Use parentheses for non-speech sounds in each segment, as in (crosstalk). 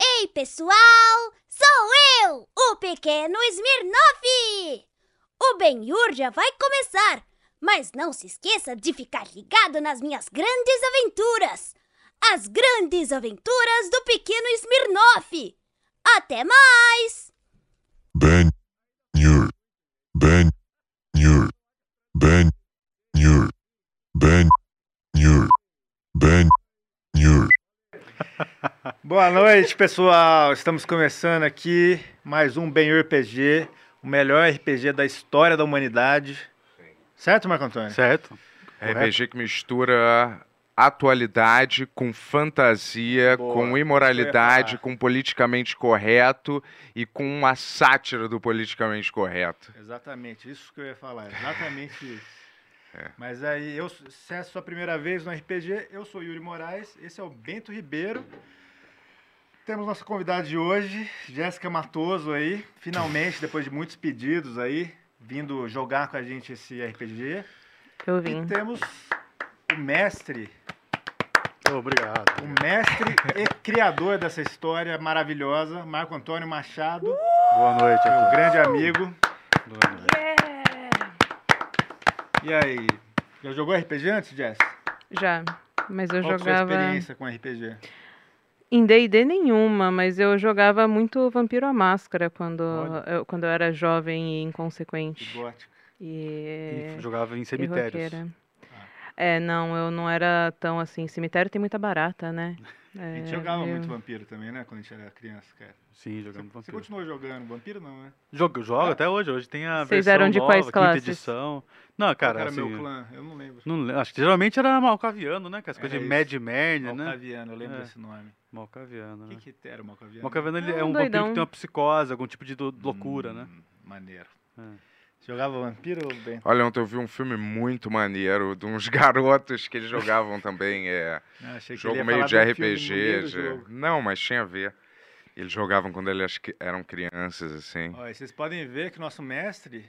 Ei, pessoal! Sou eu, o pequeno Smirnoff! O Benhur já vai começar, mas não se esqueça de ficar ligado nas minhas grandes aventuras! As grandes aventuras do pequeno Smirnoff! Até mais! Ben Nur. Ben Nur. Ben Nur. Ben Nur. Ben Nur. Boa noite, pessoal. Estamos começando aqui mais um Ben RPG, o melhor RPG da história da humanidade. Certo, Marco Antônio? Certo. Correto? RPG É que mistura atualidade com fantasia, Boa, é com imoralidade, errar. com politicamente correto e com a sátira do politicamente correto. Exatamente, isso que eu ia falar, exatamente isso. Mas aí, eu, se é a sua primeira vez no RPG, eu sou Yuri Moraes, esse é o Bento Ribeiro. Temos nossa convidada de hoje, Jéssica Matoso aí, finalmente, depois de muitos pedidos aí, vindo jogar com a gente esse RPG. Eu E vim. temos o mestre, Obrigado. o mestre e criador dessa história maravilhosa, Marco Antônio Machado, Boa noite a meu todos. um grande amigo. Boa noite. E aí, já jogou RPG antes, Jess? Já. Mas eu Qual que é a sua jogava. experiência com RPG? Em DD nenhuma, mas eu jogava muito Vampiro à Máscara quando Olha. eu, quando eu era jovem e Que inconsequente. gótico. E. E jogava em e cemitérios. roqueira. É, não, eu não era tão assim. Cemitério tem muita (laughs) barata, né? A É, gente jogava eu- muito vampiro também, né? Quando a gente era criança, cara. Sim, Você, jogamos você vampiro. continuou jogando vampiro, não, né? Jogo, jogo até hoje. Hoje tem a É. Vocês versão eram de nova, quais quinta classes? edição. Não, cara, Qual que assim... era meu clã? Eu não lembro. Não, le- acho que geralmente era malcaviano, né? cara? As Era coisas de isso. Mad Merner, né? Malcaviano, eu lembro É. desse nome. Malcaviano, O né? que, que era o Malcaviano? Malcaviano ele É é um um vampiro doidão. que tem uma psicose, algum tipo de do- loucura, né? Hum, Maneiro. É. Jogava vampiro, Bento? Olha, ontem eu vi um filme muito maneiro de uns (laughs) garotos que eles jogavam também. É, Não, Ah, achei que ele jogo ia falar meio de do filme RPG. Mulher do de- Jogo. Não, mas tinha a ver. Eles jogavam quando eles que- eram crianças, assim. Ó, e vocês podem ver que o nosso mestre,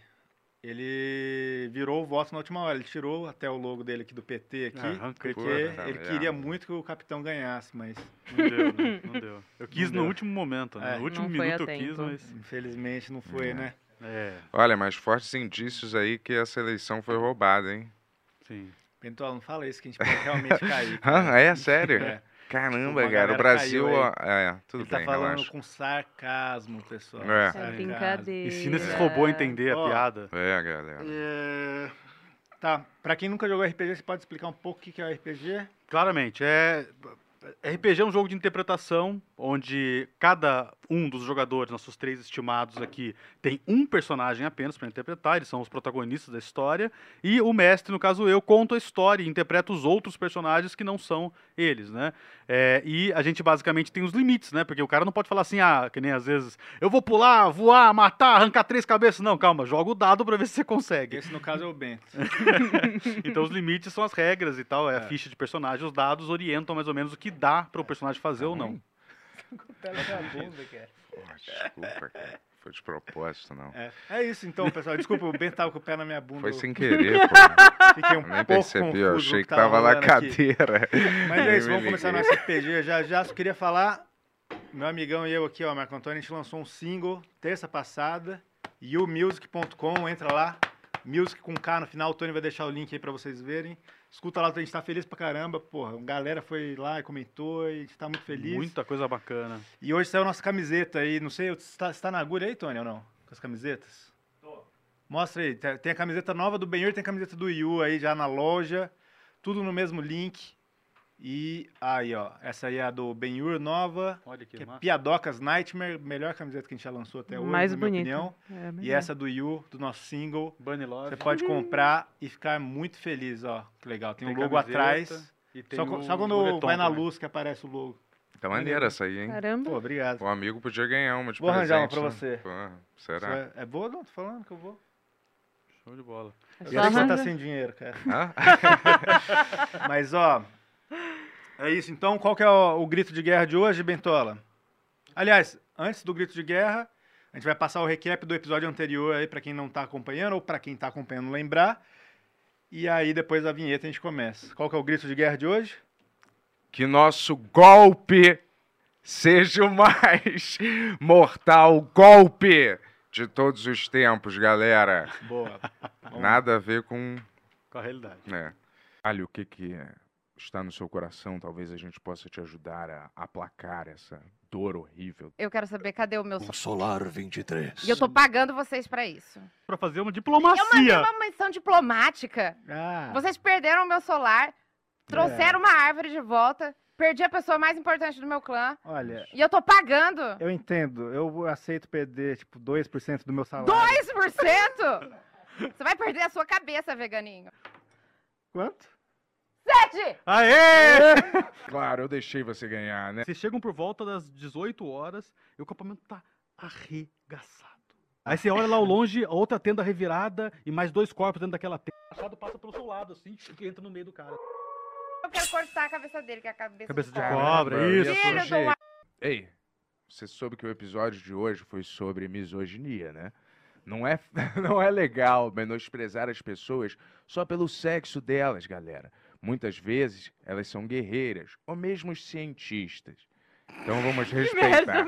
ele virou o voto na última hora. Ele tirou até o logo dele aqui do PT aqui, Ah, arrancou. porque Puta ele merda. queria muito que o capitão ganhasse, mas Não deu, né? Não deu. (laughs) Eu quis deu. no último momento, né? É. No último Não foi minuto a eu quis, tempo. mas... infelizmente não foi, né? É, Olha, mas fortes indícios aí que essa eleição foi (laughs) roubada, hein? sim. Bentol, não fala isso que a gente pode (laughs) realmente cair. Ah, é? Sério? É. Caramba, Uma cara. galera O Brasil, caiu aí. ó, é, tudo Ele tá bem, falando relaxa. com sarcasmo, pessoal. É. É É sarcasmo. brincadeira. Ensina esses robôs a entender Ó. a piada. É, galera. É, Tá, pra quem nunca jogou RPG, você pode explicar um pouco o que que é o RPG? Claramente, é RPG é um jogo de interpretação onde cada um dos jogadores, nossos três estimados aqui, tem um personagem apenas para interpretar, eles são os protagonistas da história, e o mestre, no caso eu, conta a história e interpreta os outros personagens que não são eles, né? É, e a gente basicamente tem os limites, né? Porque o cara não pode falar assim, ah, que nem às vezes, eu vou pular, voar, matar, arrancar três cabeças. Não, calma, joga o dado para ver se você consegue. Esse, no caso, é o Bento. Então os limites são as regras e tal, é, a É. ficha de personagem, os dados orientam mais ou menos o que dá para o personagem fazer ou não. Porra, (laughs) desculpa, cara. Foi de propósito, não. É. é isso, então, pessoal. Desculpa, o Bento tava com o pé na minha bunda. Foi eu (laughs) sem querer, pô. Fiquei um Eu nem pouco percebi, confuso eu no achei que tava tava lá na rolando aqui. cadeira. (laughs) Mas é Nem (laughs) isso, me vamos começar liguei. nosso RPG já já. Só queria falar, meu amigão e eu aqui, ó, Marco Antônio, a gente lançou um single terça passada, youmusic.com, entra lá, music com K no final, o Tony vai deixar o link aí pra vocês verem. Escuta lá, a gente tá feliz pra caramba, porra, a galera foi lá e comentou, e a gente tá muito feliz. Muita coisa bacana. E hoje saiu a nossa camiseta aí, não sei, você tá, você tá na agulha aí, Tony, ou não? Com as camisetas? Tô. Mostra aí, tem tem a camiseta nova do Benhur, tem a camiseta do Yu aí já na loja, tudo no mesmo link. E aí, ó, essa aí é a do Benhur nova, Olha que, que é massa. Piadocas Nightmare, melhor camiseta que a gente já lançou até hoje, Mais na bonita. minha opinião. É, mas E é. essa do Yu, do nosso single, Bunny Love. você pode comprar e ficar muito feliz, ó, que legal. Tem, Tem um logo camiseta, atrás, e tem só, o co- só quando moletom vai na também. luz que aparece o logo. Tá maneiro essa aí, hein? Caramba. Pô, obrigado. O amigo podia ganhar uma de Vou arranjar uma presente. pra né? você. Porra, será? Isso É, é boa? Não, tô falando que eu vou. Show de bola. é Eu sei só que você tá arranjar. sem dinheiro, cara. Hã? Mas, ó. É isso. Então, qual que é o, o grito de guerra de hoje, Bentola? Aliás, antes do grito de guerra, a gente vai passar o recap do episódio anterior aí pra quem não tá acompanhando ou pra quem tá acompanhando lembrar. E aí, depois da vinheta, a gente começa. Qual que é o grito de guerra de hoje? Que nosso golpe Seja o mais (laughs) mortal golpe de todos os tempos, galera. Boa. Vamos- Nada a ver com. Com a realidade. né? Olha, o que, que é? está no seu coração? Talvez a gente possa te ajudar a aplacar essa dor horrível. Eu quero saber cadê o meu. Um so- solar 23. E eu tô pagando vocês pra isso. (laughs) Pra fazer uma Eu mandei diplomacia. uma missão diplomática. Tá. Ah, Vocês perderam o meu solar, É. trouxeram uma árvore de volta, perdi a pessoa mais importante do meu clã. olha, E eu tô pagando eu entendo. Eu aceito perder, tipo, 2% do meu salário. 2%! Você vai perder a sua cabeça, veganinho. Quanto? Sete! Aê! Claro, eu deixei você ganhar, né? Vocês chegam por volta das 18 horas e o acampamento tá arregaçado. Aí você olha lá ao longe, a outra tenda revirada e mais dois corpos dentro daquela tenda. O machado passa pelo seu lado, assim, e entra no meio do cara. Eu quero cortar a cabeça dele, que é a cabeça, Cabeça de cobra. cobra, Caramba, eu isso. ia Filho do sugerir. Ei, você soube que o episódio de hoje foi sobre misoginia, né? Não é, (laughs) não é legal menosprezar as pessoas só pelo sexo delas, galera. Muitas vezes elas são guerreiras ou mesmo cientistas. Então vamos (laughs) né? respeitar.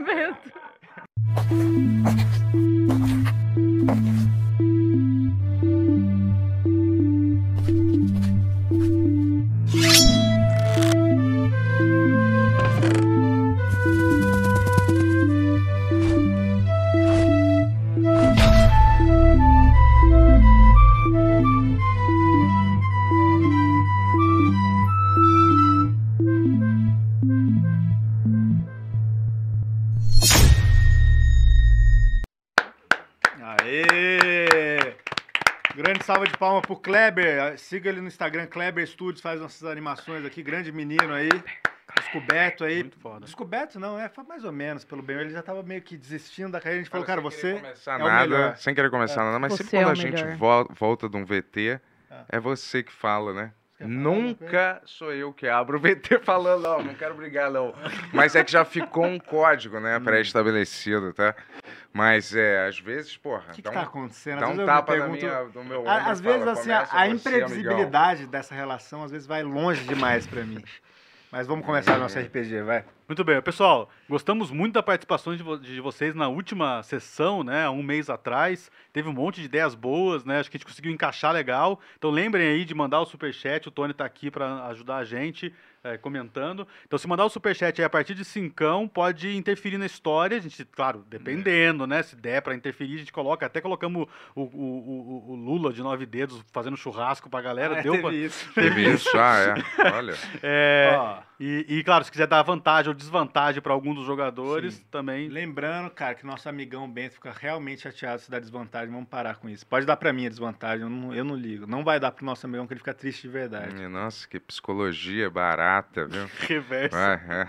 Aê! Grande salva de palmas pro Kleber. Siga ele no Instagram, Kleber Studios, faz nossas animações aqui. Grande menino aí. Descoberto aí. Muito foda. Descoberto não, é foi mais ou menos pelo bem. Ele já tava meio que desistindo da carreira. A gente falou, cara, Sem você. querer começar é o nada, melhor. sem querer começar nada, mas Você sempre quando é o a gente melhor. vol- volta de um VT, Ah. é você que fala, né? Quer falar alguma Nunca sou eu que abro o VT (laughs) falando, não, não quero brigar, não. Mas é que já ficou um código, né, Hum. pré-estabelecido, tá? Mas, é, às vezes, porra, O que, que dá um, tá acontecendo? dá Às um vezes eu me tapa na pergunto- minha, no meu ombro A- e Às fala, vezes, assim, a, "Começa a você, amigão." imprevisibilidade dessa relação às vezes vai longe demais pra mim. Mas vamos começar nosso RPG, vai. Muito bem, pessoal. Gostamos muito da participação de, vo- de vocês na última sessão, né? há Um mês atrás. Teve um monte de ideias boas, né? Acho que a gente conseguiu encaixar legal. Então lembrem aí de mandar o superchat. O Tony tá aqui para ajudar a gente eh, comentando. Então, se mandar o superchat aí a partir de cincão, pode interferir na história. A gente, claro, dependendo, né? Se der para interferir, a gente coloca. Até colocamos o, o- o- o- o Lula de nove dedos fazendo churrasco pra galera. É, deu teve pra... isso. Teve isso, ah, é. (laughs) Olha, É, Ó, e, e, claro, se quiser dar vantagem ou desvantagem para algum dos jogadores, Sim. também. lembrando, cara, que nosso amigão Bento fica realmente chateado se dá desvantagem. Vamos parar com isso. Pode dar pra mim a desvantagem, eu não, eu não ligo. Não vai dar pro nosso amigão que ele fica triste de verdade. minha nossa, que psicologia barata, viu? Reverso. Vai, é.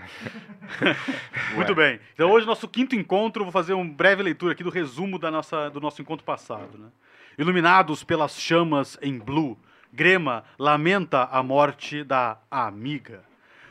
Muito bem. Então, hoje, nosso quinto encontro, vou fazer uma breve leitura aqui do resumo da nossa, do nosso encontro passado. né? Iluminados pelas chamas em blue, Grema lamenta a morte da amiga.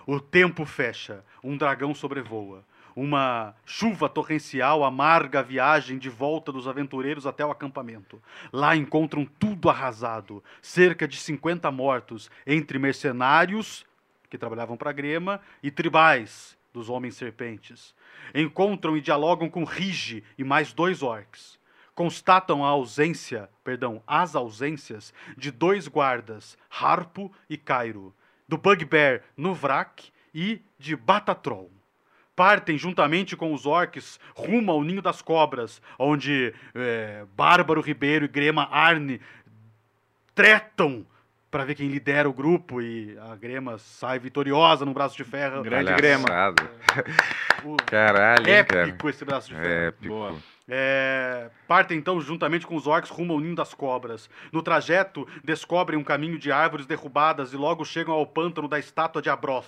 O tempo fecha, um dragão sobrevoa. Uma chuva torrencial amarga a viagem de volta dos aventureiros até o acampamento. Lá encontram tudo arrasado, cerca de 50 mortos, entre mercenários que trabalhavam para Grema e tribais dos homens serpentes. Encontram e dialogam com Rige e mais dois orcs. Constatam a ausência, perdão, as ausências de dois guardas, Harpo e Cairo, do Bugbear Nuvrak e de Batatrol. Partem juntamente com os orcs rumo ao ninho das cobras, onde eh, Bárbaro Ribeiro e Grema Arne tretam para ver quem lidera o grupo e a Grema sai vitoriosa no braço de ferro. Grande É, Grema. Palhaçada. O- Caralho, hein, cara. Épico É esse braço de ferro. Épico. Boa. É, partem então juntamente com os orcs rumo ao ninho das cobras. No trajeto, descobrem um caminho de árvores derrubadas e logo chegam ao pântano da estátua de Abroth.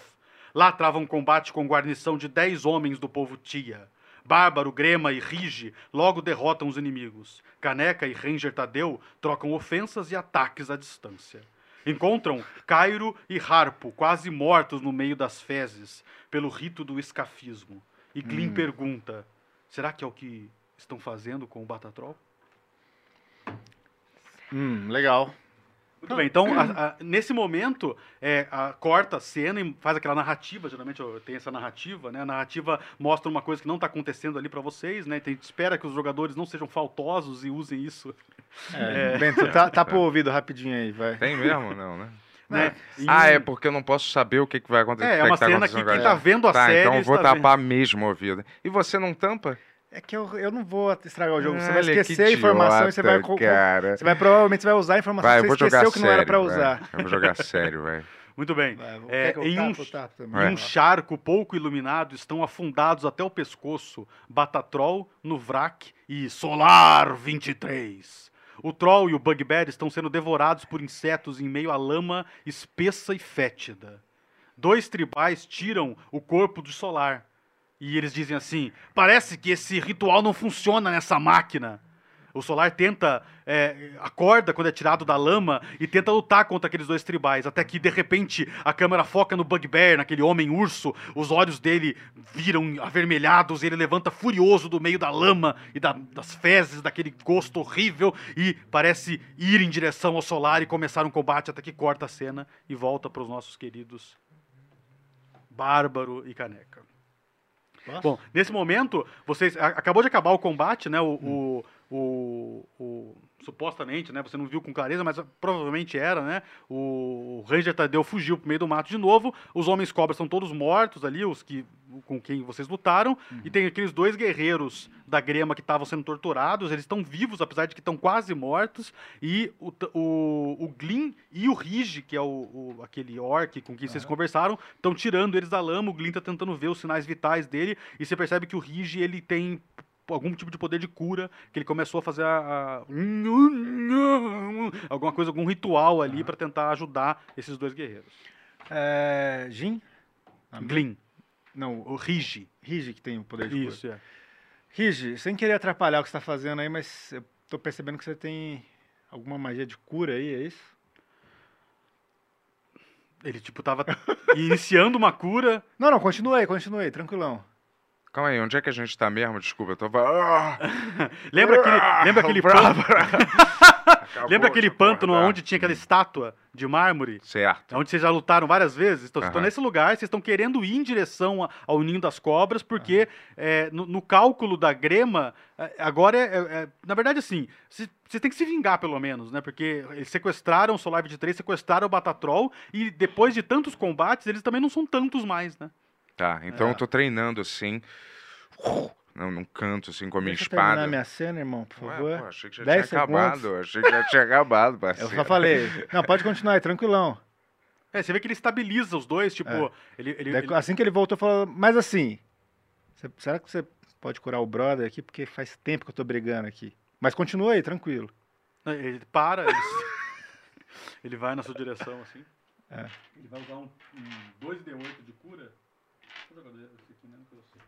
Lá travam um combate com guarnição de 10 homens do povo Tia. Bárbaro, Grema e Rige logo derrotam os inimigos. Caneca e Ranger Tadeu trocam ofensas e ataques à distância. Encontram Cairo e Harpo, quase mortos no meio das fezes, pelo rito do escafismo. E Glyn Hum. pergunta: será que é o que estão fazendo com o Batatrol? Hum, legal. Muito bem, então, a- a- nesse momento, é, a- corta a cena e faz aquela narrativa, geralmente eu tenho essa narrativa, né? A narrativa mostra uma coisa que não tá acontecendo ali pra vocês, né? Então, a gente espera que os jogadores não sejam faltosos e usem isso, É, Bento, tá, tá pro ouvido rapidinho aí, vai. Tem mesmo? Não, né? né? Em- Ah, é porque eu não posso saber o que, que vai É, acontecer. é o que uma que tá cena que acontecendo quem agora. tá vendo a Tá, série então eu vou está vendo. tapar mesmo o ouvido. E você não tampa? É que eu, eu não vou estragar o jogo. Você vai Olha, que esquecer a informação e você vai. idiota, co- co- Cara. Você vai provavelmente você vai usar a informação Vai, eu que vou você jogar esqueceu que não era sério, pra vai. usar. Eu vou jogar (laughs) sério, velho. Muito bem. Vai, vou- É, quer que eu em tapo? um- Eu tapo também. É. Em um charco pouco iluminado estão afundados até o pescoço Batatrol, Nuvrak e Solar 23. O Troll e o Bugbear estão sendo devorados por insetos em meio à lama espessa e fétida. Dois tribais tiram o corpo do Solar. E eles dizem assim: parece que esse ritual não funciona nessa máquina. O Solar tenta, é, acorda quando é tirado da lama e tenta lutar contra aqueles dois tribais. Até que, de repente, a câmera foca no Bugbear, naquele homem urso. Os olhos dele viram avermelhados e ele levanta furioso do meio da lama e da- das fezes, daquele gosto horrível. E parece ir em direção ao Solar e começar um combate até que corta a cena e volta para os nossos queridos Bárbaro e Caneca. Posso? Bom, nesse momento, vocês. a- acabou de acabar o combate, né? O, o- o- o- supostamente, né? Você não viu com clareza, mas ah, provavelmente era, né? O, o Ranger Tadeu fugiu pro meio do mato de novo. Os homens cobras são todos mortos ali, os que com quem vocês lutaram. E tem aqueles dois guerreiros da Grema que estavam sendo torturados. Eles estão vivos, apesar de que estão quase mortos. E o, t- o, o Glyn e o Rige, que é o, o- aquele orc com quem vocês conversaram, estão tirando eles da lama. O Glyn tá tentando ver os sinais vitais dele. E você percebe que o Rige, ele tem p- algum tipo de poder de cura, que ele começou a fazer a, a- alguma coisa, algum ritual ali pra tentar ajudar esses dois guerreiros. É, Jin? Amém? Glyn, Não, o o Rige. Rige que tem o poder de cura. Isso, é. Rige, sem querer atrapalhar o que você tá fazendo aí, mas eu tô percebendo que você tem alguma magia de cura aí, é isso? Ele, tipo, tava (laughs) iniciando uma cura. Não, não, continua aí, continua aí, tranquilão. Calma aí, onde é que a gente tá mesmo? Desculpa, eu Ah, (laughs) tava. Ah, Lembra aquele, lembra aquele, pan- (laughs) acabou lembra aquele de pântano acordar. tá. onde tinha aquela estátua de mármore? Certo. Então, Onde vocês já lutaram várias vezes? Então, vocês estão Aham. nesse lugar, vocês estão querendo ir em direção a- ao ninho das cobras, porque é, no, no cálculo da grema, é, agora é. é- é- na verdade, assim, vocês vocês têm que se vingar, pelo menos, né? Porque eles sequestraram o Solar 23, sequestraram o Batatrol, e depois de tantos combates, eles também não são tantos mais, né? Tá, então É. eu tô treinando assim. Uh, Não, num canto assim com a minha Deixa eu espada. terminar minha cena, irmão, por Ué, favor. é, pô, achei que já tinha 10 segundos. É acabado. Achei que já (laughs) tinha acabado, eu parceiro. só falei. Não, pode continuar aí, tranquilão. É, você vê que ele estabiliza os dois, tipo, É. ele, ele- Daí, ele- assim que ele voltou, falou, mas assim, cê- será que você pode curar o brother aqui? Porque faz tempo que eu tô brigando aqui. Mas continua aí, tranquilo. Ele para, ele, (laughs) ele vai na sua direção assim. É. Ele vai usar um, um 2D8 de cura. Deixa eu jogar dois- esse aqui, né, que eu sei.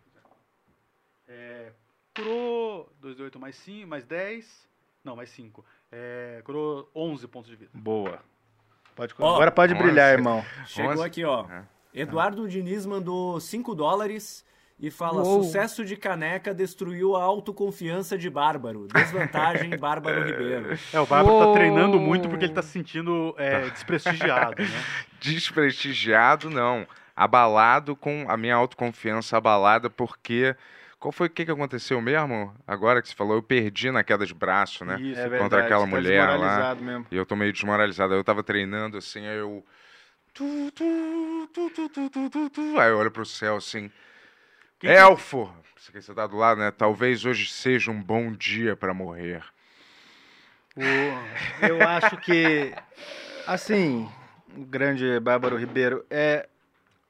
É, curou 2D8 mais 5, mais 10. Não, mais 5. É, curou 11 pontos de vida. Boa. Pode, Ó. agora pode Nossa. brilhar, irmão. Chegou Onze? aqui, ó. É. Eduardo Diniz mandou 5 dólares e fala: Uou. sucesso de caneca destruiu a autoconfiança de Bárbaro. Desvantagem, Bárbaro Ribeiro. É, o Bárbaro tá Uou. treinando muito porque ele tá se sentindo é, (laughs) desprestigiado, né? Desprestigiado, não. Abalado com a minha autoconfiança abalada, porque. Qual foi o que, que aconteceu mesmo? Agora que você falou, eu perdi na queda de braço, né? Isso. É Contra aquela você tá mulher lá. desmoralizado Mesmo. E eu tô meio desmoralizado. Aí eu tava treinando assim, aí eu. Tu, tu, tu, tu, tu, tu, tu, tu. Aí eu olho pro céu assim. Quem que- Elfo! Você que você tá do lado, né? Talvez hoje seja um bom dia pra morrer. O- Eu acho que, assim, o grande Bárbaro Ribeiro, é...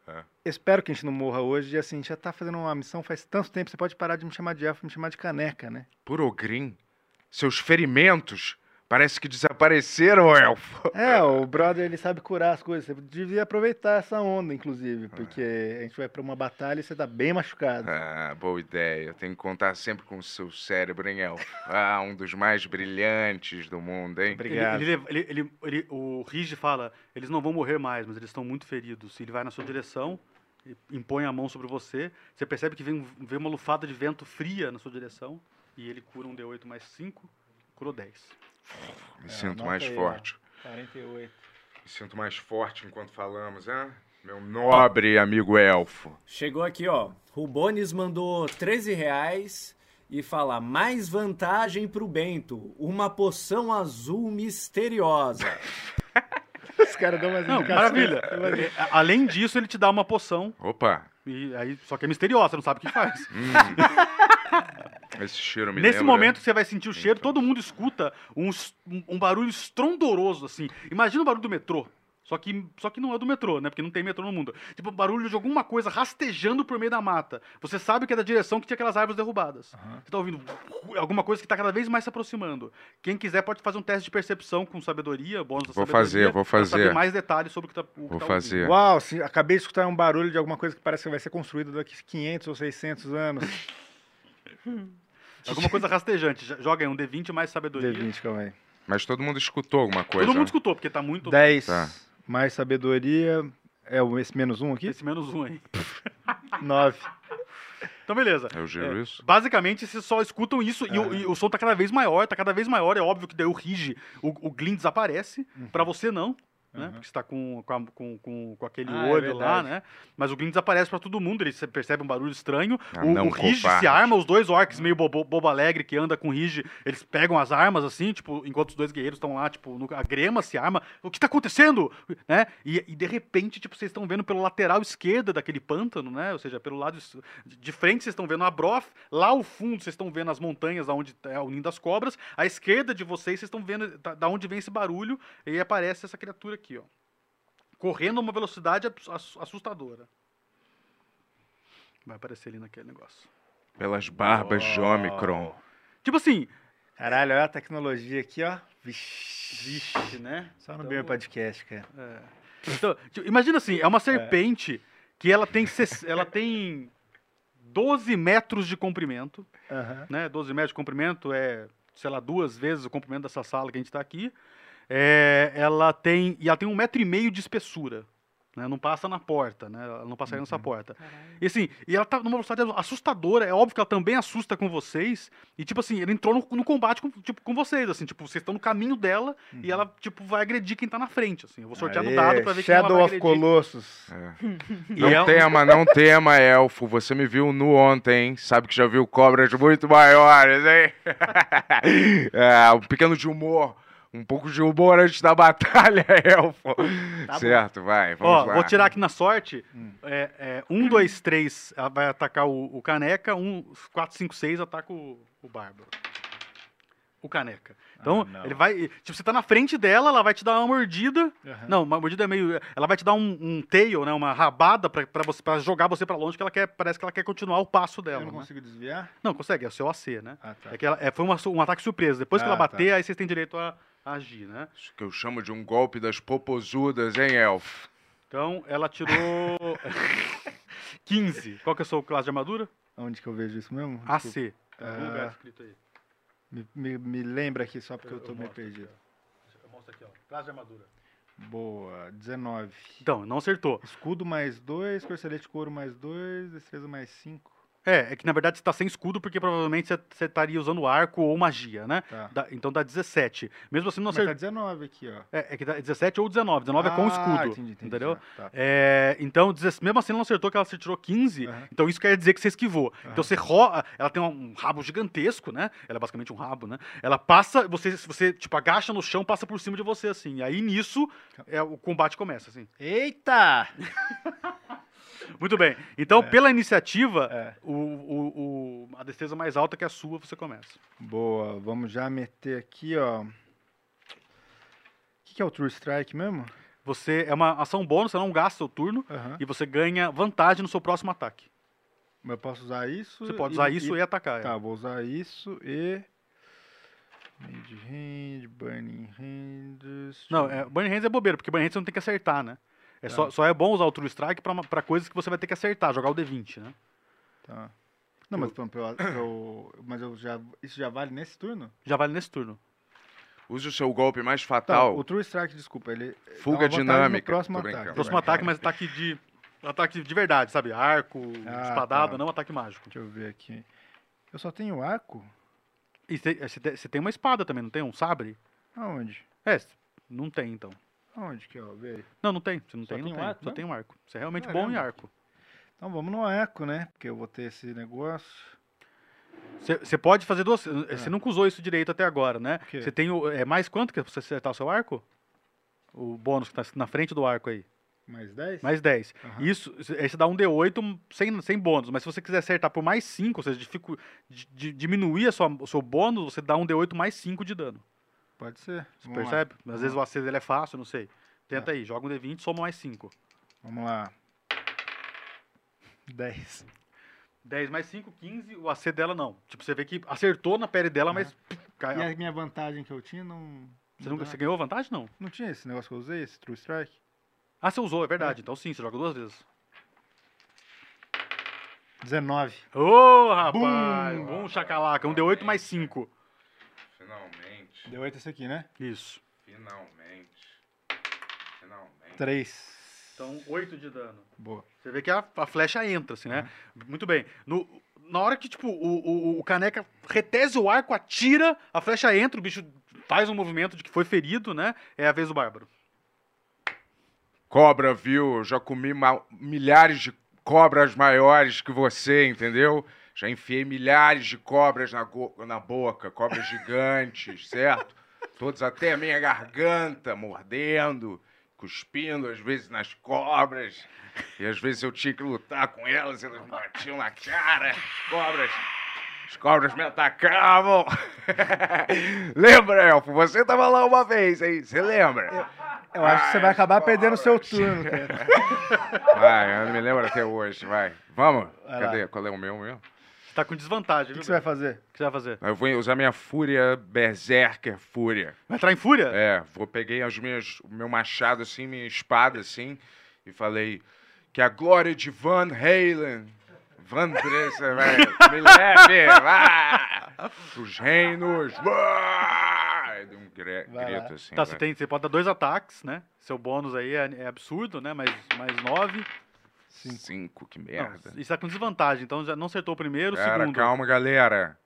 É. Espero que a gente não morra hoje. E assim, a gente já tá fazendo uma missão faz tanto tempo, você pode parar de me chamar de elfo e me chamar de caneca, (laughs) né? Por Ogrim, seus ferimentos parece que desapareceram, (laughs) elfo. É, o brother ele sabe curar as coisas. Você devia aproveitar essa onda, É. inclusive, porque a gente vai pra uma batalha e você tá bem machucado. Ah, boa ideia. Tem que contar sempre com o seu cérebro, hein, elfo? Ah, um dos mais brilhantes do mundo, hein? Ele, Obrigado. ele- ele- ele- ele- o Rige fala, eles não vão morrer mais, mas eles estão muito feridos. Ele vai na sua direção, e impõe a mão sobre você. Você percebe que vem, um- vem uma lufada de vento fria na sua direção. E ele cura um D8 mais 5, curou 10. Me sinto anota mais É, aí, ó. forte. 48. Me sinto mais forte enquanto falamos, né? Meu nobre amigo elfo. Chegou aqui, ó. Rubones mandou 13 reais e fala: mais vantagem pro Bento, uma poção azul misteriosa. (laughs) Os caras dão umas Não, indicações. (laughs) maravilha. É, a- Além disso, ele te dá uma poção. Opa, Hum. E aí, só que é misteriosa, você não sabe o que faz. (laughs) esse cheiro me Nesse lembra- tá. momento que você vai sentir o cheiro, todo mundo escuta um, es- um- um barulho estrondoroso, assim. Imagina o barulho do metrô. Só que, só que não é do metrô, né? Porque não tem metrô no mundo. Tipo, barulho de alguma coisa rastejando por meio da mata. Você sabe que é da direção que tinha aquelas árvores derrubadas. Você tá ouvindo alguma coisa que tá cada vez mais se aproximando. Quem quiser pode fazer um teste de percepção com sabedoria, bônus da Vou sabedoria, fazer, vou pra saber fazer. Tá mais detalhes sobre o que tá, o que Vou tá fazer. Uhum. Uau, se- acabei de escutar um barulho de alguma coisa que parece que vai ser construída daqui 500 ou 600 anos. ouvindo. É Alguma coisa rastejante. Jo- Joga aí um D20 mais sabedoria. D20, calma aí. Mas todo mundo escutou alguma coisa. Todo mundo né? escutou, porque tá muito... 10 Tá. mais sabedoria. É o- esse menos um (laughs) aqui? Esse menos um aí. 9. Então, beleza. Eu giro isso? Basicamente, vocês só escutam isso e, É. o, e o som tá cada vez maior, tá cada vez maior. É óbvio que daí o rige, o, o Glyn desaparece. Uhum. Pra você, não. Né? Porque você tá com, com, a- com, com, com aquele Ah, é olho lá, verdade. né? Mas o Glyn desaparece pra todo mundo. Ele se- percebe um barulho estranho. Ah, o não, o Rige se covarde. arma, os dois orcs meio bobo, bobo alegre que anda com o Rige, eles pegam as armas assim, tipo, enquanto os dois guerreiros estão lá, tipo, no- a grema se arma. O que tá acontecendo? Né? E, e de repente, tipo, vocês estão vendo pelo lateral esquerda daquele pântano, né? Ou seja, pelo lado es- de frente vocês estão vendo a Broth, lá ao fundo vocês estão vendo as montanhas onde é o ninho das cobras, à esquerda de vocês vocês estão vendo da, da onde vem esse barulho e aí aparece essa criatura aqui, ó. Correndo a uma velocidade abs- ass- assustadora. Vai aparecer ali naquele negócio. Pelas barbas de Omicron. Tipo assim, Caralho, olha a tecnologia aqui, ó. Vixe. Vixe, né? Só no Então- meu podcast, cara. Então, tipo, imagina assim, é uma serpente que ela tem, ses- ela tem 12 metros de comprimento, Aham. né? 12 metros de comprimento é, sei lá, duas vezes o comprimento dessa sala que a gente tá aqui. É, ela tem. E ela tem um metro e meio de espessura. Né? Não passa na porta, né? Ela não passaria Uhum. nessa porta. E assim, e ela tá numa velocidade assustadora. É óbvio que ela também assusta com vocês. E tipo assim, ela entrou no, no combate com, tipo, com vocês, assim. Tipo, vocês estão no caminho dela e ela, tipo, vai agredir quem tá na frente, assim. Eu vou sortear no Uhum. Aê, dado pra ver quem ela Shadow vai of agredir. Colossus. E Não é um- tema, não tema, elfo. Você me viu nu ontem, hein? Sabe que já viu cobras muito maiores, hein? (laughs) é, um pequeno de humor. Um pouco de humor antes da batalha, (laughs) elfo. Tá bom. certo, vai, vamos Ó, lá. vou tirar aqui na sorte. Hum. É, é, um, dois, três ah, vai atacar o, o caneca. Um, quatro, cinco, seis ataca o, o bárbaro. O caneca. Então, Ah, não. ele vai. Tipo, você tá na frente dela, ela vai te dar uma mordida. Aham. Não, uma mordida é meio. Ela vai te dar um, um tail, né? Uma rabada pra, pra, você, pra jogar você pra longe, que ela quer. Parece que ela quer continuar o passo dela. Eu não né? consigo desviar? Não, consegue, é o seu AC, né? Ah, tá. É que ela- é, foi uma su- um ataque surpresa. Depois que Ah, ela bater, aí vocês têm direito a, a agir, né? Isso que eu chamo de um golpe das popozudas, hein, elfo? Então, ela (laughs) tirou 15. Qual que é a sua classe de armadura? Onde que eu vejo isso mesmo? Desculpa. AC. Tem algum Ah. tá lugar escrito aí. Me, me- me lembra aqui só porque eu, Eu- tô eu meio mostro perdido. Eu mostro aqui, ó. Classe de armadura. Boa, 19. Então, não acertou. Escudo mais 2, corcelete de couro mais 2, destreza mais 5. É, é que na verdade você tá sem escudo porque provavelmente você- você estaria usando arco ou magia, né? Tá. Dá- então dá 17. Mesmo assim, não Mas tá acertou. 19 aqui, ó. É, é que dá 17 ou 19. 19 é com Ah, escudo. entendi, entendi, entendeu? Tá. tá. É, então, dezes- mesmo assim, ela não acertou que ela se tirou 15. Aham. Então, isso quer dizer que você esquivou. Aham. Então, você rola. Ela tem um rabo gigantesco, né? Ela é basicamente um rabo, né? Ela passa, você, você tipo, agacha no chão, passa por cima de você, assim. E aí, nisso, é, o combate começa, assim. Eita! (laughs) Muito bem. Então, pela iniciativa, É. o, o- o- a destreza mais alta que é a sua, você começa. Boa, vamos já meter aqui, ó. O que, que é o True Strike mesmo? Você é uma ação bônus, você não gasta o turno. Aham. E você ganha vantagem no seu próximo ataque. Mas Eu posso usar isso? Você pode usar isso e, atacar. é. Tá, vou usar isso e... Mid Hand, Burning Hands... Não, é, Burning Hands é bobeira, porque Burning Hands você não tem que acertar, né? É só, só é bom usar o True Strike pra, uma- pra coisas que você vai ter que acertar, jogar o D20, né? Tá. Não, mas, pronto, eu- eu- mas eu já, isso já vale nesse turno? Já vale nesse turno. Use o seu golpe mais Tá, fatal. o True Strike, desculpa, ele... dá então Fuga uma vantagem dinâmica. No próximo Tô ataque. brincando. Próximo Vai, ataque, mas ataque de. Ataque de verdade, sabe? Arco, Ah, espadada, tá. não ataque mágico. Deixa eu ver aqui. Eu só tenho arco? é, E você- você tem- você tem uma espada também, não tem? Um sabre? Aonde? É, Não tem, então. Onde que é eu veio? Não, não tem. Se não Só tem, não tem um tem. arco Só mesmo? tem um arco. Você é realmente bom em Caramba. arco. Então vamos no eco, né? Porque eu vou ter esse negócio. Você você pode fazer duas. Você nunca usou isso direito até agora, né? Ah. quê? Você tem o. É mais quanto que você acertar o seu arco? O bônus que tá na frente do arco aí. Mais 10? Mais 10. Aham. Isso, aí você dá um D8 sem, sem bônus. Mas se você quiser acertar por mais 5, ou seja, dificu- di- di- diminuir a sua- o seu bônus, você dá um D8 mais 5 de dano. Pode ser. Você Vamos lá. percebe? Às vezes o AC dele Hum, é fácil, não sei. Tenta aí, joga um D20 soma mais 5. Vamos lá. 10. 10 mais 5, 15. O AC dela não. Tipo, você vê que acertou na pele dela, mas. pff, E cai- ah, a minha vantagem que eu tinha não. você, não nunca, dá. você ganhou vantagem? Não. Não tinha esse negócio que eu usei, esse True Strike? Ah, você usou, é verdade. Então sim, você joga duas vezes. 19. Ô, rapaz! Bom chacalaca. Um D8 mais 5. Finalmente. Deu 8 esse aqui, né? Isso. Finalmente. Finalmente. 3. Então, 8 de dano. Boa. Você vê que a, a flecha entra, assim, né? Muito bem. No- na hora que, tipo, o, o- o caneca retese o arco, atira, a flecha entra, o bicho faz um movimento de que foi ferido, né? É a vez do bárbaro. Cobra, viu? Eu já comi ma- milhares de cobras maiores que você, entendeu? Já enfiei milhares de cobras na, go- na boca, cobras (laughs) gigantes, certo? Todos até a minha garganta, mordendo, cuspindo, às vezes nas cobras. E às vezes eu tinha que lutar com elas, elas me batiam na cara. As cobras, as cobras me atacavam. (laughs) lembra, Elfo? Você tava lá uma vez, hein? Você lembra? Eu acho que você Ai, vai acabar as perdendo o seu cobras. turno, (laughs) cara. Vai, eu não me lembro até hoje, vai. Vamos? Vai lá. Cadê? Qual é o meu mesmo? Você tá com desvantagem, O que viu? que você vai fazer? O que você vai fazer? Eu vou usar minha fúria berserker fúria. Vai entrar em fúria? É, vou peguei as minhas, o meu machado assim, minha espada assim, e falei que a glória de Van Halen, Van Dressa, vai, me leve, vá, os reinos, vai, Dei um gre- Vai lá. grito assim. Tá, vai. você, tem, você pode dar dois ataques, né? Seu bônus aí é, é absurdo, né? Mais, mais nove. Cinco, que Não, merda. e você tá com desvantagem, então já não acertou o primeiro, o Cara, segundo. calma, galera.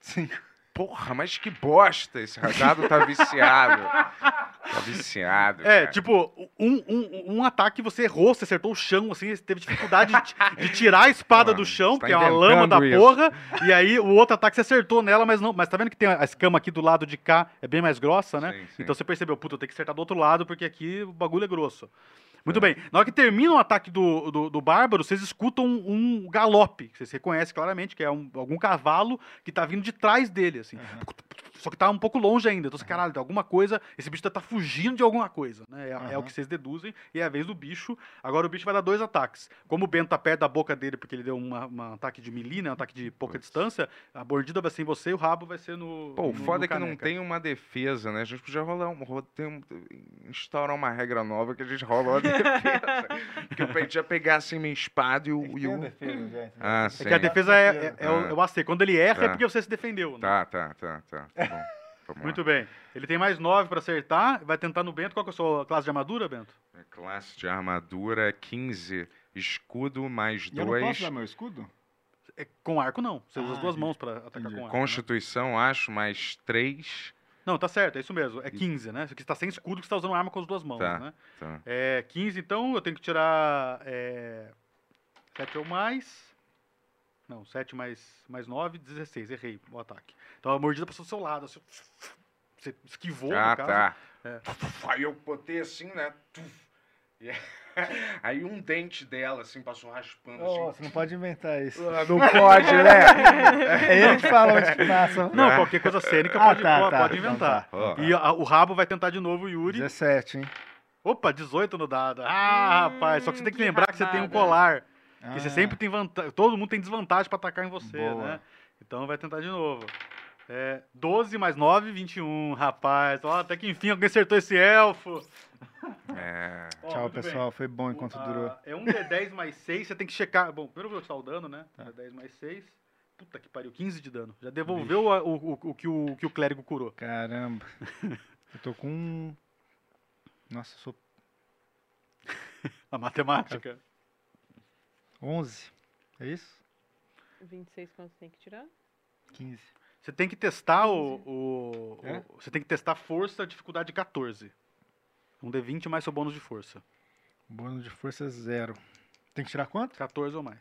Sim. Porra, mas que bosta! Esse rasgado tá viciado. tá viciado. É, cara. tipo, um, um, um ataque você errou, você acertou o chão, assim, você teve dificuldade de, ti- de tirar a espada Mano, do chão, você tá porque é uma lama da inventando isso. porra, e aí o outro ataque você acertou nela, mas não. Mas tá vendo que tem a escama aqui do lado de cá, é bem mais grossa, né? Sim, sim. Então você percebeu, puta, eu tenho que acertar do outro lado, porque aqui o bagulho é grosso. É. Muito bem, na hora que termina o ataque do, do, do Bárbaro, vocês escutam um, um galope, que vocês reconhecem claramente, que é um- algum cavalo que tá vindo de trás dele, assim. Só que tá um pouco longe ainda. Então, você, caralho, tem alguma coisa. Esse bicho tá, tá fugindo de alguma coisa, né? É, é o Aham. que vocês deduzem. E é a vez do bicho. Agora o bicho vai dar dois ataques. Como o Bento tá perto da boca dele, porque ele deu uma- um ataque de melee, né? Um ataque de pouca distância, a mordida vai ser em você e o rabo vai ser no. Pô, no- o no foda é que não caneca. tem uma defesa, né? A gente podia rolar um, ro- tem um- instaurar uma regra nova que a gente rola uma (laughs) defesa. que eu podia pegar assim minha espada e o. Tem E a o... é defesa, gente. Ah, É sim. que a defesa é, é- é o, Ah. é o AC. Quando ele erra, é Tá. porque você se defendeu, né? Tá, tá, tá, tá. tá (laughs) bom. Vamos Muito bem. Ele tem mais nove pra acertar. Vai tentar no Bento. Qual que é a sua classe de armadura, Bento? lá. Minha Classe de armadura 15. Escudo mais E eu não posso 2. dar meu escudo? É, com arco, não. Você Ah, usa as duas entendi. mãos pra atacar Entendi. com arco. né? Constituição, acho, mais 3. Não, tá certo, é isso mesmo. É 15, né? Você está sem escudo, que você está usando arma com as duas mãos, Tá. né? Tá. É 15, então eu tenho que tirar é, 7 ou mais. Não, 7 mais, mais 9, 16. Errei o ataque. Então a mordida passou do seu lado. assim, você esquivou, Ah, no caso. tá. É. Aí eu botei assim, né? Tuf. E é. (laughs) aí um dente dela, assim, passou raspando, Ô, assim. você não pode inventar isso. Ah, Não (laughs) pode, né? É ele que fala onde que passa. (laughs) Não, É. qualquer coisa cênica Ah, pode, tá, pode- tá, pode então inventar. tá. E a- o rabo vai tentar de novo o Yuri. 17, hein? Opa, 18 no dado. Ah, Hum, rapaz, só que você tem que que lembrar que você tem um rabada. colar. Ah, Porque você é sempre tem vantagem. Todo mundo tem desvantagem pra atacar em você, Boa. né? Então vai tentar de novo. É, 12 mais 9, 21, rapaz. Ó, até que enfim alguém acertou esse elfo. É. Ó, Tchau, muito bem. pessoal. Foi bom enquanto Ah, durou. É um D10 mais 6, você tem que checar. Bom, primeiro eu vou tirar o dano, né? Tá. D10 mais 6. Puta que pariu, 15 de dano. Já devolveu a- o, o- o que o, o que o clérigo curou. (laughs) Caramba. Eu tô com. um- Nossa, eu sou A matemática. 11. É isso? 26 quanto tem que tirar? 15. Você tem que testar o. o- É? o- você tem que testar força, dificuldade 14. Um D20 mais seu bônus de força. Bônus de força zero. Tem que tirar quanto? 14 ou mais.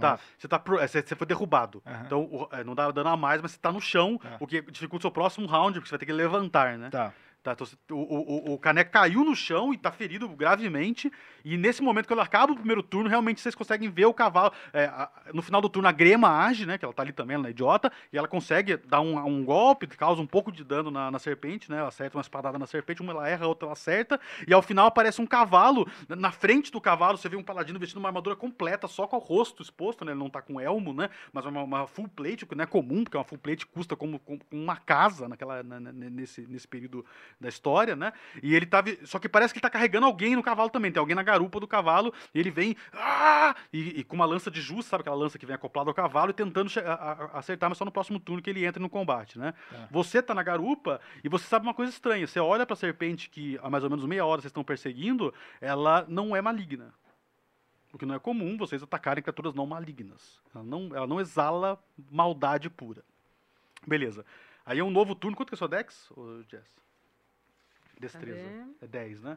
Tá, Nossa. você, tá pro- é, você, você foi derrubado. Aham. Então, o- é, não dá dano a mais, mas você tá no chão, Tá. o que dificulta o seu próximo round, porque você vai ter que levantar, né? Tá. Tá, então, você- o, o, o- o Cané caiu no chão e tá ferido gravemente. E nesse momento, quando acaba o primeiro turno, realmente vocês conseguem ver o cavalo. é, a- no final do turno, a Grema age, né? Que ela tá ali também, ela é idiota. E ela consegue dar um, um golpe, causa um pouco de dano na, na serpente, né? Ela acerta uma espadada na serpente, uma ela erra, a outra ela acerta. E ao final aparece um cavalo. Na- Na frente do cavalo, você vê um paladino vestindo uma armadura completa, só com o rosto exposto, né? Ele não tá com elmo, né? mas uma, uma full plate, o que não é comum, porque uma full plate custa como, como uma casa naquela, na- na- nesse, nesse período da história, né? E ele tá. vi- Só que parece que ele tá carregando alguém no cavalo também. Tem alguém na garupa do cavalo, e ele vem. "Ah!" E, e com uma lança de justo, sabe aquela lança que vem acoplada ao cavalo e tentando che- a- a- acertar, mas só no próximo turno que ele entra no combate, né? Tá. Você tá na garupa e você sabe uma coisa estranha. Você olha pra serpente que há mais ou menos meia hora vocês estão perseguindo, ela não é maligna. O que não é comum vocês atacarem criaturas não malignas. Ela não, ela não exala maldade pura. Beleza. Aí é um novo turno. Quanto que é sua Dex, ô, Jess? Destreza. Cadê? É 10, né?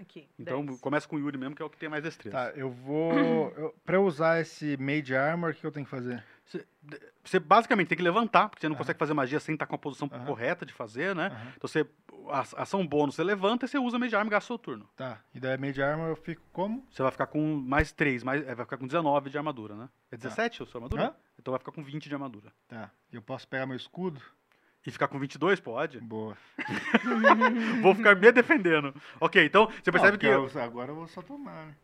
Aqui. Então 10. começa com o Yuri mesmo, que é o que tem mais destreza. Tá, eu vou. Eu, pra eu usar esse Mage Armor, o que eu tenho que fazer? Você basicamente tem que levantar, porque você não Aham. consegue fazer magia sem estar com a posição Aham. correta de fazer, né? Aham. Então você. a- Ação bônus, você levanta e você usa Mage Arm e gasta seu turno. Tá. E daí Mage Armor eu fico como? Você vai ficar com mais 3, mais, é, vai ficar com 19 de armadura, né? É 17 a sua armadura? Hã? Então vai ficar com 20 de armadura. Tá. Eu posso pegar meu escudo? E ficar com 22, pode? (laughs) Boa. Vou ficar me defendendo. Ok, então você percebe Não, que, porque eu- agora eu vou só tomar, né?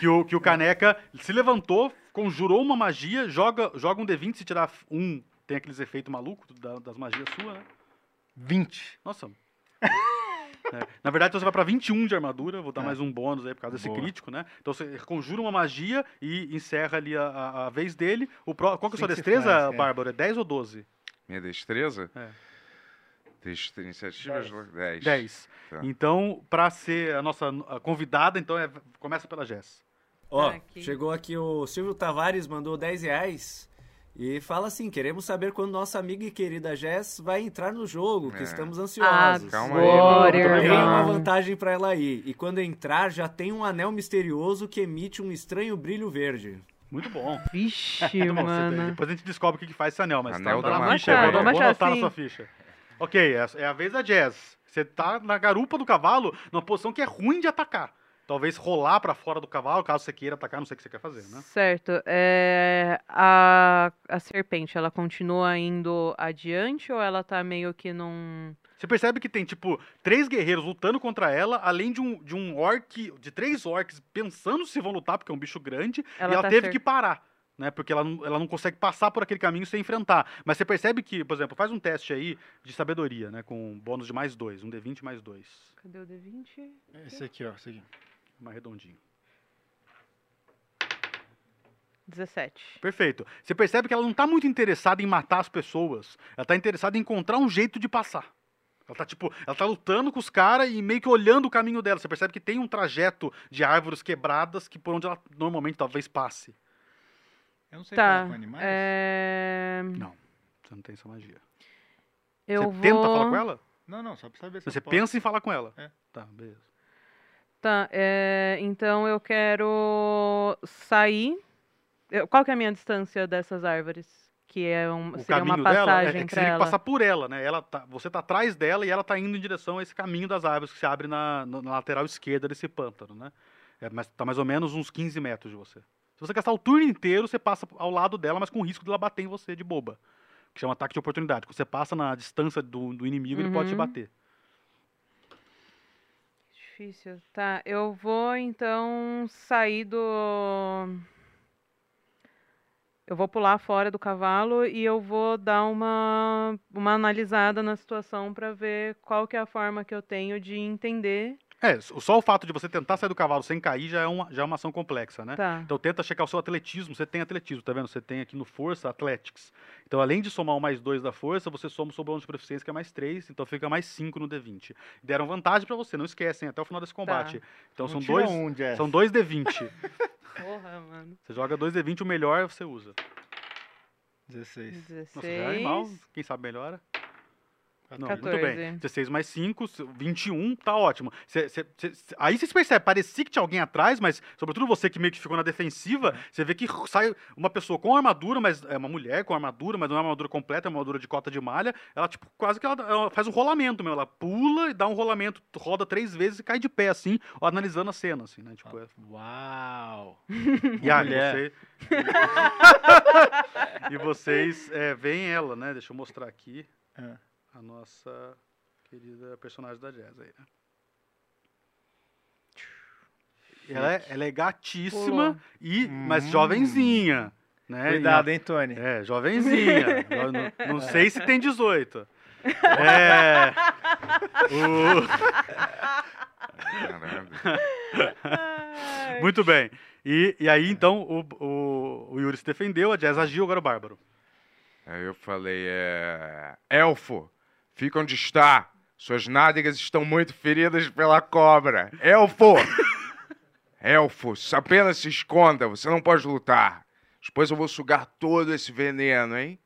que, o, que o Caneca se levantou, conjurou uma magia, joga, joga um D20, se tirar um, tem aqueles efeitos malucos da- das magias suas, né? 20. Nossa. (laughs) É, Na verdade, então você vai pra 21 de armadura, vou dar Tá. mais um bônus aí por causa desse Boa. crítico, né? Então você conjura uma magia e encerra ali a, a- a vez dele. O pró- qual que é a sua Assim que se destreza, faz, é. Bárbara? É 10 ou 12? Minha destreza? É. Destre... Iniciativas 10. 10. Tá. Então, pra ser a nossa a convidada, então é- começa pela Jess. Tá Ó, aqui. chegou aqui o Silvio Tavares, mandou 10 reais. E fala assim, queremos saber quando nossa amiga e querida Jess vai entrar no jogo, que É. Ah, estamos ansiosos. Calma Agora, aí, Tem uma irmão. vantagem pra ela aí. E quando entrar, já tem um anel misterioso que emite um estranho brilho verde. Muito bom. Vixe, (laughs) Muito Tá bom. Você- mano. depois a gente descobre o que, que faz esse anel, mas Anel tá, da tá na magia. ficha. Vou, Vamos vou achar anotar na assim. sua ficha. Ok, é, é a vez da Jazz. Você tá na garupa do cavalo, numa posição que é ruim de atacar. Talvez rolar pra fora do cavalo, caso você queira atacar, não sei o que você quer fazer, né? Certo. É, a, a serpente, ela continua indo adiante ou ela tá meio que num. Você percebe que tem, tipo, três guerreiros lutando contra ela, além de um, de um orc, de três orcs pensando se vão lutar, porque é um bicho grande, Ela e ela tá teve cer- que parar. Né, porque ela não, ela não consegue passar por aquele caminho sem enfrentar. Mas você percebe que, por exemplo, faz um teste aí de sabedoria, né? Com bônus de mais dois, um D20 mais dois. Cadê o D20? Esse aqui, ó. Esse aqui. Mais redondinho. 17. Perfeito. Você percebe que ela não tá muito interessada em matar as pessoas. Ela tá interessada em encontrar um jeito de passar. Ela tá, tipo, ela tá lutando com os caras e meio que olhando o caminho dela. Você percebe que tem um trajeto de árvores quebradas que por onde ela normalmente talvez passe. Eu não sei falar Tá. com animais. É... Não. Você não tem essa magia. Eu você vou... tenta falar com ela? Não, não, só pra saber se Você eu posso. pensa em falar com ela. É. Tá, beleza. Tá, é, então eu quero sair. Eu- Qual que é a minha distância dessas árvores? Que é um, O seria uma caminho dela é, passagem é que você pra tem que ela. passar por ela, né? Ela tá, você tá atrás dela e ela tá indo em direção a esse caminho das árvores que se abre na, na- na lateral esquerda desse pântano, né? É, mas tá mais ou menos uns 15 metros de você. Se você gastar o turno inteiro, você passa ao lado dela, mas com risco dela bater em você de boba. Que chama ataque de oportunidade. Quando você passa na distância do, do inimigo, ele pode te Uhum. bater. Difícil. Tá, eu vou então sair do. Eu vou pular fora do cavalo e eu vou dar uma, uma analisada na situação pra ver qual que é a forma que eu tenho de entender É, só o fato de você tentar sair do cavalo sem cair já é uma, já é uma ação complexa, né? Tá. Então tenta checar o seu atletismo. Você tem atletismo, tá vendo? Você tem aqui no Força Athletics. Então, além de somar o mais dois da força, você soma o seu bônus de proficiência, que é mais três, então fica mais cinco no D20. Deram vantagem pra você, não esquecem, até o final desse combate. Então Tá. Não são tira dois. Um, Jeff. São dois D20. Porra, mano. você joga dois D20, o melhor você usa. 16. 16. Nossa, já é animal. Quem sabe melhora. Não, muito 14. bem. 16 mais 5, 21, tá ótimo. Cê- cê- cê- cê- aí vocês percebem, parecia que tinha alguém atrás, mas sobretudo você que meio que ficou na defensiva, você vê que sai uma pessoa com armadura, mas é uma mulher com armadura, mas não é uma armadura completa, é uma armadura de cota de malha. Ela, tipo, quase que ela, ela faz um rolamento mesmo. Ela pula e dá um rolamento, roda três vezes e cai de pé, assim, analisando a cena, assim, né? Ah. Tipo, é- Uau! e aí, Mulher. (laughs) você... e vocês é, veem ela, né? Deixa eu mostrar aqui É. a nossa querida personagem da Jazz aí, né? Ela é, ela é gatíssima, Pulou. e, mas Hum. jovenzinha, né? Cuidado, hein, Tony? E a- (laughs) É, jovenzinha. Jo- não, não sei se tem 18. É... O- Caralho. (laughs) Ai. Muito bem. E, e aí, então, o, o, o Yuri se defendeu, a Jazz agiu, agora o Bárbaro. Aí eu falei, é... Elfo, fica onde está. Suas nádegas estão muito feridas pela cobra. Elfo! Elfo, apenas se esconda, você não pode lutar. Depois eu vou sugar todo esse veneno, hein?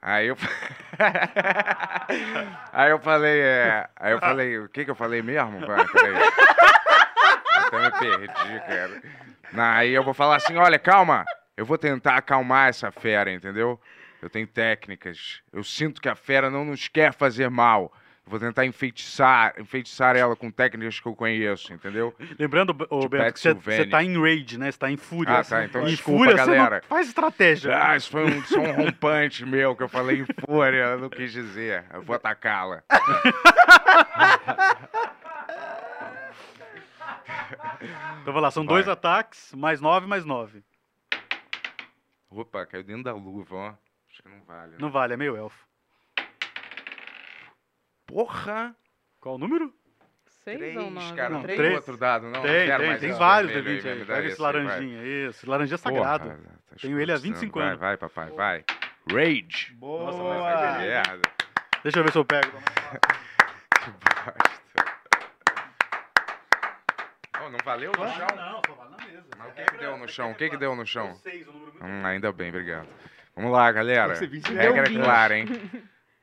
Aí eu... (laughs) aí eu falei, é... Aí eu falei, o que que eu falei mesmo? Vai, peraí. Até me perdi, cara. Aí eu vou falar assim, olha, calma. Eu vou tentar acalmar essa fera, entendeu? Eu tenho técnicas. Eu sinto que a fera não nos quer fazer mal. Eu vou tentar enfeitiçar, enfeitiçar ela com técnicas que eu conheço, entendeu? Lembrando, B- ô, De Beto, que você- você Pennsylvania. tá em rage, né? Você tá em fúria. Ah, tá, então em desculpa, fúria, você não galera. faz estratégia. Ah, isso foi um som rompante meu que eu falei em fúria, eu não quis dizer. Eu vou atacá-la. Então vai lá, são Ah, Vai. dois ataques, mais nove, mais nove. Opa, caiu dentro da luva, ó. Acho que não vale. Né? Não vale, é meio elfo. Porra! Qual o número? Seis ou Três, nove? cara. Não, Não, tem três. outro dado, não. tem, Quero tem, mais tem esse vários vermelho aí, D20 aí. me dá Pega esse aí, vai. laranjinha, isso. Laranjinha é Porra, sagrado. tá Tenho ele há 25 escrotizando. anos. Vai, vai, papai, vai. Rage. Boa! Nossa, Vai, vai, merda. Deixa eu ver se eu pego. Que bosta. Oh, não valeu no chão? Não, só vale na mesa. Mas o que que deu no chão? O que que deu no chão? Seis, o número muito Hum, ainda bem, obrigado. Vamos lá, galera. Você viu, você Regra é deu um clara, hein? né?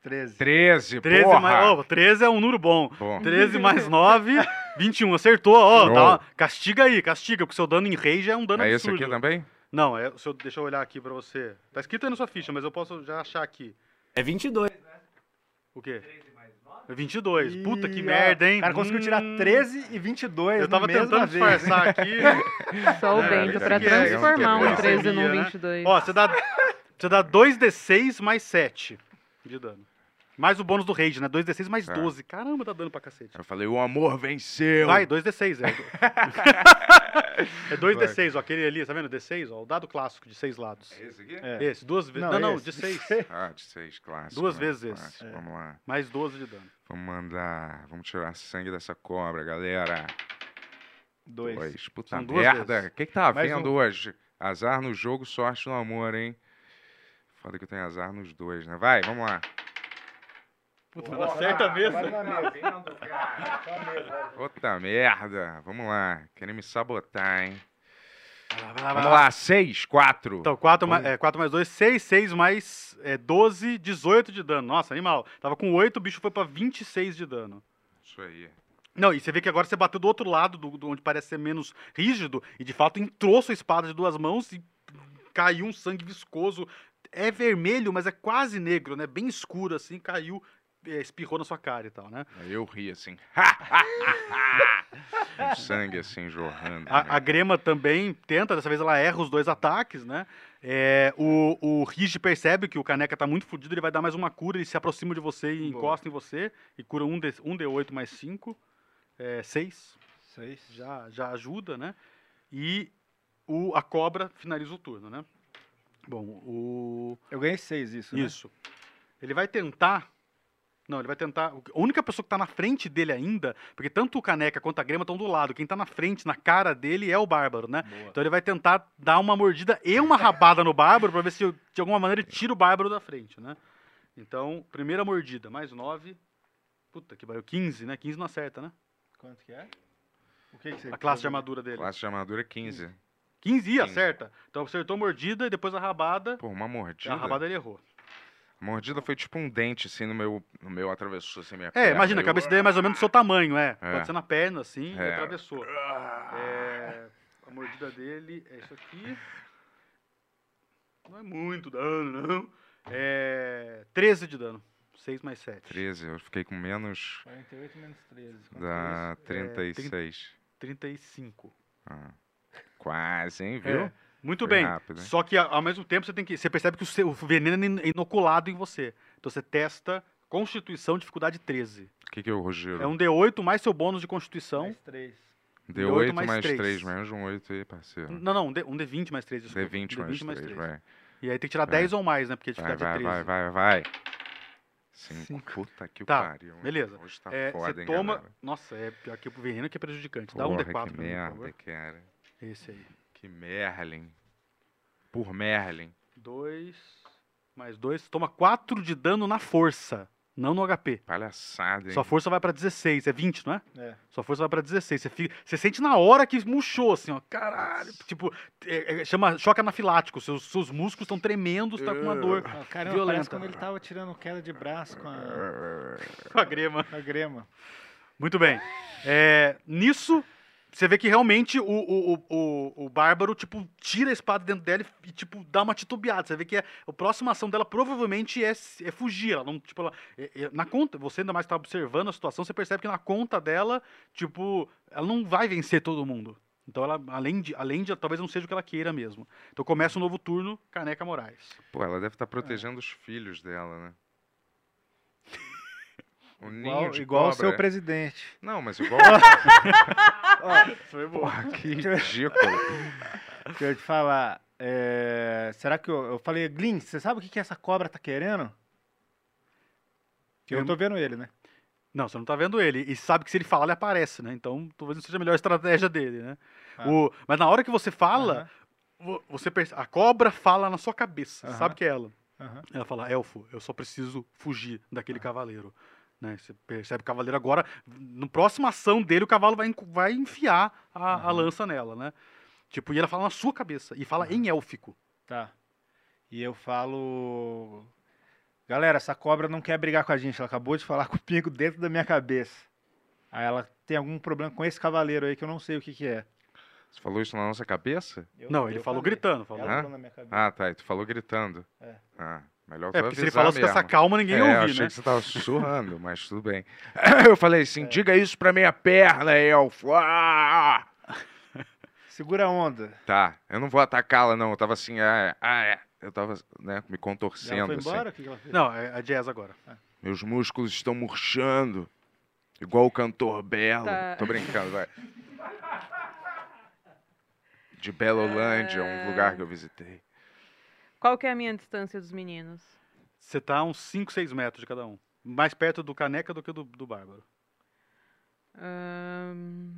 13. 13, 13 porra! mais. Ó, 13 é um número bom. Bom, 13 (laughs) mais 9, 21. Acertou, ó. Show. tá, ó. castiga aí, castiga, porque seu dano em rage é um dano é esse absurdo. aqui também? Não, é, se eu- deixa eu olhar aqui pra você. Tá escrito aí na sua ficha, mas eu posso já achar aqui. É 22. O quê? 22. Puta que Ih, ó, merda, hein? O cara conseguiu tirar Hum, 13 e 22 Eu tava na mesma tentando vez, hein? disfarçar aqui. Só o É, Bento esse pra aqui é- transformar esse aqui um é 13 num boa, né? 22. Ó, você dá, você dá 2d6 mais 7 de dano. Mais o bônus do rage, né? 2d6 mais Tá. 12. Caramba, dá dano pra cacete. Eu falei, o amor venceu! Vai, (laughs) 2d6. É, é 2d6, ó. Aquele ali, tá vendo? D6, ó. O dado clássico de seis lados. É esse aqui? É. Esse, duas vezes. Não, é não, esse. de seis. Ah, de 6, clássico. Duas né? vezes esse. É. Clássico, Vamos lá. Mais 12 de dano. Vamos mandar. Vamos tirar sangue dessa cobra, galera. Dois. Dois. Puta São duas merda. vezes. O que, que tá Mais havendo um. hoje? Azar no jogo, sorte no amor, hein? Foda que eu tenho azar nos dois, né? Vai, vamos lá. Puta, mas acerta Tá mesmo. Puta merda. Vamos lá. Querem me sabotar, hein? Vai lá, vai Tá lá, vai Vamos lá. lá, seis, quatro. Então, 4 mais, 2, 6, 6 mais é, 12, 18 de dano. Nossa, animal. Tava com 8, o bicho foi pra 26 de dano. Isso aí. Não, e você vê que agora você bateu do outro lado, do, do onde parece ser menos rígido, e de fato entrou sua espada de duas mãos e caiu um sangue viscoso. É vermelho, mas é quase negro, né? Bem escuro, assim, caiu, é, espirrou na sua cara e tal, né? Aí eu ri assim. (laughs) Com sangue assim jorrando. A, a né? Grema também tenta, dessa vez ela erra os dois ataques, né? É, o, o Rige percebe que o Caneca tá muito fudido, ele vai dar mais uma cura, ele se aproxima de você e Boa. encosta em você, e cura um, D, um D8 mais 5, é, 6, (laughs) Seis. já, já ajuda, né? E o, a cobra finaliza o turno, né? Bom, o... Eu ganhei seis isso, né? Isso. Ele vai tentar Não, ele vai tentar. A única pessoa que tá na frente dele ainda, porque tanto o Caneca quanto a Grema estão do lado. Quem tá na frente, na cara dele, é o Bárbaro, né? Então ele vai tentar dar uma mordida e uma rabada no Bárbaro pra ver se de alguma maneira ele tira o Bárbaro da frente, né? Então, primeira mordida, mais 9. Puta que pariu, 15, né? 15 não acerta, né? Quanto que é? O que, que você A classe de armadura dele. Classe de armadura é 15. 15 ia, acerta. Então acertou a mordida e depois a rabada. Pô, uma mordida. A rabada ele errou. A mordida foi tipo um dente, assim, no meu, no meu atravessou, assim, minha É, perna. imagina, a Eu- cabeça dele é mais ou menos do seu tamanho, é. É. Pode ser na perna, assim, e É. atravessou. É, a mordida dele é isso aqui. Não é muito dano, não. É. 13 de dano. 6 mais 7. 13, eu fiquei com menos 48 menos 13. Quanto da que é isso? É, 36. 35. Ah. Quase, hein, É. viu? Muito Foi bem. rápido, hein? Só que a- ao mesmo tempo você tem que. Você percebe que o, seu, o veneno é in- é inoculado em você. Então você testa Constituição, dificuldade 13. O que que eu Rogiro? É um D8 mais seu bônus de que é? Constituição. Mais 3. Deu D8 8 mais mais, três. 3. menos um 8 aí, parceiro. Não, não, um D- um D20 mais 3, desculpa. D20 um mais 3, vai. E aí tem que tirar Vai. 10 ou mais, né? Porque a Vai, dificuldade é vai, 13. vai, vai, vai. 5. Cinco. Puta que Tá, pariu. hein? beleza. Hoje tá É, foda, você hein, toma. galera. Nossa, é pior que o veneno que é prejudicante. Dá um Porra, D4 que pra mim, por merda, favor. cara. Esse aí. Que Merlin. Por Merlin. 2. Mais 2. Toma 4 de dano na força, não no HP. Palhaçada, hein? Sua força vai pra 16, é 20, não é? É. Sua força vai pra 16. Você, fica- você sente na hora que murchou, assim, ó. Caralho. Tipo, é- é- chama choque anafilático. Seus, seus músculos estão tremendo, você tá com uma dor Ah, caramba, Violenta. parece como ele tava tirando queda de braço com a, com a grema. com a grema. Muito bem. É, nisso, você vê que realmente o, o, o, o- o Bárbaro, tipo, tira a espada dentro dela e, e, tipo, dá uma titubeada. Você vê que a, a próxima ação dela provavelmente é, se- é fugir. Ela não, tipo, ela, é- é- na conta, você ainda mais tá observando a situação, você percebe que na conta dela, tipo, ela não vai vencer todo mundo. Então, ela, além de, além de, talvez não seja o que ela queira mesmo. Então, começa um novo turno, Caneca Moraes. Pô, ela deve estar É. protegendo os filhos (laughs) dela, né? O ninho Igual, de igual o cobra. seu (laughs) presidente. Não, mas igual. Foi bom. Porra, (laughs) que ridículo. Deixa eu te falar. é, será que eu, eu falei, Glint, você sabe o que, que essa cobra tá querendo? Eu tô vendo ele, né? Não, você não tá vendo ele. E sabe que se ele falar, ele aparece, né? Então, talvez não seja a melhor estratégia dele, né? É. Ah. O- mas na hora que você fala, vo- você perce- a cobra fala na sua cabeça. Você Aham. Sabe que é ela. Aham, aham. Ela fala, elfo, eu só preciso fugir daquele É. cavaleiro. Né? Você percebe que o cavaleiro agora, na próxima ação dele, o cavalo vai, enco- vai enfiar a, a Aham. lança nela, né? Tipo, e ela fala na sua cabeça. E fala em élfico. Tá. E eu falo. Galera, essa cobra não quer brigar com a gente. Ela acabou de falar (laughs) comigo dentro da minha cabeça. Aí ela tem algum problema com esse cavaleiro aí que eu não sei o que, que é. Você falou isso na nossa cabeça? não, ele falou gritando. né?" Falou. É, Ela falou na minha cabeça. Ah, tá. E tu falou gritando. É. Ah, melhor tu É, porque se ele avisar falasse com mesmo. essa calma, ninguém é, ia eu ouvir, achei né? que você tava sussurrando, mas tudo bem. (coughs) Eu falei É. assim, diga isso pra minha perna, elfo. Ah! Segura a onda. Tá, eu não vou atacá-la, não. Eu tava assim, ah, é, ah, é. Eu tava, né, me E ela contorcendo, foi assim. embora? O que que ela fez? Não, é a Jazz agora. Meus músculos estão murchando. Igual o cantor Belo. Tá. Tô brincando, vai. De Belolândia, um lugar que eu visitei. Qual que é a minha distância dos meninos? Você tá a uns 5, 6 metros de cada um. Mais perto do caneca do que do, do bárbaro. Ahn.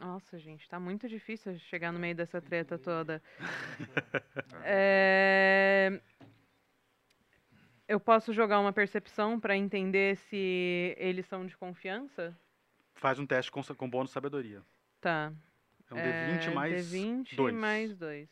Nossa, gente, tá muito difícil chegar no meio dessa treta toda. É, Eu posso jogar uma percepção pra entender se eles são de confiança? Faz um teste com, sa- com bônus de sabedoria. Tá. É um D20 mais D20 dois. mais 2.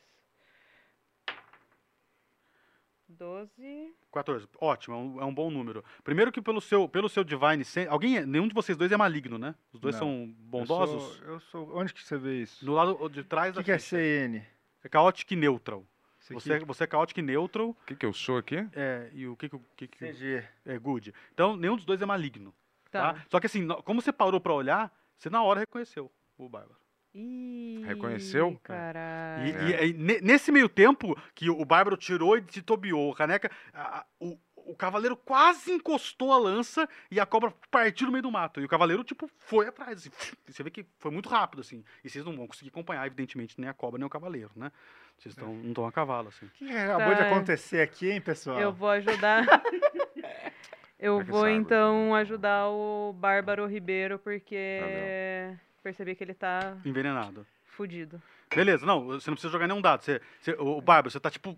12. 14. Ótimo, é um, é um bom número. Primeiro que pelo seu, pelo seu Divine Sense... Alguém, é- nenhum de vocês dois é maligno, né? Os dois Não. são Eu bondosos. sou- Eu sou, Onde que você vê isso? Do lado de trás O da que, que é ficha. CN? É chaotic e neutral. Isso aqui? Você, é- você é chaotic e neutral. O que, que eu sou aqui? É, e o que que... o que que- CG. é good. Então, nenhum dos dois é maligno. Tá. Tá. Só que assim, no- como você parou pra olhar, você na hora reconheceu o bárbaro. Ih, Reconheceu? É. Caralho. E, e- e ne- nesse meio tempo que o Bárbaro tirou e titubeou, o Caneca, a- a- o, o o cavaleiro quase encostou a lança e a cobra partiu no meio do mato. E o cavaleiro, tipo, foi atrás, assim. (sniffs) E Você vê que foi muito rápido, assim. E vocês não vão conseguir acompanhar, evidentemente, nem a cobra, nem o cavaleiro, né? Vocês tão, não estão a cavalo, assim. O que acabou de Tá. acontecer aqui, hein, pessoal? Eu vou (laughs) ajudar. Eu Como é que vou sabe? então ajudar o Bárbaro Ribeiro porque percebi que ele tá Envenenado. fudido. Beleza, não, você não precisa jogar nenhum dado. Você, você, o Bárbaro, você tá, tipo,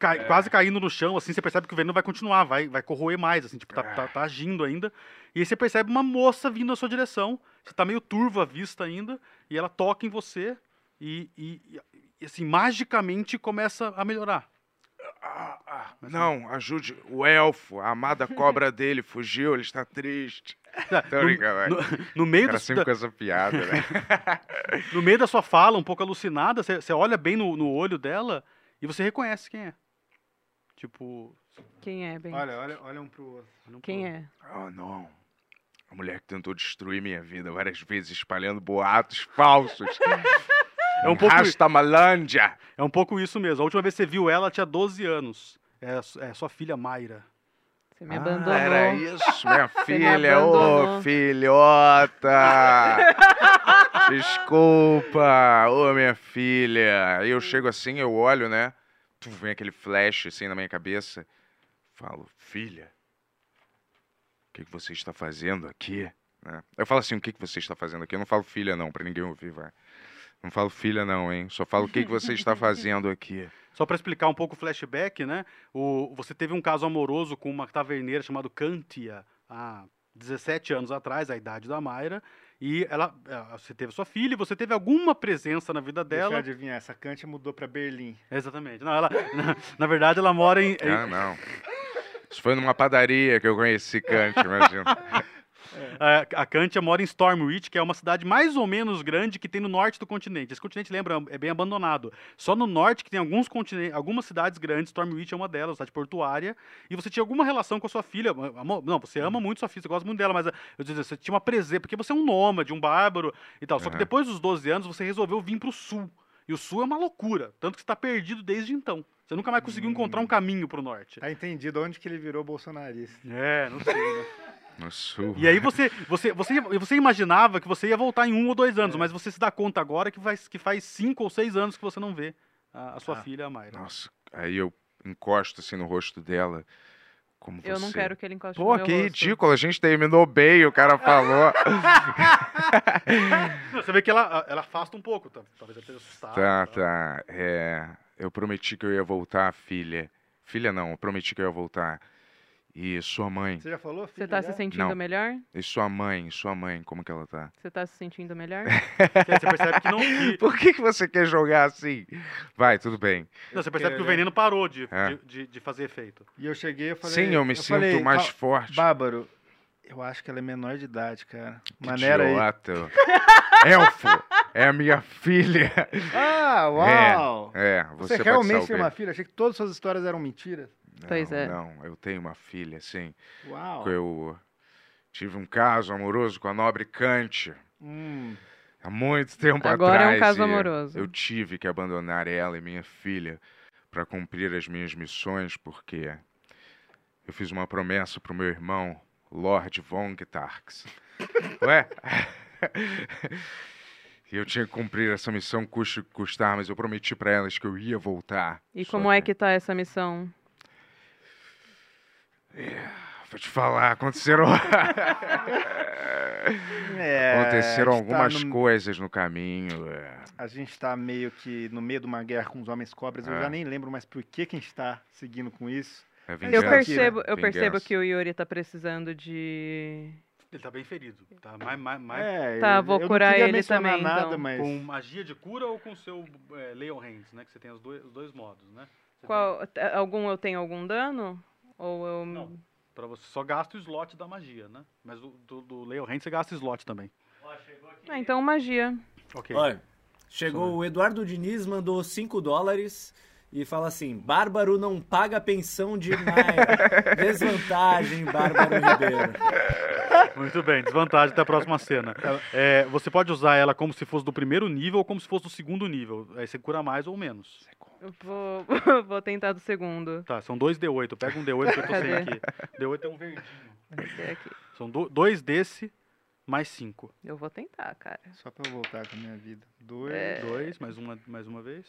cai- quase caindo no chão, assim, você percebe que o veneno vai continuar, vai, vai corroer mais, assim, tipo, tá, tá- tá agindo ainda. E aí você percebe uma moça vindo na sua direção, você tá meio turvo à vista ainda, e ela toca em você e, e- e, assim, magicamente começa a melhorar. Não, ajude o elfo. A amada (laughs) cobra dele fugiu, ele está triste. Tô No- brincando, velho. No meio da, Cara, sempre com essa piada, (laughs) né? no meio da sua fala, um pouco alucinada, você, você olha bem no, no olho dela e você reconhece quem é. Tipo, Quem é, Ben? Olha, olha, olha um pro outro. não Quem é? Oh, não. A mulher que tentou destruir minha vida várias vezes, espalhando boatos falsos. É um pouco- Rastamalândia. É um pouco isso mesmo. A última vez que você viu ela, ela tinha 12 anos. É, a su- é sua filha Mayra. Você me abandonou. Ah, era isso, (laughs) minha me filha. Ô, abandonou. (laughs) filhota. Desculpa. Ô, minha filha. Eu chego assim, eu olho, né? Tu vem aquele flash assim na minha cabeça. Falo, filha, o que, que você está fazendo aqui? né? Eu falo assim, o que, que você está fazendo aqui? Eu não falo filha não, pra ninguém ouvir, vai. Não falo filha não, hein? Só falo o que, que você está fazendo (laughs) aqui. Só pra explicar um pouco o flashback, né? O, você teve um caso amoroso com uma taverneira chamada Cantia há 17 anos atrás, a idade da Mayra. E ela, é, você teve sua filha, e você teve alguma presença na vida Deixa eu dela. adivinhar, essa Kant mudou pra Berlim. Exatamente. Não, ela, (laughs) na, na verdade, ela mora em. em- Ah, não. Isso foi numa padaria que eu conheci Kant, imagina. É, A Kantia mora em Stormwich, que é uma cidade mais ou menos grande que tem no norte do continente. Esse continente, lembra, é bem abandonado. Só no norte que tem alguns continen- algumas cidades grandes, Stormwich é uma delas, cidade portuária. E você tinha alguma relação com a sua filha. amor- Não, você ama muito sua filha, você gosta muito dela, mas ah, eu dizer, você tinha uma presença, porque você é um nômade, um bárbaro e tal. Só que Aham. depois dos 12 anos, você resolveu vir pro sul. E o sul é uma loucura, tanto que você tá perdido desde então. Você nunca mais conseguiu encontrar um caminho pro norte. Tá entendido onde que ele virou bolsonarista. É, não sei, né? No sul. E aí você, você, você, você imaginava que você ia voltar em um ou dois anos, mas você se dá conta agora que faz, que faz cinco ou seis anos que você não vê a, a sua Ah. filha, a Mayra. Nossa, aí eu encosto assim no rosto dela. Como Eu não você. quero que ele encoste no Pô, meu que rosto. ridículo, a gente terminou bem, o cara falou. Não, Você vê que ela, ela afasta um pouco, tá? talvez ela esteja assustada. tá, tá? tá. É, eu prometi que eu ia voltar, filha. Filha não, eu prometi que eu ia voltar. E sua mãe, Você já falou, filho? Você tá já? se sentindo Não. melhor? e sua mãe, sua mãe, como que ela (laughs) tá? Você tá se (laughs) sentindo melhor? Você você percebe que não. que- Por que, que você quer jogar assim? Vai, tudo bem. não, você percebe que o veneno parou de, É. de, de- de fazer efeito. E eu cheguei e falei... Sim, eu me sinto falei, mais "Cal- forte. Bárbaro, eu acho que ela é menor de idade, cara. Que Maneira aí. idiota. Elfo, é a minha filha. (laughs) Ah, uau! É, Você, você, pode realmente tem saber. uma filha? Achei que todas as suas histórias eram mentiras. Não, Pois é. Não, eu tenho uma filha, sim. Uau! Eu tive um caso amoroso com a nobre Kant Hum, há muito tempo Agora é um atrás. caso e amoroso. Eu tive que abandonar ela e minha filha para cumprir as minhas missões, porque eu fiz uma promessa pro meu irmão, Lord Von Tarx. Ué? E eu tinha que cumprir essa missão, custe o que custar, mas eu prometi para elas que eu ia voltar. E Só como é que tá essa missão? Vou te falar, aconteceram. (laughs) é, a Aconteceram gente tá algumas no- coisas no caminho. é. A gente tá meio que no meio de uma guerra com os homens cobras. Eu É. já nem lembro mais por que que a gente tá seguindo com isso. É Eu vingança, percebo, eu vingança. percebo que o Yuri tá precisando de. Ele tá bem ferido. Tá mais, mais, mais É, Tá, eu- vou eu não curar queria ele mencionar também, nada, então. mas... com magia de cura ou com seu é, Leon Hands, né? Que você tem os dois, os dois modos, né? Você tá- Qual, t- algum eu tenho algum dano? Ou eu. Não. tem- Pra você só gasta o slot da magia, né? Mas do, do, do Leon Hands você gasta slot também. Ah, então magia. Ok. Olha, chegou o Eduardo Diniz, mandou 5 dólares e fala assim: Bárbaro não paga pensão de Maia. Desvantagem, Bárbaro Ribeiro. Muito bem, desvantagem até a próxima cena. É, você pode usar ela como se fosse do primeiro nível ou como se fosse do segundo nível. Aí você cura mais ou menos. Você Eu vou, (laughs) vou tentar do segundo. Tá, são dois D8. Pega um D8 que eu tô sem Cadê? aqui. D8 é um verdinho. Esse aqui. São do- dois desse, mais cinco. Eu vou tentar, cara. Só pra eu voltar com a minha vida. Dois. É. Dois, mais uma, mais uma vez.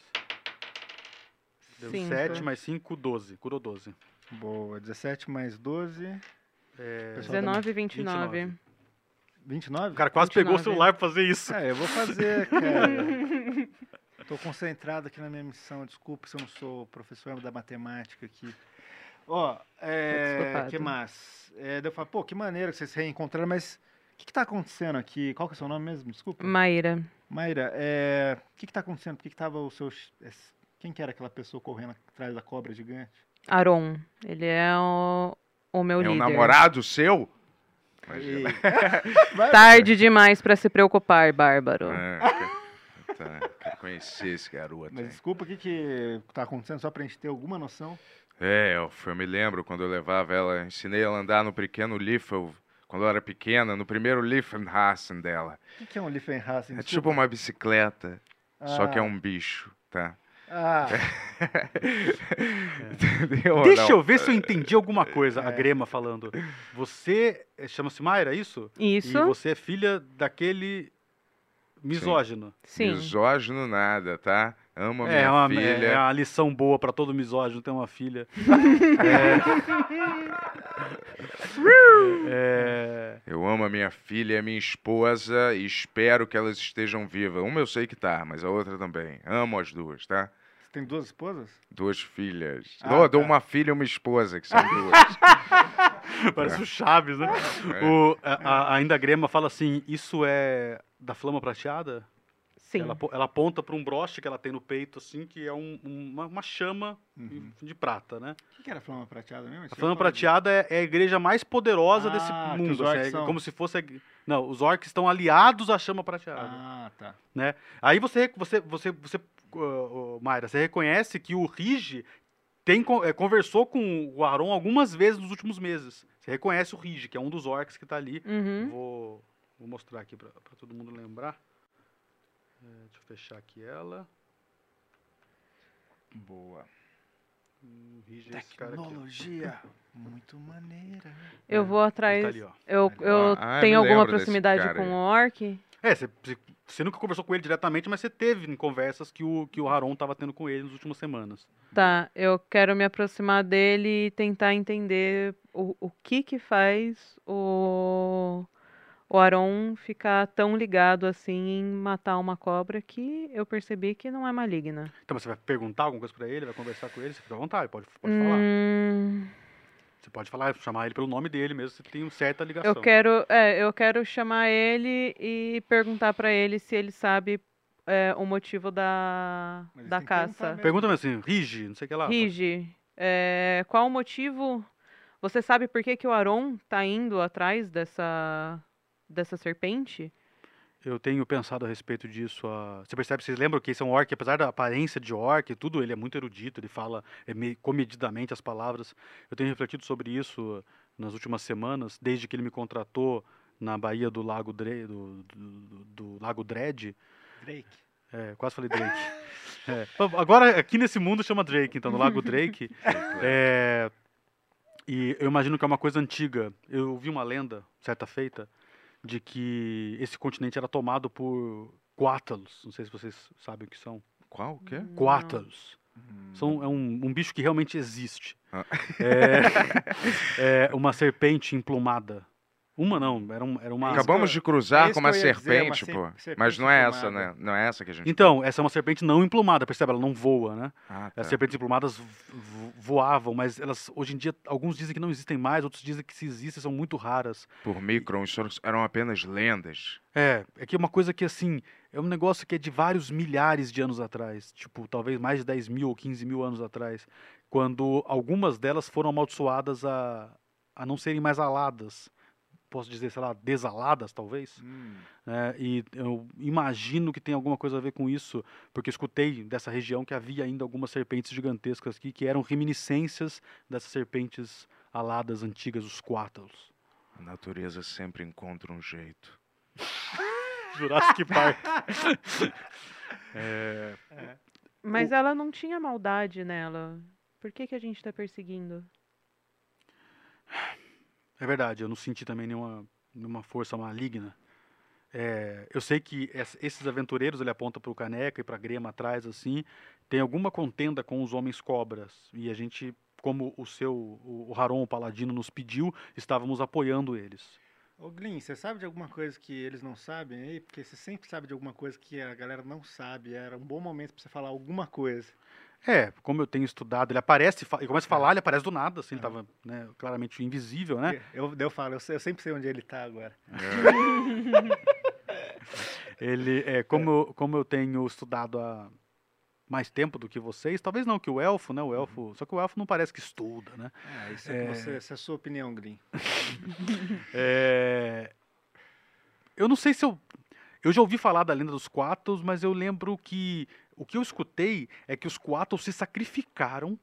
Deu Cinco. sete, mais cinco, doze. Curou doze. Boa. 17 mais 12. É, Pessoal, 19 e 29. 29? O cara quase pegou o 29. celular pra fazer isso. É, eu vou fazer, cara. Tô concentrado aqui na minha missão. Desculpa se eu não sou professor da matemática aqui. Ó, é, Desculpado. que mais? É, daí eu falo, pô, que maneiro que vocês se reencontraram, mas o que, que tá acontecendo aqui? Qual que é o seu nome mesmo? Desculpa. Hum. Maíra. Maíra, é, o que que tá acontecendo? Por que que tava o seu... ch- es- Quem que era aquela pessoa correndo atrás da cobra gigante? Aron. Ele é o, o meu É líder. um namorado seu? Imagina. E- Tarde demais pra se preocupar, Bárbaro. É. Ah, tá, quero conhecer esse garoto. Mas hein? desculpa, o que que tá acontecendo? Só pra gente ter alguma noção. É, eu, eu me lembro quando eu levava ela, ensinei ela a andar no pequeno Liffel, quando ela era pequena, no primeiro Liffenhassen dela. O que que é um Liefenhasen? É tipo uma bicicleta, só que é Ah. um bicho, (laughs) tá? (laughs) Ah, Entendeu? ou Deixa não? eu ver se eu entendi alguma coisa. A É. Grema falando. Você é, chama-se Mayra, isso? Isso? E você é filha daquele misógino. Sim. Misógino nada, tá? Amo a minha É uma, filha. é uma lição boa pra todo misógino ter uma (laughs) filha. é... É, Eu amo a minha filha e a minha esposa e espero que elas estejam vivas. Uma eu sei que tá, mas a outra também. Amo as duas, tá? você tem duas esposas? Duas filhas. Ah, Dou- dou tá. uma filha e uma esposa, que são (laughs) duas. é, Parece o Chaves, né? É. O- a- a- ainda a Grema fala assim: Isso é da flama prateada? Sim. Ela, apo- ela aponta pra um broche que ela tem no peito, assim, que é um- um- uma, uma chama Uhum. de prata, né? O que que era a flama prateada mesmo? A Flama Prateada é, é a igreja mais poderosa Ah, desse que os mundo. orcs assim, é são. como se fosse. a igre- Não, os orcs estão aliados à Chama Prateada. Ah, tá. Aí você, você, você, você uh, uh, Mayra, você reconhece que o Rige tem, con- eh, conversou com o Aron algumas vezes nos últimos meses. Você reconhece o Rige, que é um dos orcs que tá ali. Uhum. Vou, vou mostrar aqui pra, pra todo mundo lembrar. É, deixa eu fechar aqui ela. Boa. Hum, Rige é esse cara aqui. (laughs) ó. Tecnologia. Muito maneira. né? Eu vou Ele atrás. tá ali, ó. Eu, Ali, eu ó. Ah, eu tenho me alguma lembro desse proximidade cara com aí. o Orc? É, você, você- você nunca conversou com ele diretamente, mas você teve em conversas que o, que o Haron estava tendo com ele nas últimas semanas. Tá, eu quero me aproximar dele e tentar entender o, o que que faz o, o Aron ficar tão ligado assim em matar uma cobra que eu percebi que não é maligna. Então mas você vai perguntar alguma coisa pra ele, vai conversar com ele, você fica à vontade, pode, pode falar. Hum, Você pode falar, chamar ele pelo nome dele mesmo, você tem uma certa ligação. eu quero, é, eu quero chamar ele e perguntar pra ele se ele sabe é, o motivo da, Mas eles da têm que perguntar né? caça. mesmo. Pergunta mesmo assim, Rige, não sei o que lá. Rige, é, qual o motivo? Você sabe por que, que o Aron tá indo atrás dessa, dessa serpente? Eu tenho pensado a respeito disso. ah, Você percebe, vocês lembram que esse é um orc, apesar da aparência de orc e tudo, ele é muito erudito, ele fala é, meio comedidamente as palavras. Eu tenho refletido sobre isso uh, nas últimas semanas, desde que ele me contratou na Baía do Lago Dre, do, do- do Lago Dredd. Drake. É, quase falei Drake. É, Agora, aqui nesse mundo chama Drake, então, no Lago Drake. É, e eu imagino que é uma coisa antiga. Eu ouvi uma lenda, certa feita, de que esse continente era tomado por quátalos. Não sei se vocês sabem o que são. Qual? O É? quê? Quátalos. Hum. Hum. São, é um, um bicho que realmente existe. Ah. É, (laughs) é uma serpente emplumada. Uma não, era, um, era uma... Acabamos eu- de cruzar é isso com uma que eu ia dizer, uma serpente, ser- pô. serpente Mas não é essa, emplumada. né? Não é essa que a gente. Então, essa é uma serpente não emplumada, percebe? Ela não voa, né? é Ah, tá. As serpentes emplumadas vo- vo- voavam, mas elas hoje em dia alguns dizem que não existem mais, outros dizem que se existem são muito raras. Por microns só- eram apenas lendas. É, é que é uma coisa que assim, é um negócio que é de vários milhares de anos atrás, tipo, talvez mais de 10 mil ou 15 mil anos atrás, quando algumas delas foram amaldiçoadas a, a não serem mais aladas. Posso dizer, sei lá, desaladas, talvez? Hum. né? E eu imagino que tem alguma coisa a ver com isso, porque eu escutei dessa região que havia ainda algumas serpentes gigantescas aqui que eram reminiscências dessas serpentes aladas antigas, os quátalos. (laughs) A natureza sempre encontra um (laughs) jeito. Jurassic Park. Mas ela não tinha maldade nela. Por que, que a gente tá perseguindo? É verdade, eu não senti também nenhuma, nenhuma força maligna. É, eu sei que es- esses aventureiros, ele aponta para o Caneca e para Grema atrás, assim, tem alguma contenda com os Homens Cobras. E a gente, como o seu, o o Haron, o Paladino, nos pediu, estávamos apoiando eles. Ô Glyn, você sabe de alguma coisa que eles não sabem aí? Porque você sempre sabe de alguma coisa que a galera não sabe. Era um bom momento pra você falar alguma coisa. É, como eu tenho estudado, ele aparece, fa- ele começa a falar, ele aparece do nada, assim, ele estava né, claramente invisível, né? Eu, eu falo, eu, sei- eu sempre sei onde ele tá agora. Ele, é, como, eu, como eu tenho estudado há mais tempo do que vocês, talvez não que o elfo, né? O elfo, só que o elfo não parece que estuda, né? Ah, isso é, que É. você- essa é a sua opinião, Glyn. É, Eu não sei se eu eu já ouvi falar da lenda dos Quatos, mas eu lembro que o que eu escutei é que os Quatos se sacrificaram,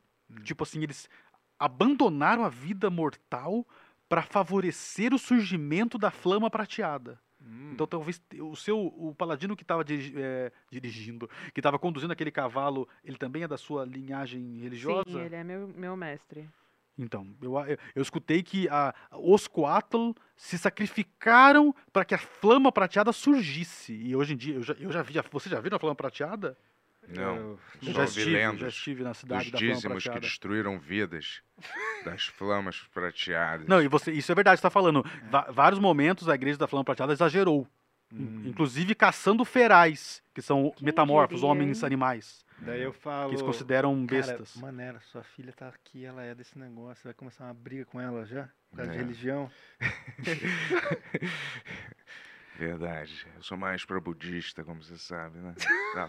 tipo assim, eles abandonaram a vida mortal para favorecer o surgimento da flama prateada. Então talvez te- o seu o paladino que estava dirigindo, que estava conduzindo aquele cavalo, ele também é da sua linhagem religiosa? Sim, ele é meu, meu mestre. Então, eu, a- eu, eu escutei que a, os Coatl se sacrificaram para que a flama prateada surgisse. E hoje em dia, eu já, eu já vi. a- Você já viu a flama prateada? Não. Eu- Só eu já ouvi estive, lendas já estive na Dos cidade da flama dízimos que prateada. destruíram vidas. (laughs) Das flamas prateadas. Não, e você, isso é verdade, você está falando. Va- vários momentos a igreja da flama prateada exagerou. Hum. Hum. in- Inclusive caçando ferais, que são metamorfos, diria, homens hein? animais, Daí eu falo. que eles consideram Cara, bestas. maneira, sua filha tá aqui, ela é desse negócio. Você vai começar uma briga com ela já? Por causa de É. religião? Verdade. Eu sou mais pro budista, como você (laughs) sabe, né? Da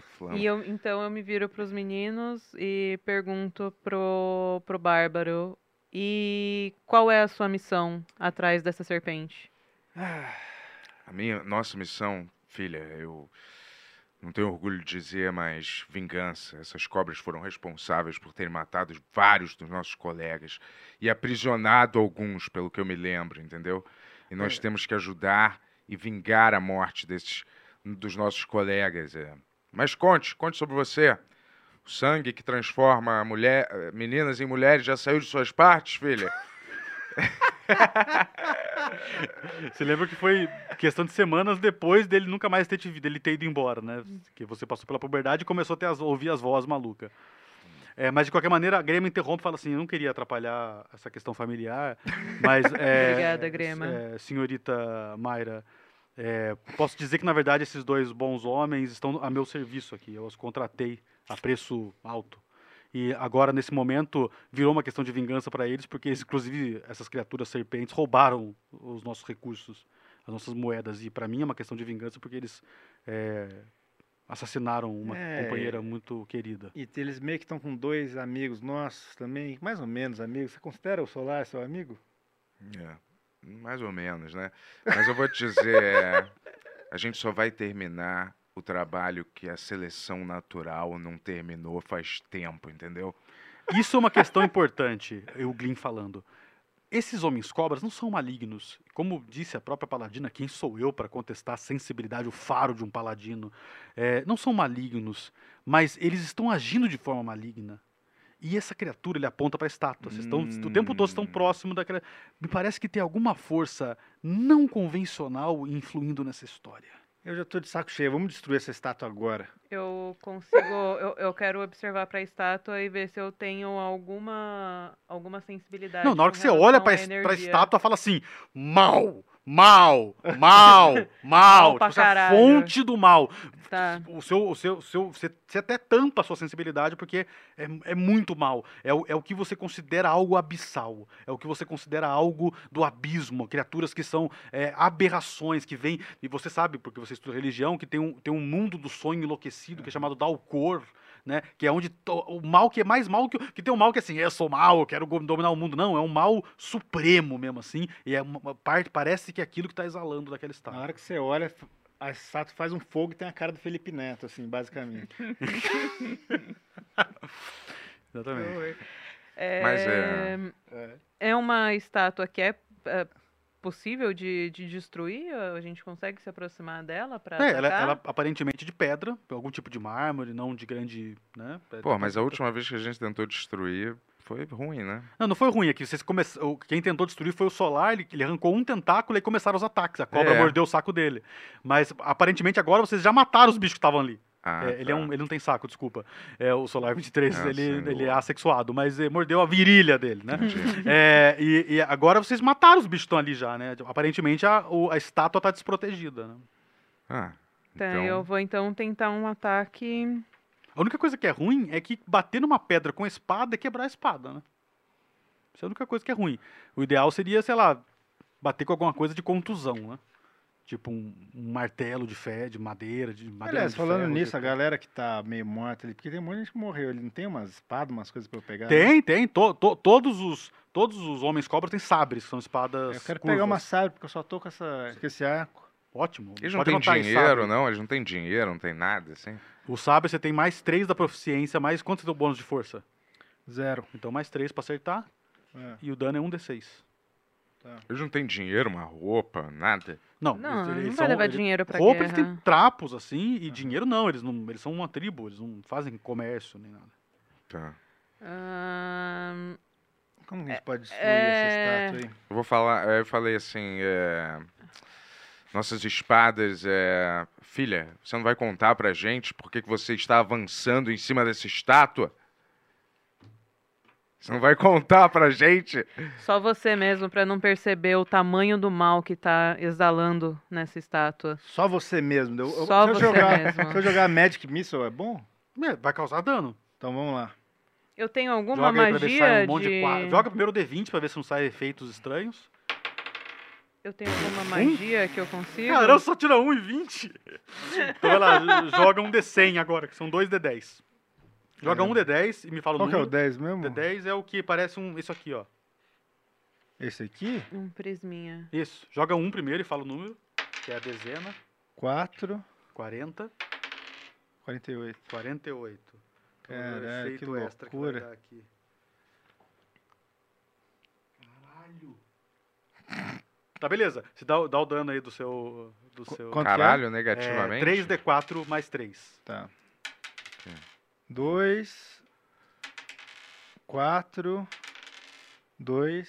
Tá. flama. E eu, então eu me viro pros meninos e pergunto pro, pro Bárbaro: e qual é a sua missão atrás dessa serpente? A minha, nossa missão, filha, eu não tenho orgulho de dizer, mas vingança. Essas cobras foram responsáveis por terem matado vários dos nossos colegas e aprisionado alguns, pelo que eu me lembro, entendeu? E nós temos que ajudar e vingar a morte desses dos nossos colegas. é. Mas conte, conte sobre você. O sangue que transforma mulher, eh, meninas em mulheres já saiu de suas partes, filha? Você lembra que foi questão de semanas depois dele nunca mais ter te visto, dele ter ido embora, né? Que você passou pela puberdade e começou a ter as- ouvir as vozes malucas. É, mas de qualquer maneira, a Grêmio interrompe e fala assim: eu não queria atrapalhar essa questão familiar, mas. é, (laughs) Obrigada, Grema. é, senhorita Mayra, é, posso dizer que na verdade esses dois bons homens estão a meu serviço aqui. Eu os contratei a preço alto. E agora, nesse momento, virou uma questão de vingança para eles, porque eles, inclusive essas criaturas serpentes roubaram os nossos recursos, as nossas moedas. E para mim é uma questão de vingança, porque eles é, assassinaram uma É, companheira muito querida. E eles meio que estão com dois amigos nossos também, mais ou menos amigos. Você considera o Solar seu amigo? É, mais ou menos, né? Mas eu vou te dizer, é, a gente só vai terminar o trabalho que a seleção natural não terminou faz tempo, entendeu? Isso é uma questão importante, o Glyn falando. Esses homens cobras não são malignos. Como disse a própria paladina, quem sou eu para contestar a sensibilidade, o faro de um paladino? É, não são malignos, mas eles estão agindo de forma maligna. E essa criatura, ele aponta para a estátua. Vocês estão, O tempo todo estão Hum. próximo daquela... Me parece que tem alguma força não convencional influindo nessa história. Eu já tô de saco cheio, vamos destruir essa estátua agora. Eu consigo. Eu, eu quero observar pra estátua e ver se eu tenho alguma, alguma sensibilidade. Não, na hora com que você olha relação pra, à es- pra energia. estátua, fala assim: mal, mal, (laughs) mal, mal. pra tipo, assim, a caralho. fonte do mal. Tá. O seu, o seu, o seu, você, você até tampa a sua sensibilidade porque é, é muito mal. É, o- é o que você considera algo abissal. É o que você considera algo do abismo. Criaturas que são é, aberrações, que vêm. E você sabe, porque você estuda religião, que tem um, tem um mundo do sonho enlouquecido que é chamado Dalcor. Né? Que é onde to- o mal que é mais mal que. o- Que tem um mal que é assim, eu sou mal, eu quero go- dominar o mundo. Não, é um mal supremo mesmo, assim. E é uma- uma parte, parece que é aquilo que está exalando daquela Na estátua. hora que você olha, a estátua faz um fogo e tem a cara do Felipe Neto, assim, (laughs) (laughs) basicamente. Exatamente. É, Mas é- é uma estátua que é, é, possível de, de destruir? A gente consegue se aproximar dela pra É, ela, atacar? ela aparentemente de pedra, algum tipo de mármore, não de grande. Né? Pô, mas a última vez que a gente tentou destruir foi ruim, né? Não, não foi ruim aqui. Vocês come... o- Quem tentou destruir foi o Solar, ele, ele arrancou um tentáculo e começaram os ataques. A cobra É. mordeu o saco dele. Mas aparentemente agora vocês já mataram os bichos que estavam ali. Ah, É, ele, tá. é um, ele não tem saco, desculpa. É, o Solar 23, Ah, ele, sim, ele é boa. assexuado, mas eh, mordeu a virilha dele, né? (laughs) Entendi. É, e, e agora vocês mataram os bichos que estão ali já, né? Aparentemente a, o- a estátua tá desprotegida, né? Ah, Tá, então... eu vou então tentar um ataque. A única coisa que é ruim é que bater numa pedra com a espada é quebrar a espada, né? Isso é a única coisa que é ruim. O ideal seria, sei lá, bater com alguma coisa de contusão, né? Tipo um, um martelo de fé, de madeira, de madeira. Aliás, de falando ferro, de- nisso, a galera que tá meio morta ali, porque tem um monte de gente que morreu ali, não tem umas espadas, umas coisas pra eu pegar? Tem, tem. to- to- todos, os, todos os homens cobras têm sabres, que são espadas. Eu quero curvas. pegar uma sábio, porque eu só tô com, essa, com esse arco. Ótimo. Eles não Pode têm anotar aí, dinheiro, né? sabre. não? Eles não têm dinheiro, não tem nada, assim? O sabre você tem mais 3 da proficiência, mais quanto é o bônus de força? Zero. Então mais 3 pra acertar É. e o dano é 1d6. Eles não têm dinheiro, uma roupa, nada. Não, Não, eles, não eles vai são- levar eles- dinheiro pra Roupa, eles guerra. têm trapos, assim, e dinheiro não. Eles não. Eles são uma tribo, eles não fazem comércio nem nada. Tá. Ahn, Como que a gente pode destruir é- essa estátua aí? Eu vou falar, eu falei assim, é, nossas espadas, é, filha, você não vai contar pra gente por que que você está avançando em cima dessa estátua? Você não vai contar pra gente? Só você mesmo pra não perceber o tamanho do mal que tá exalando nessa estátua. Só você mesmo. Eu, eu- Só se eu você jogar, mesmo. Se eu jogar Magic Missile, é bom? É, vai causar dano. Então vamos lá. Eu tenho alguma Joga aí pra ver se sai magia um monte de... quadro. de. Joga primeiro o D20 pra ver se não sai efeitos estranhos. Eu tenho alguma Hum? magia que eu consigo. Caramba, só tira 1 e 20. Então vai (laughs) lá, joga um D100 agora, que são dois D10. Joga um D10 e me fala Qual o que é o número. 10 mesmo? D10 é o que parece um. Isso aqui, ó. Esse aqui? Um prisminha. Isso. Joga um primeiro e fala o número, que é a dezena. 4, 40, 48. 48. Então, é o Caralho, efeito que extra vai loucura. dar aqui. Caralho. Tá, beleza. Você dá, dá o dano aí do seu. Do seu quanto Caralho, é, negativamente? 3D4 mais 3. Tá. 2, 4, 2,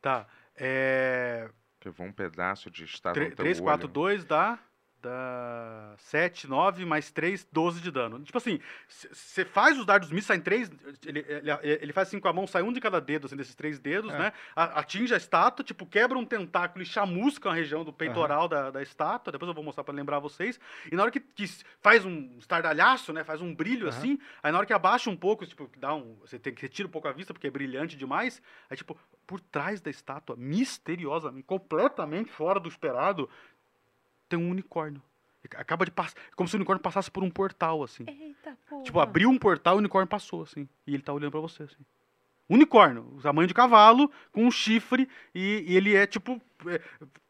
Tá. É, Levou um pedaço de tá estátua no teu 3, 4, olho. 2 dá. Dá 7, 9, mais 3, 12 de dano. Tipo assim, você faz os dardos mísseis, saem 3. Ele, ele, ele faz assim com a mão, sai um de cada dedo, assim, desses três dedos, É. né? A- atinge a estátua, tipo, quebra um tentáculo e chamusca a região do peitoral da, da estátua. Depois eu vou mostrar pra lembrar vocês. E na hora que, que s- faz um estardalhaço, né? Faz um brilho Aham. assim. Aí na hora que abaixa um pouco, tipo, dá um. Você tem que você tira um pouco a vista, porque é brilhante demais. Aí, tipo, por trás da estátua, misteriosamente, completamente fora do esperado, tem um unicórnio. E ca- Acaba de passar. Como se o unicórnio passasse por um portal, assim. Eita porra. Tipo, abriu um portal e o unicórnio passou, assim. E ele tá olhando pra você, assim. Unicórnio, o tamanho de cavalo, com um chifre, e, e ele é tipo. é,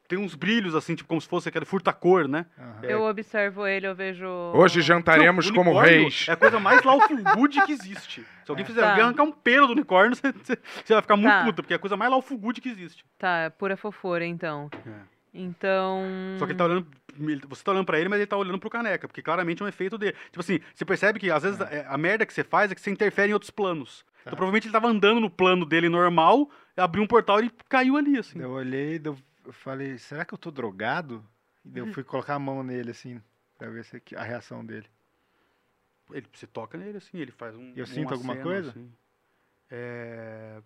tem uns brilhos, assim, tipo, como se fosse aquele furta-cor, né? Aham. Eu observo ele, eu vejo. Hoje jantaremos Não, como unicórnio reis. É a coisa mais Laufulgude que existe. Se alguém fizer Tá. alguém arrancar um pelo do unicórnio, (laughs) você, você- você vai ficar muito Tá. puta, porque é a coisa mais Laufulgude que existe. Tá, é pura fofura então. É. Então. Só que ele tá olhando. ele- Você tá olhando pra ele, mas ele tá olhando pro caneca, porque claramente é um efeito dele. Tipo assim, você percebe que às vezes é, a merda que você faz é que você interfere em outros planos. É. Então provavelmente ele tava andando no plano dele normal, abriu um portal e ele caiu ali, assim. Eu olhei, daí eu falei, será que eu tô drogado? E daí eu fui colocar a mão nele, assim, pra ver se, a reação dele. Ele, você toca nele, assim, ele faz um. Eu um sinto alguma aceno, coisa? assim. É,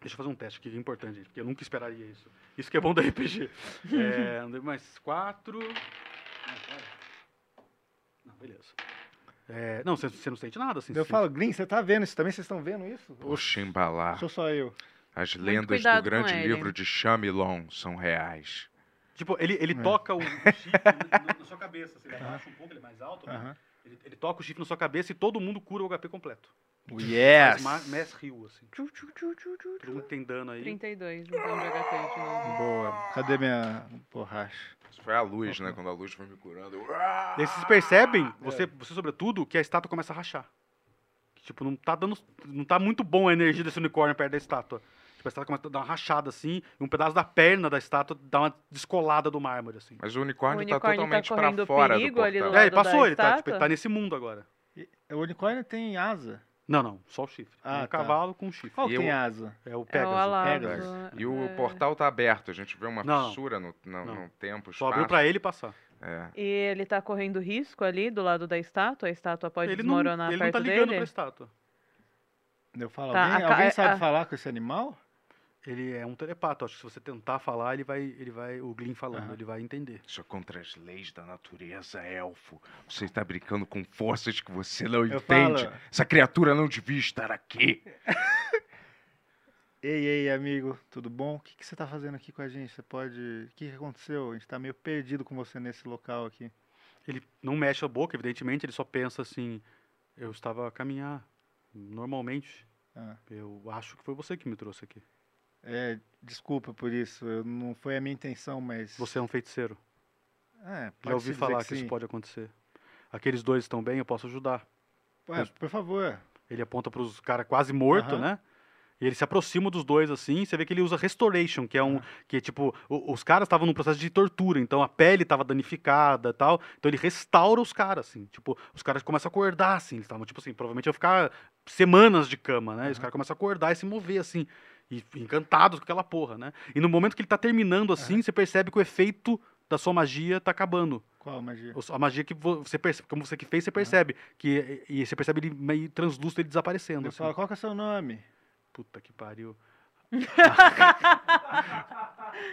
Deixa eu fazer um teste aqui, que é importante, gente, porque eu nunca esperaria isso. Isso que é bom (laughs) da RPG. é, andei mais quatro. Ah, é. Não, beleza. É, Não, você, você não sente nada, assim. Daí eu você- falo, Green, você tá vendo isso também? Vocês estão vendo isso? Ou Poxa, embalar. sou só eu? As lendas cuidado do com grande ele. livro de Shamilon são reais. Tipo, ele, ele É. (laughs) toca o chifre na, na sua cabeça. assim, Ele abaixa um pouco, ele é mais alto. né? Aham. Ele, ele toca o chifre na sua cabeça e todo mundo cura o HP completo. Yes! Mas Mass Heal, assim. Tchu, tchu, tchu, tchu, tchu, Todo tchu. mundo tem dano aí. 32, então de HP de novo. Boa. Cadê minha borracha? Isso foi a luz, né? Quando a luz foi me curando. eu- E aí vocês Ah! percebem, É. você, você sobretudo, que a estátua começa a rachar. Que, tipo, não tá dando. Não tá muito bom a energia desse unicórnio perto da estátua. Tipo, a estátua começa a dar uma rachada assim, e um pedaço da perna da estátua dá uma descolada do mármore, assim. Mas o unicórnio, O unicórnio tá tá totalmente pra correndo fora do perigo ali do portal. lado. É, ele passou, da ele tá, tipo, estátua? ele tá nesse mundo agora. E- O unicórnio tem asa. Não, não, só o chifre. Ah, um tá. cavalo com um chifre. Qual E tem eu- asa? É o É o Pegasus. Alado. Pegasus. E o É. portal tá aberto, a gente vê uma Não. fissura no, no, Não. no tempo, Só abriu espaço. pra ele passar. É. E ele tá correndo risco ali do lado da estátua, a estátua pode ele não, desmoronar ele não perto tá ligando pra dele. estátua. Eu falo, Tá, alguém, a ca- alguém é, sabe a- falar com esse animal? Ele é um telepata, acho que se você tentar falar, ele vai, ele vai, o Glyn falando, Aham. ele vai entender. Isso é contra as leis da natureza, elfo. Você está brincando com forças que você não Eu entende. falo. Essa criatura não devia estar aqui. Ei, ei, amigo, tudo bom? O que, que você tá fazendo aqui com a gente? Você pode. O que, que aconteceu? A gente tá meio perdido com você nesse local aqui. Ele não mexe a boca, evidentemente, ele só pensa assim, eu estava a caminhar normalmente. Ah. Eu acho que foi você que me trouxe aqui. É, desculpa por isso, eu- não foi a minha intenção, mas. Você é um feiticeiro. É, Já ouvi falar que, isso pode. pode acontecer. Aqueles dois estão bem, eu posso ajudar. Ué, por favor. Ele aponta pros cara quase morto, Aham. né? E ele se aproxima dos dois assim, você vê que ele usa restoration, que é um que é tipo, o- os caras estavam num processo de tortura, então a pele estava danificada, e tal. Então ele restaura os caras assim, tipo, os caras começam a acordar assim, eles estavam tipo assim, provavelmente iam ficar semanas de cama, né? E os caras começam a acordar e se mover assim, e encantados com aquela porra, né? E no momento que ele tá terminando assim, você percebe que o efeito da sua magia tá acabando. Qual magia? Ou só- A magia que vo- você percebe, como você que fez, você percebe. Que, e e você percebe ele meio translúcido, ele desaparecendo. Eu assim. falo, qual que é o seu nome? Puta que pariu. (laughs)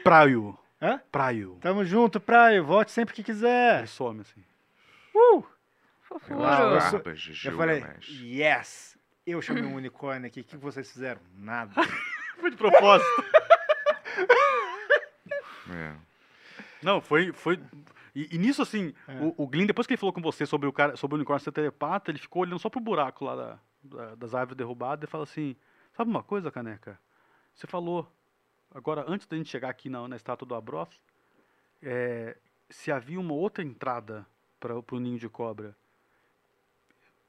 Praio. Hã? É. Praio. Tamo junto, praia, volte sempre que Ele quiser. some assim. Fofura. Tá, Pelas eu sou- barbas de eu falei, é Gilgamesh. yes! Eu chamei um unicórnio aqui, o que vocês fizeram? Nada. (laughs) Foi de propósito. É. Não, foi. foi... E, e nisso, assim, É. o, o Glyn, depois que ele falou com você sobre o, cara, sobre o unicórnio ser telepata, ele ficou olhando só pro buraco lá da- da- das árvores derrubadas e fala assim: Sabe uma coisa, caneca? Você falou, agora, antes da gente chegar aqui na, na estátua do Abroth, é, se havia uma outra entrada para o ninho de cobra.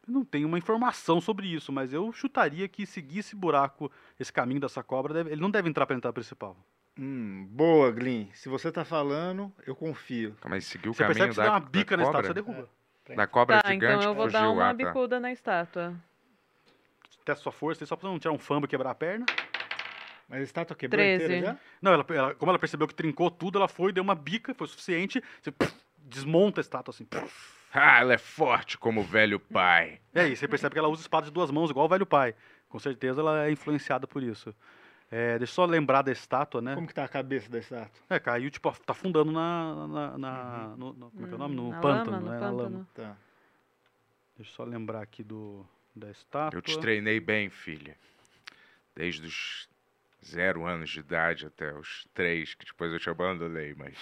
Eu não tenho uma informação sobre isso, mas eu chutaria que seguir esse buraco, esse caminho dessa cobra, deve- ele não deve entrar para a entrada principal. (laughs) Hum, boa, Glyn. Se você tá falando, eu confio. Mas seguiu o Você caminho percebe que você da, dá uma bica da na estátua, cobra? você derruba. Da cobra Tá, gigante então eu que vou fugiu. dar uma ah, tá. bicuda na estátua. testa sua força, aí só pra não tirar um fumble e quebrar a perna. Mas a estátua quebrou Treze. inteira já? Não, ela, ela- como ela percebeu que trincou tudo, ela foi, deu uma bica, foi o suficiente. Você puf, desmonta a estátua assim. puf. Ah, ela é forte como o velho pai. E aí, É você percebe que ela usa espada de duas mãos, igual o velho pai. Com certeza ela é influenciada por isso. É, deixa eu só lembrar da estátua, né? Como que tá a cabeça da estátua? É, caiu, tipo, tá afundando na. na, na- no, no- como é que é o nome? No Na pântano, lama, no né? Na lama. pântano. Tá. Deixa eu só lembrar aqui do, da estátua. Eu te treinei bem, filha. Desde os zero anos de idade até os três, que depois eu te abandonei, mas.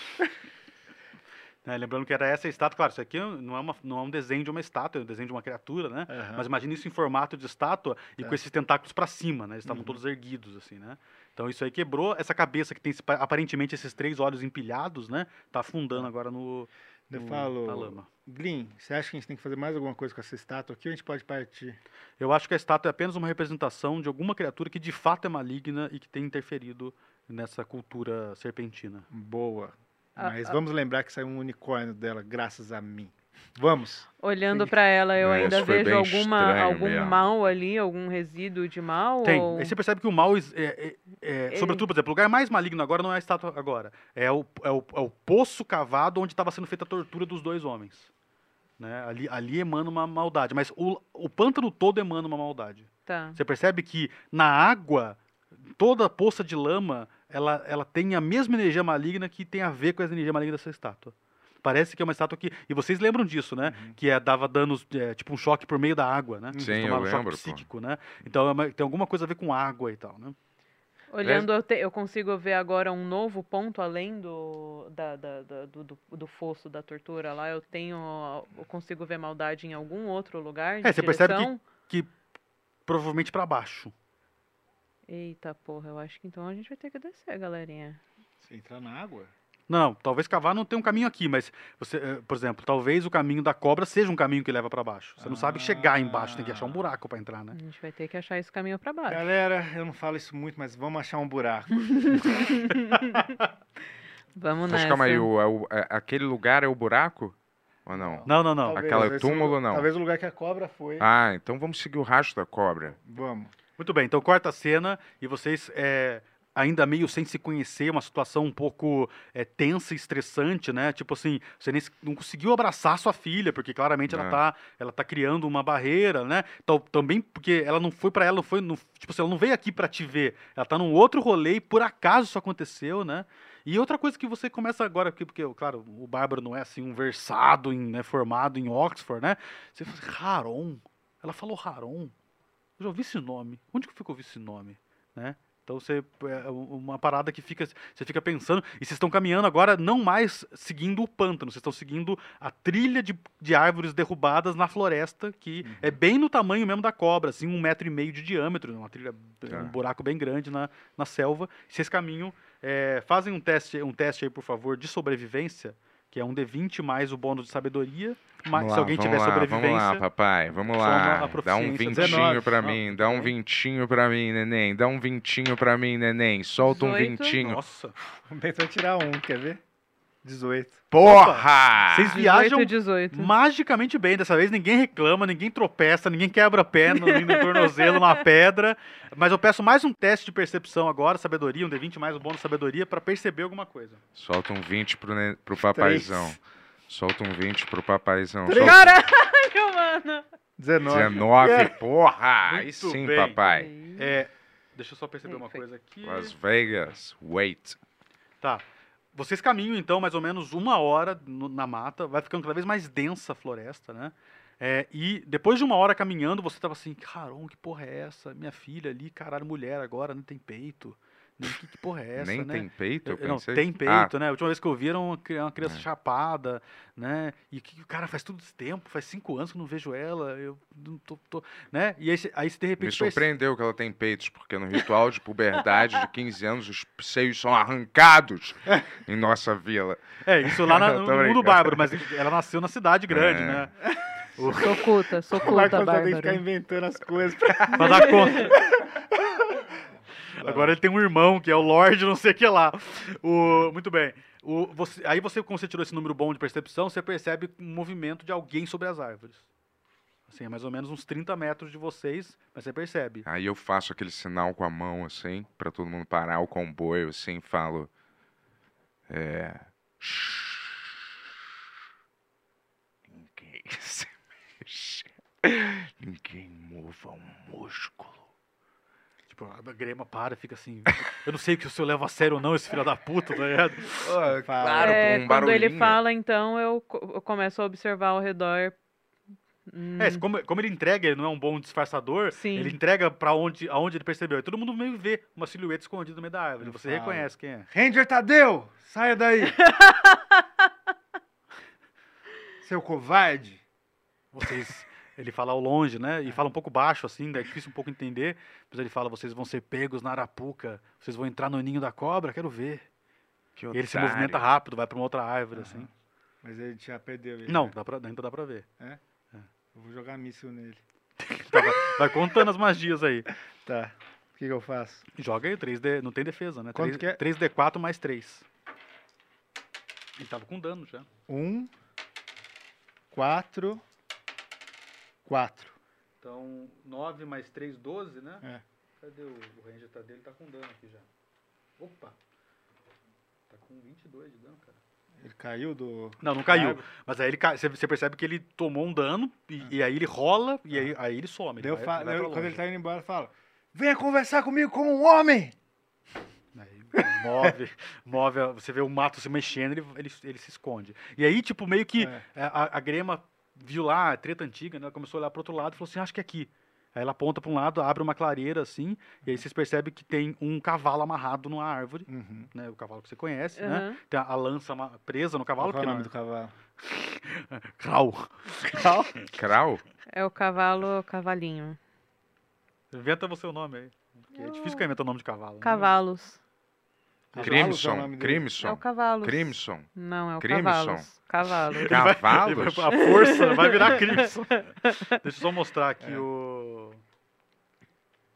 É, lembrando que era essa estátua, claro, isso aqui não é, uma, não é um desenho de uma estátua, é um desenho de uma criatura, né? Aham. Mas imagina isso em formato de estátua e Tá. com esses tentáculos pra cima, né? Eles Uhum. estavam todos erguidos, assim, né? Então isso aí quebrou essa cabeça que tem esse pa- aparentemente esses três olhos empilhados, né? Tá afundando agora no, É. Eu no- falo, na lama. Glyn, você acha que a gente tem que fazer mais alguma coisa com essa estátua aqui ou a gente pode partir? Eu acho que a estátua é apenas uma representação de alguma criatura que de fato é maligna e que tem interferido nessa cultura serpentina. Boa. Ah, Mas ah. vamos lembrar que saiu um unicórnio dela, graças a mim. Vamos! Olhando pra ela, eu Não, ainda isso foi vejo bem alguma, estranho algum mesmo. mal ali, algum resíduo de mal? Tem. ou- Aí você percebe que o mal. is- É, é- é- Ele- Sobretudo, por exemplo, o lugar mais maligno agora não é a estátua agora. É o, é o, é o poço cavado onde estava sendo feita a tortura dos dois homens. Né? Ali, ali emana uma maldade. Mas o, o pântano todo emana uma maldade. Tá. Você percebe que na água, toda poça de lama, ela, ela tem a mesma energia maligna que tem a ver com a energia maligna dessa estátua. Parece que é uma estátua que. E vocês lembram disso, né? Que é, dava danos, é, tipo um choque por meio da água, né? Sim, Eles eu tomaram um lembro, pô. choque psíquico, né? Então é uma- tem alguma coisa a ver com água e tal, né? Olhando, eu, te- eu consigo ver agora um novo ponto além do, da, da- da- do, do, do fosso da tortura lá. Eu tenho. Eu consigo ver maldade em algum outro lugar. de É, você percebe que- direção? Provavelmente pra baixo. Eita porra, eu acho que então a gente vai ter que descer, galerinha. Você entrar na água? Não, talvez cavar não tenha um caminho aqui, mas você, eh, por exemplo, talvez o caminho da cobra seja um caminho que leva pra baixo. Você não sabe chegar embaixo, tem que achar um buraco pra entrar, A né? gente vai ter que achar esse caminho pra baixo. Galera, eu não falo isso muito, mas vamos achar um buraco. Vamos Mas nessa. calma aí, o, é o- é- aquele lugar é o buraco? Ou não? Não, não, não. Talvez, aquela é talvez o- túmulo, não. Talvez o lugar que a cobra foi. Ah, então vamos seguir o rastro da cobra. Vamos. (laughs) Muito bem, então corta a cena e vocês eh, ainda meio sem se conhecer, uma situação um pouco eh, tensa e estressante, né? Tipo assim, você nem, se- não conseguiu abraçar sua filha, porque claramente ela Não. tá, ela tá criando uma barreira, né? Tal- também porque ela não foi pra ela, não foi, não- tipo assim, ela não veio aqui pra te ver. Ela tá num outro rolê e por acaso isso aconteceu, né? E outra coisa que você começa agora, aqui, porque, claro, o Bárbaro não é assim um versado, em, né, formado em Oxford, né? Você fala assim, Haron? Ela falou Haron? Eu já ouvi esse nome. Onde que eu ouvi esse nome? Né? Então você é uma parada que fica, você fica pensando e vocês estão caminhando agora não mais seguindo o pântano, vocês estão seguindo a trilha de, de árvores derrubadas na floresta que Uhum. é bem no tamanho mesmo da cobra, assim um metro e meio de diâmetro, uma trilha Tá. um buraco bem grande na, na selva. Vocês caminham, é, fazem um teste, um teste aí por favor de sobrevivência que é um d20 mais o bônus de sabedoria, mas Vamos se lá, alguém vamos tiver lá, sobrevivência Vamos lá, papai, vamos Soma lá. a Dá um proficiência, vintinho 19. pra Ah, mim, dá um ok. vintinho pra mim, neném. Dá um vintinho pra mim, neném. Solta um 18. vintinho. Nossa. O Bento vai tirar um, quer ver? 18. Porra! Vocês 18, viajam 18. magicamente bem. Dessa vez ninguém reclama, ninguém tropeça, ninguém quebra pé no, no tornozelo, numa pedra. Mas eu peço mais um teste de percepção agora, sabedoria, um D20 mais um bônus de sabedoria, pra perceber alguma coisa. Solta um 20 pro, ne- pro papaizão. Solta um 20 pro papaizão. Três. Solta Caralho, mano. 19. 19, porra! Aí É. Muito sim, bem. papai. É. Deixa eu só perceber uma Perfeito. coisa aqui. Las Vegas, wait. Tá. Vocês caminham, então, mais ou menos uma hora no- na mata, vai ficando cada vez mais densa a floresta, né? É, e depois de uma hora caminhando, você tava assim, Caron, que porra é essa? Minha filha ali, caralho, mulher agora, não tem peito. Nem que, que porra é essa, Nem né? tem peito, eu Eu- não, pensei. tem Ah, peito, né? A última vez que eu vi era uma, cri- uma criança É. chapada, né? E que, cara, faz tudo esse tempo, faz cinco anos que eu não vejo ela, eu não tô. tô- né? E aí, cê- aí você de repente. me perce- surpreendeu que ela tem peitos, porque no ritual de puberdade de 15 anos, os seios (laughs) são arrancados em nossa vila. É, isso (laughs) lá na- Tô no mundo brincando. bárbaro, mas ela nasceu na cidade grande, É. né? Socuta, O Marco socuta, Antônio tem que ficar Bárbaro. inventando as coisas. (laughs) Pra dar conta. Agora ele tem um irmão que é o Lorde, não sei o que lá. O, muito bem. O, você, aí você, como você tirou esse número bom de percepção, você percebe um movimento de alguém sobre as árvores. Assim, é mais ou menos uns 30 metros de vocês, mas você percebe. Aí eu faço aquele sinal com a mão, assim, pra todo mundo parar o comboio, assim, e falo. É. Ninguém (laughs) se mexe. Ninguém mova um músculo. Tipo, a grema para, fica assim. Eu não sei que o senhor leva a sério ou não, esse filho da puta, tá ligado? claro, É, um quando barulhinho. ele fala, então, eu, co- eu começo a observar ao redor. Hum, É, como, como ele entrega, ele não é um bom disfarçador, Sim. ele entrega pra onde, aonde ele percebeu. E todo mundo meio vê uma silhueta escondida no meio da árvore. Eu Você falo. reconhece quem é. Ranger Tadeu, saia (laughs) daí. Seu covarde. vocês. Ele fala ao longe, né? E fala um pouco baixo, assim, é difícil um pouco entender. Mas ele fala: vocês vão ser pegos na arapuca, vocês vão entrar no ninho da cobra, quero ver. Que E ele se otário. movimenta rápido, vai pra uma outra árvore, assim. Mas ele já perdeu ele. Não, né? dá pra, ainda dá pra ver. Eu vou jogar míssil nele. Tá, vai, vai contando as magias aí. Tá. O que, que eu faço? Joga aí 3D, não tem defesa, né? Quanto que é? 3, d 4 mais 3. Ele tava com dano já. Um, quatro, quatro. Então, 9 mais 3, 12, né? É. Cadê o, o Ranger tá dele? Tá com dano aqui já. Opa! Tá com 22 de dano, cara. Ele caiu do. Não, não caiu. Mas aí ele cai, você você percebe que ele tomou um dano e, e aí ele rola e aí, aí ele some. Ele Daí eu vai- Ah. fa- vai daí eu- pra quando longe. ele tá indo embora, eu falo: Venha conversar comigo como um homem! Aí move, (laughs) move, a- você vê o mato se mexendo, ele, ele, ele se esconde. E aí, tipo, meio que É. é, a, a grema viu lá a treta antiga, né? Ela começou a olhar pro outro lado e falou assim: acho que é aqui. Aí ela aponta pra um lado, abre uma clareira assim, e aí vocês percebem que tem um cavalo amarrado numa árvore, Uhum. né? O cavalo que você conhece, né? Hum, aham. Tem a, a lança ama- presa no Qual cavalo, que é o porque nome não- é do cavalo? Krau. Crau? É o cavalo, cavalinho. Hum. Inventa você o nome aí. porque É difícil que inventa o nome de cavalo. né? Cavalos. Cavalos é o Crimson, nome dele. É o Crimson, cavalos. Crimson. Não, é o Crimson. cavalos. (laughs) Cavalos. Ele vai- Cavalos? ele vai- (laughs) a força vai virar Crimson. Deixa eu só mostrar aqui É. o.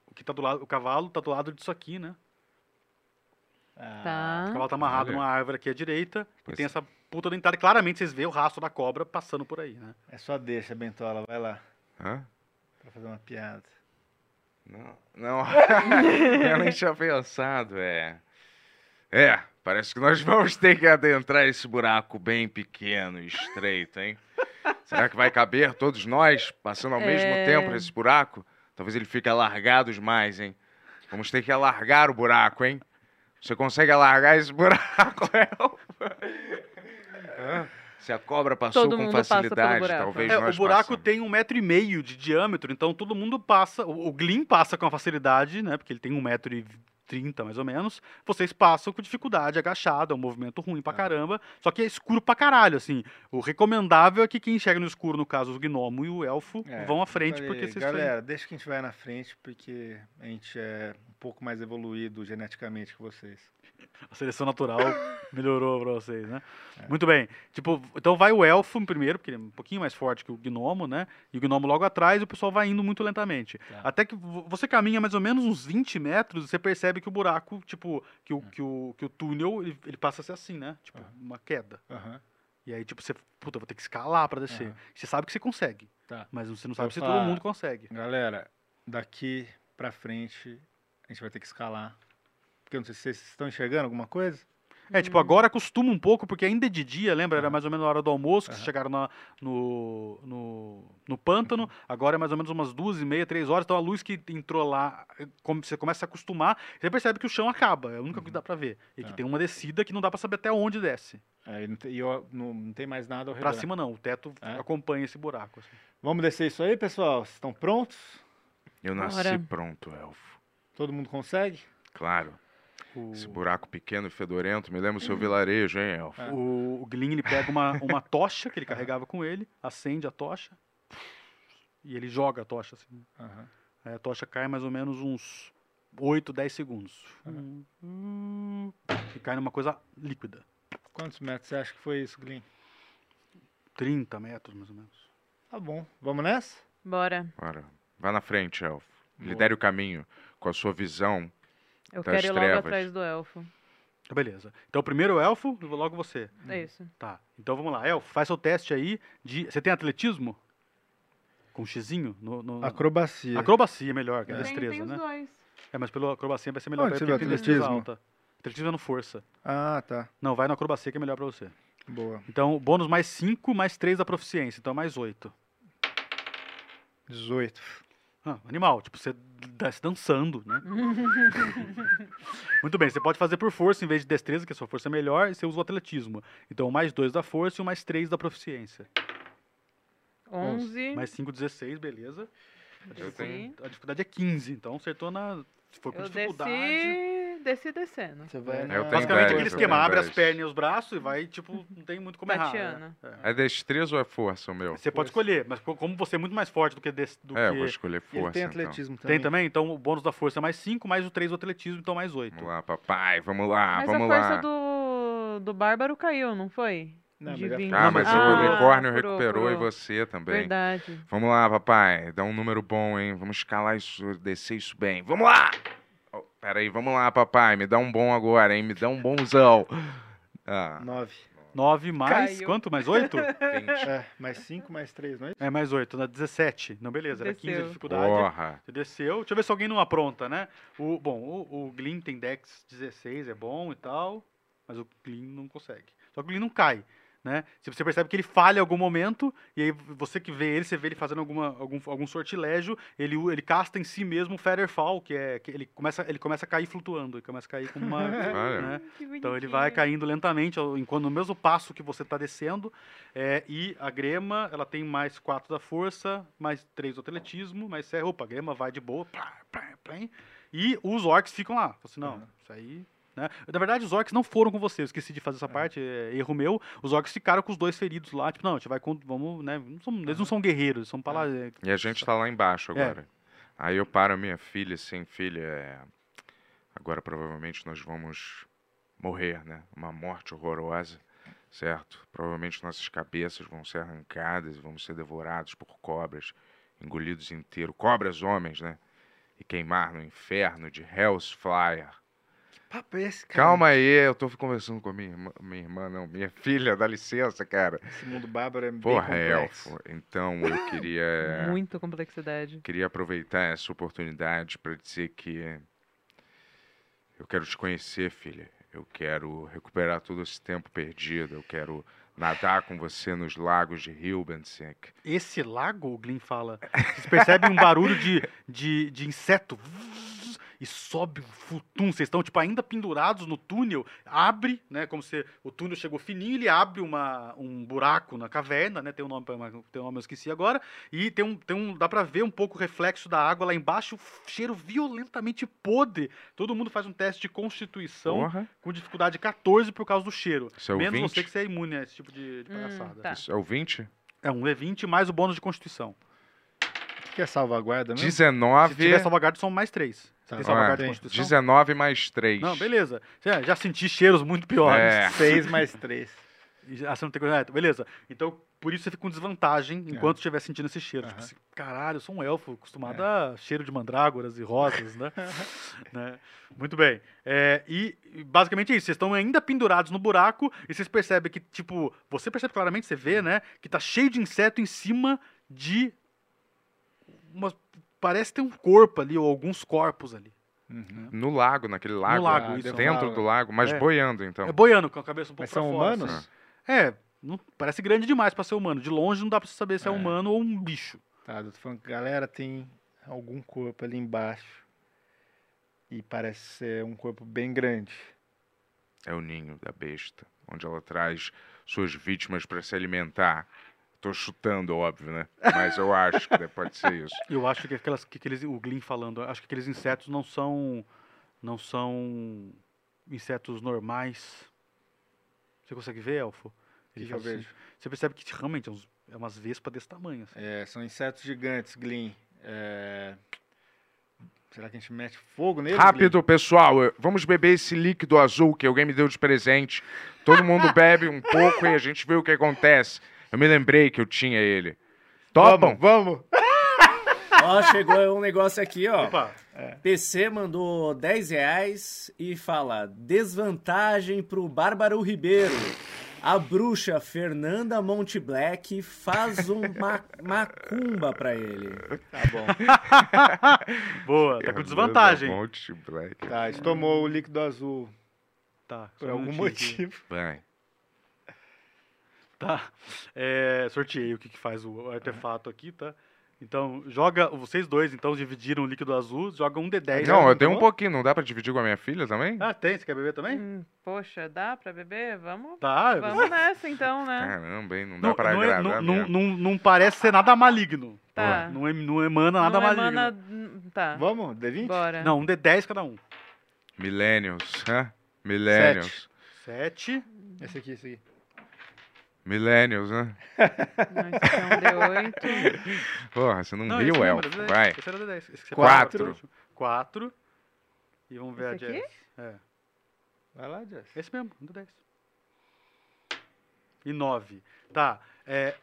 O que tá do lado. O cavalo tá do lado disso aqui, né? Ah, O Tá. cavalo tá amarrado Olha. numa árvore aqui à direita. E Pois tem é. essa puta dentada. E Claramente vocês veem o rastro da cobra passando por aí, né? É só deixa, Bentola, vai lá, Hã? pra fazer uma piada. Não, não. (laughs) eu nem tinha pensado, é. É, parece que nós vamos ter que adentrar esse buraco bem pequeno e estreito, hein? Será que vai caber todos nós passando ao É. mesmo tempo nesse buraco? Talvez ele fique alargado demais, hein? Vamos ter que alargar o buraco, hein? Você consegue alargar esse buraco, (laughs) El? Hã? Se a cobra passou Todo com mundo passa pelo facilidade, buraco. talvez É, o nós buraco passemos. tem um metro e meio de diâmetro, então todo mundo passa. O, o Glyn passa com facilidade, né? Porque ele tem um metro e trinta, mais ou menos. Vocês passam com dificuldade, agachado, é um movimento ruim pra caramba. Só que é escuro pra caralho, assim. O recomendável é que quem chega no escuro, no caso, o gnomo e o elfo, É, vão à frente, Falei, porque vocês Galera, deixa que a gente vai na frente, porque a gente é um pouco mais evoluído geneticamente que vocês. A seleção (laughs) natural melhorou pra vocês, né? É. Muito bem. Tipo, então vai o elfo em primeiro, porque ele é um pouquinho mais forte que o gnomo, né? E o gnomo logo atrás, e o pessoal vai indo muito lentamente. Tá. Até que vo- você caminha mais ou menos uns 20 metros e você percebe que o buraco, tipo, que Hum. o, que o, que o túnel, ele, ele passa a ser assim, né? Tipo, uma queda. Aham. E aí, tipo, você, puta, vou ter que escalar pra descer. Aham. Você sabe que você consegue. Tá. Mas você não Eu sabe se falo, todo ah, mundo consegue. Galera, daqui pra frente a gente vai ter que escalar. Porque eu não sei se vocês estão enxergando alguma coisa. É, Uhum. tipo, agora acostuma um pouco, porque ainda é de dia, lembra? Era mais ou menos a hora do almoço, que vocês Aham. chegaram na- no, no, no Uhum. pântano. Agora é mais ou menos umas duas e meia, três horas. Então a luz que entrou lá, eh, como você começa a se acostumar, você percebe que o chão acaba. É a única coisa que dá pra ver. E que Tá. tem uma descida que não dá pra saber até onde desce. É, e não tem- e eu- não, não tem mais nada ao redor. Pra cima não, o teto É? acompanha esse buraco. assim. Vamos descer isso aí, pessoal? Vocês estão prontos? Eu nasci Bora. pronto, elfo. Todo mundo consegue? Claro. O, Esse buraco pequeno e fedorento me lembra o seu vilarejo, hein, Elfo? Hum. É. o, o Glyn, ele pega uma, uma (laughs) tocha que ele carregava com ele, acende a tocha e ele joga a tocha assim. Aham. Aí a tocha cai mais ou menos uns 8, 10 segundos. E cai numa coisa líquida. Quantos metros você acha que foi isso, Glyn? 30 metros, mais ou menos. Tá bom. Vamos nessa? Bora. Ora, vá na frente, Elfo. Boa. Lidere o caminho com a sua visão. Eu Das quero ir logo trevas. atrás do elfo. Tá, Beleza. Então, primeiro o elfo, logo você. É isso. Tá. Então vamos lá. Elfo, faz seu teste aí de. Você tem atletismo? Com um xizinho? No, no- no- Acrobacia. Acrobacia é melhor, que é É. destreza, né? dois. É, mas pelo acrobacia vai ser melhor. Onde pra você ele, viu porque ele tem destreza atletismo? alta. Atletismo é no força. Ah, tá. Não, vai no acrobacia que é melhor pra você. Boa. Então, bônus mais 5, mais 3 da proficiência. Então, mais 8. 18. Ah, animal, tipo, você desce dançando, né? Muito bem, você pode fazer por força em vez de destreza, que a sua força é melhor, e você usa o atletismo. Então, mais dois da força e o mais três da proficiência. Onze. Mais 5, 16, beleza. Eu tenho- A dificuldade é 15, então acertou na. Foi com Eu dificuldade. É, desci, desci descendo. Você vai Eu na- tenho Basicamente, dez, né? aquele eu esquema: tenho abre as dez. pernas e os braços e vai, tipo, não tem muito como errar. né? Tatiana. É destreza ou é força, o meu? Você pode escolher, mas co- como você é muito mais forte do que. des- do É, que- eu vou escolher Ele força. tem então. atletismo Tem também. também? Então, o bônus da força é mais 5, mais o 3 do atletismo, então mais 8. Vamos lá, papai, vamos lá, Mas a Ah, vamos força lá. do, do Bárbaro caiu, não foi? Não, De mas já- vinte. Ah, Não, mas mas o eu- unicórnio curou, recuperou e curou. você também. Verdade. Vamos lá, papai, dá um número bom, hein? Vamos escalar isso, descer isso bem. Vamos lá! Oh, peraí, vamos lá, papai, me dá um bom agora, hein? Me dá um bonzão. (laughs) Ah, 9. 9 mais. Caiu. Quanto? Mais (laughs) 8? 20. É, mais 5, mais 3, não é isso? É, mais 8, né? 17. Não, beleza, era 15 a Desceu. dificuldade. Porra. Você desceu. Deixa eu ver se alguém não apronta, né? O, bom, o, o Glyn tem Dex 16, é bom e tal. Mas o Glyn não consegue. Só que o Glyn não cai, né? Se Você percebe que ele falha em algum momento, e aí você que vê ele, você vê ele fazendo alguma, algum, algum sortilégio, ele, u- ele casta em si mesmo o Featherfall, que é. Que ele, começa, ele começa a cair flutuando, ele começa a cair com uma. Olha. né? Que Então ele vai bonitinho. caindo lentamente, ao- enquanto no mesmo passo que você está descendo. é, e a grema, ela tem mais 4 da força, mais 3 do atletismo, mais 7. Opa, a grema vai de boa. plá, plá, plá, e os orcs ficam lá. Falam assim, não, isso aí. Né? Na verdade, os orcs não foram com você. Eu esqueci de fazer essa parte, é, erro meu. Os orcs ficaram com os dois feridos lá. Tipo, não, a gente vai. con- Vamos, né? não são- eles não são guerreiros, eles são paladins. E a gente tá lá embaixo É. agora. Aí eu paro a minha filha, assim, filha. é, Agora provavelmente nós vamos morrer, né? Uma morte horrorosa, certo? Provavelmente nossas cabeças vão ser arrancadas e vamos ser devorados por cobras, engolidos inteiro, cobras homens, né? E queimar no inferno de Hell's Flyer. Papo é esse, cara? Calma aí, eu tô conversando com a minha irmã, minha irmã não, minha (laughs) filha, dá licença, cara. Esse mundo bárbaro é bem Porra, é complexo. elfo. Então eu queria Muita complexidade. queria aproveitar essa oportunidade para dizer que eu quero te conhecer, filha. Eu quero recuperar todo esse tempo perdido. Eu quero nadar com você nos lagos de Hilbensink. Esse lago, o Glyn fala, vocês percebem um barulho de, de, de inseto e sobe um futum. Vocês estão, tipo, ainda pendurados no túnel. Abre, né? Como se o túnel chegou fininho, ele abre uma, um buraco na caverna, né? Tem um nome, pra- tem um nome eu esqueci agora. E tem um, tem um. Dá pra ver um pouco o reflexo da água lá embaixo, o cheiro violentamente podre. Todo mundo faz um teste de constituição Porra, com dificuldade 14 por causa do cheiro. isso é o Então, Menos 20? você que você é imune a esse tipo de, de Hum, palhaçada. tá. Isso é o 20? É um D20 mais o bônus de constituição. O que é salvaguarda mesmo? 19, Se tiver salvaguarda, são mais três. Você Tá. tem salvaguarda Ah, de tem. constituição? 19 mais 3. Não, beleza. Já, já senti cheiros muito piores. É. 6 mais (laughs) 3. E já- Ah, você não tem coisa. é, Beleza. Então, por isso você fica com desvantagem enquanto estiver sentindo esse cheiro. Tipo Aham. assim, caralho, eu sou um elfo acostumado a cheiro de mandrágoras e rosas, né? Né? Muito bem. É, e e basicamente é isso. Vocês estão ainda pendurados no buraco e vocês percebem que, tipo, você percebe claramente, você vê, né? Que tá cheio de inseto em cima de. Uma, parece ter um corpo ali, ou alguns corpos ali. No lago, naquele lago. lago, né? isso. Dentro do lago, mas É. boiando, então. É boiando, com a cabeça um pouco Mas pra são fora, humanos? assim. É, não- parece grande demais pra ser humano. De longe não dá pra você saber se é, É. humano ou um bicho. Tá, eu tô falando que galera tem algum corpo ali embaixo. E parece ser um corpo bem grande. É o ninho da besta, onde ela traz suas vítimas para se alimentar. Tô chutando, óbvio, né? Mas eu acho que pode ser isso. Eu acho que aquelas que aqueles o Glyn falando, acho que aqueles insetos não são não são insetos normais. Você consegue ver, elfo? Que que eu fala assim. vejo? Você percebe que realmente é, uns, é umas vespas desse tamanho. assim. É, são insetos gigantes, Glyn. É, Será que a gente mete fogo nele? Rápido, pessoal, eu- vamos beber esse líquido azul que alguém me deu de presente. Todo mundo bebe um pouco e a gente vê o que acontece. Eu me lembrei que eu tinha ele. Topam? Vamos! Ó, chegou um negócio aqui, É. ó. Opa, (laughs) PC mandou 10 reais e fala: desvantagem pro Bárbaro Ribeiro. A bruxa Fernanda Monte Black faz um ma- macumba pra ele. Tá bom. boa, tá com desvantagem. um Monte Black. Tá, a gente tomou o líquido azul Tá, por só um algum minutinho aqui. motivo. Vai. Tá. (laughs) É, sorteei o que, que faz o artefato aqui, tá? Então, joga. Vocês dois, então, dividiram o líquido azul, joga um D10. Não, eu tenho um Então- pouquinho, não dá pra dividir com a minha filha também? Ah, tem? Você quer beber também? Hum, poxa, dá pra beber? Vamos, Tá. vamos nessa então, né? Caramba, hein? Não dá Não, pra não, é- agradar não, mesmo. é. não, não, não parece ser nada maligno. Tá. Não, em- não emana nada Não maligno. emana- hum, Tá, Vamos, D20? bora. Não, um D10 cada um. Millennials, hã? Millennials. Sete. Esse aqui, esse aqui. Millennials, né? Não, isso aqui é um D8. (laughs) Porra, você não, Não, viu, esse é Elfo? número, esse- Um Vai. Esse era o D10. Esse é que você Quatro. falou, esse Quatro. E vamos ver Esse a aqui? Jess. É. Vai lá, Jess. Esse mesmo, um D10. E nove. Tá. É,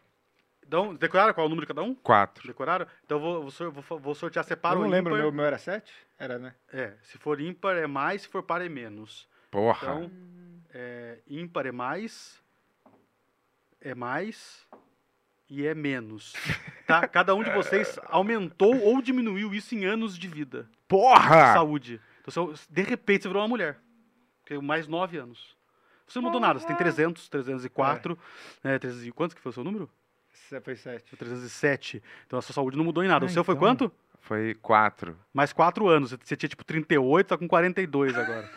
então, decoraram qual é o número de cada um? Quatro. Decoraram? Então eu vou, vou, sor- vou, fa- vou sortear Eu separo não ou lembro, o ímpar. meu, o meu era 7? Era, né? É, se for ímpar é mais, se for par é menos. Ah. Porra. Então, é, ímpar é mais, é mais e é (laughs) menos. Tá? Cada um de vocês aumentou ou diminuiu isso em anos de vida, Ah. de Porra! saúde. Então, você- de repente, você virou uma mulher. Porque mais nove anos. Você não mudou nada, você tem 300, 304, né, 300 e quantos que foi o seu número? Se- Foi 7. 307. Então a sua saúde não mudou em nada. Ah, o seu foi então. quanto? Foi quatro. Mais quatro anos. Você tinha tipo 38, tá com 42 agora.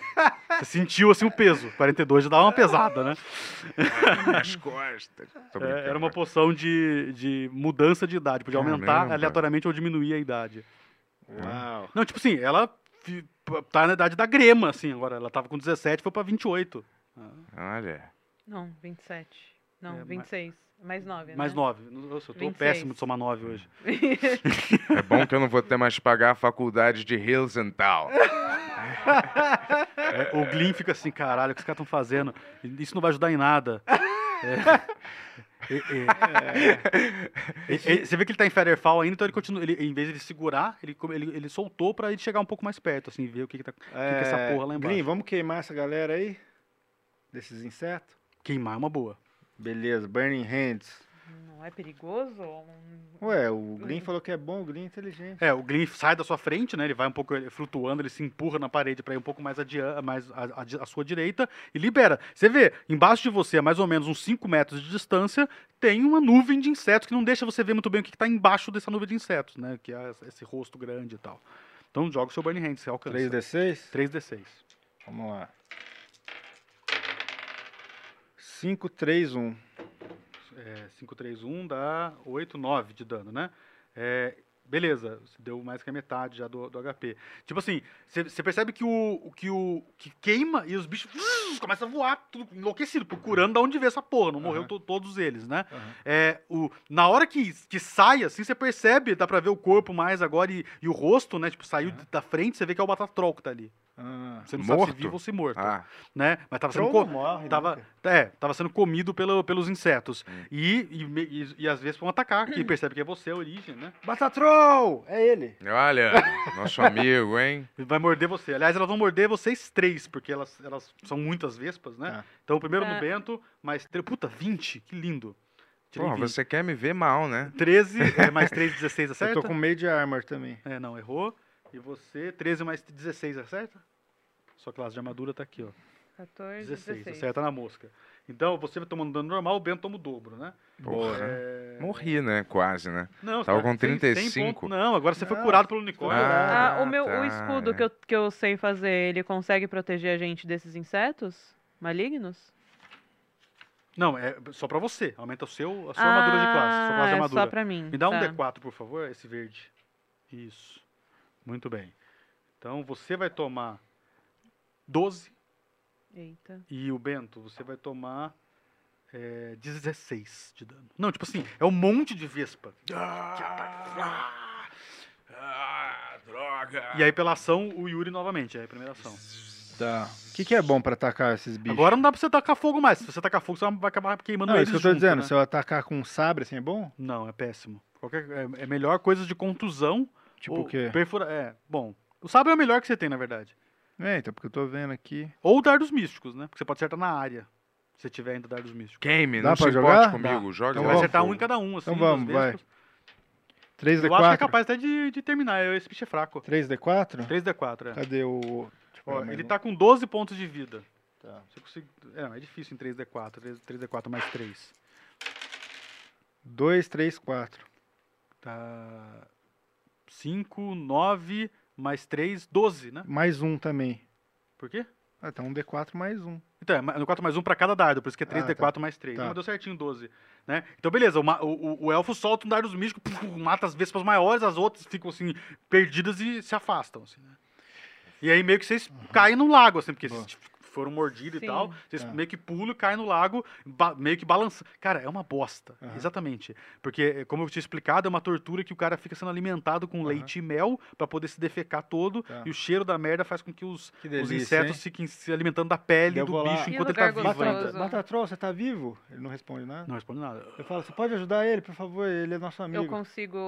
Você sentiu assim o peso. 42 já dava uma pesada, né? (laughs) Nas costas. (laughs) Tô É, brincando. era uma poção de, de mudança de idade. Podia aumentar Caramba. aleatoriamente ou diminuir a idade. Uau. Não, tipo assim, ela fi- p- tá na idade da grema, assim, agora. Ela tava com 17, foi pra 28. Olha. Não, É, 27. Não, ma- 26. Mais 9, Mais né? 9. Nossa, eu tô 26. péssimo de somar 9 hoje. 9. (laughs) É bom que eu não vou ter mais que pagar a faculdade de Hills and Tal. É, o Glyn fica assim, caralho, o que os caras estão fazendo? Isso não vai ajudar em nada. É. (laughs) É, é. E- e- você vê que ele tá em Featherfall ainda, então ele continua. Ele, em vez de ele segurar, ele, come- ele, ele soltou pra ele chegar um pouco mais perto, assim, ver o que, que tá. que essa porra lá embaixo? Glyn, É, vamos queimar essa galera aí? Desses insetos? Queimar é uma boa. Beleza, Burning Hands. (laughs) Não é perigoso? Um- Ué, o Glyn falou que é bom, o Glyn é inteligente. É, o Glyn sai da sua frente, né? Ele vai um pouco ele- flutuando, ele se empurra na parede pra ir um pouco mais, adian, mais a, a di- à sua direita e libera. Você vê, embaixo de você, a mais ou menos uns 5 metros de distância, tem uma nuvem de insetos que não deixa você ver muito bem o que, que tá embaixo dessa nuvem de insetos, né? Que é esse- esse rosto grande e tal. Então joga o seu Burning Hand, você alcança. 3D6? 3D6. Vamos lá. 5, 3, 1. É, 5, 3, 1 dá 8, 9 de dano, né? É, beleza, você deu mais que a metade já do, do HP. Tipo assim, você você percebe que o, o- que o que queima e os bichos vzz, começam a voar, tudo enlouquecido, procurando de onde veio essa porra. Não morreu to- todos eles, né? Aham. É, o, na hora que, que sai, assim, você percebe, dá pra ver o corpo mais agora e, e o rosto, né? Tipo, saiu da frente, você vê que é o Batatrol que tá ali. Ah, Você não sabe Morto? se vivo ou se morto, Ah, né? Mas tava sendo, Troll não co- morre né? Tava, nunca. é, tava sendo comido pelo- pelos insetos. E, e, me- e, e às vezes vão atacar, que percebe que é você a origem, né? Batatrol! É ele! olha, nosso amigo, (laughs) hein? E Vai morder você. Aliás, elas vão morder vocês três, porque elas, elas são muitas vespas, né? Tá. Então, o primeiro Tá. no Bento, mais... tre- Puta, 20, que lindo. Tirei Porra, 20. você quer me ver mal, né? 13, é, mais 3, 16, Eu acerta? tô com meio de armor também. É, não, errou. E você, 13 mais 16, acerta? Sua classe de armadura tá aqui, ó. 14, 16, 16. acerta na mosca. Então, você tomando dano normal, o Bento toma o dobro, né? É, Porra. Morri, né? Quase, né? Não, você Tava tá com cem- cem 35. pontos. Não, agora você foi Não. curado pelo unicórnio. Ah, Ah, o meu o tá, escudo é. que eu, que eu sei fazer, ele consegue proteger a gente desses insetos malignos? Não, é só pra você. Aumenta o seu, a sua armadura de classe. Sua Ah, classe de é armadura. só pra mim. Me dá um tá. D4, por favor, esse verde. Isso. Muito bem. Então você vai tomar 12 Eita. e o Bento, você vai tomar é, 16 de dano. Não, tipo assim, é um monte de vespa. Ah, ah, droga! E aí pela ação, o Yuri novamente. É a primeira ação. Tá. O que, que é bom pra atacar esses bichos? Agora não dá pra você tacar fogo mais. Se você tacar fogo, você vai acabar queimando não, é eles isso que eu tô junto, dizendo. né? Se eu atacar com um sabre, assim, é bom? Não, é péssimo. Qualquer- é, é melhor coisas de contusão. Tipo ou o quê? perfura- é, bom. O sabre é o melhor que você tem, na verdade. É, então, porque eu tô vendo aqui. Ou dardos místicos, né? Porque você pode acertar na área. Se você tiver ainda dardos místicos. Game, Dá não pra se jogar? importe comigo. Você Joga Então vai vamos, acertar fogo. um em cada um, assim. Então vamos, duas vezes. Eu acho que é 3D4? capaz até de, de terminar. Esse bicho é fraco. 3D4? 3D4, é. Cadê o. Tipo, Ó, mas ele não- tá com 12 pontos de vida. Tá. Você consegue... É, não, é difícil em 3D4. 3D4 mais 3. 2, 3, 4. Tá... 5, 9, mais 3, 12, né? Mais um também. Por quê? Ah, tá um D4 mais um. Então, é ma- no 4 mais 1 pra cada dardo, por isso que é Ah, 3D4 mais 3. Tá. Não, mas deu certinho 12. Né? Então, beleza, o, ma- o- o- o elfo solta um dardo místico, puf, mata as vespas maiores, as outras ficam assim, perdidas e se afastam. assim, né? E aí meio que vocês caem no lago, assim, porque Uhum. Boa. vocês tipo, foram mordidos Sim. e tal, vocês Tá. meio que pulam e caem no lago, ba- meio que balançando. Cara, é uma bosta, Aham. exatamente. Porque, eh, como eu tinha explicado, é uma tortura que o cara fica sendo alimentado com Aham. leite e mel pra poder se defecar todo, Tá. e o cheiro da merda faz com que os Que os insetos fiquem se alimentando da pele Eu do vou lá- bicho Que enquanto ele tá lugar vivo gostoso. ainda. Gostoso. Batata, Batatrol, você tá vivo? Ele não responde nada. Não responde nada. Eu falo, você pode ajudar ele, por favor? Ele é nosso amigo. Eu consigo.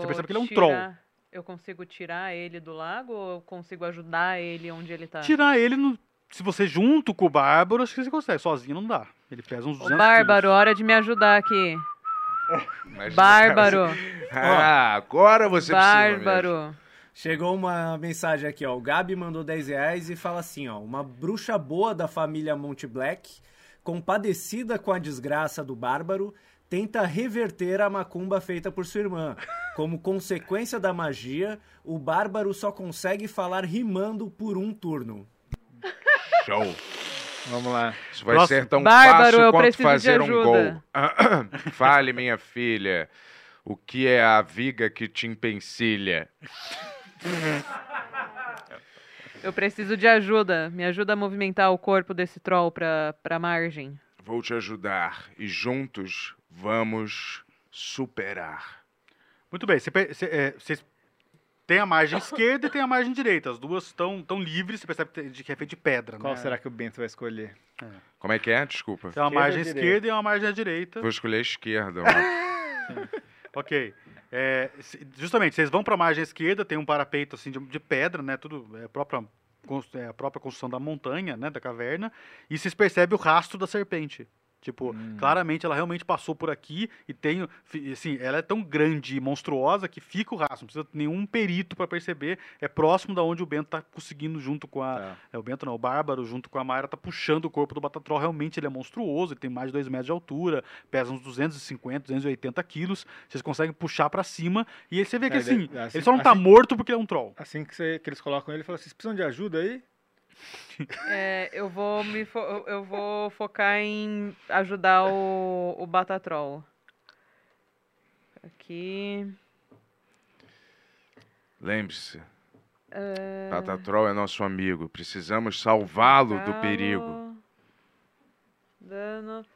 Você percebe que ele é um tirar- Eu consigo tirar ele do lago ou eu consigo ajudar ele onde ele tá? Tirar ele, no- se você junto com o Bárbaro, acho que você consegue. Sozinho não dá. Ele pesa uns 200 Ô, quilos. Bárbaro, hora de me ajudar aqui. (laughs) Imagina, Bárbaro, tá- (laughs) Ah, agora você precisa. Bárbaro. Chegou uma mensagem aqui, ó. O Gabi mandou 10 reais e fala assim, ó. Uma bruxa boa da família Monte Black, compadecida com a desgraça do bárbaro, tenta reverter a macumba feita por sua irmã. Como consequência da magia, o bárbaro só consegue falar rimando por um turno. Show. Vamos lá. Isso vai Próximo. ser tão Bárbaro, fácil eu quanto preciso de fazer um ajuda. gol. (clears throat) Fale, minha filha, o que é a viga que te empencilha? Eu preciso de ajuda. Me ajuda a movimentar o corpo desse troll pra, pra margem. Vou te ajudar e juntos vamos superar. Muito bem, você pe- você, é, vocês Tem a margem esquerda e tem a margem direita. As duas estão tão livres, você percebe que tem- de que é feito de pedra, Qual né? será que o Bento vai escolher? Como é que é? Desculpa. Então- Tem uma Esquerda margem ou direita? esquerda e uma margem à direita. Vou escolher a (laughs) esquerda. mano. Ok. É, se- justamente, vocês vão para a margem esquerda, tem um parapeito assim de, de pedra, né? Tudo é a própria cons- é a própria construção da montanha, né, da caverna, e vocês percebem o rastro da serpente. Tipo, claramente ela realmente passou por aqui e tem, o- fi- assim, ela é tão grande e monstruosa que fica o rastro, não precisa de nenhum perito para perceber, é próximo da onde o Bento tá conseguindo junto com a, Tá. é, o Bento não, o Bárbaro, junto com a Mayra, tá puxando o corpo do Batatrol. Realmente ele é monstruoso, ele tem mais de 2 metros de altura, pesa uns 250, 280 quilos. Vocês conseguem puxar pra cima. E aí você vê que Cara, assim, ele- assim- ele só não tá assim- morto porque é um troll. Assim que, você- que eles colocam ele, ele fala: vocês precisam de ajuda aí? É, eu vou me fo- eu- eu vou focar em ajudar o, o Batatrol. Aqui. Lembre-se, Tatatrol é nosso amigo. Precisamos salvá-lo do perigo. calo, Dano.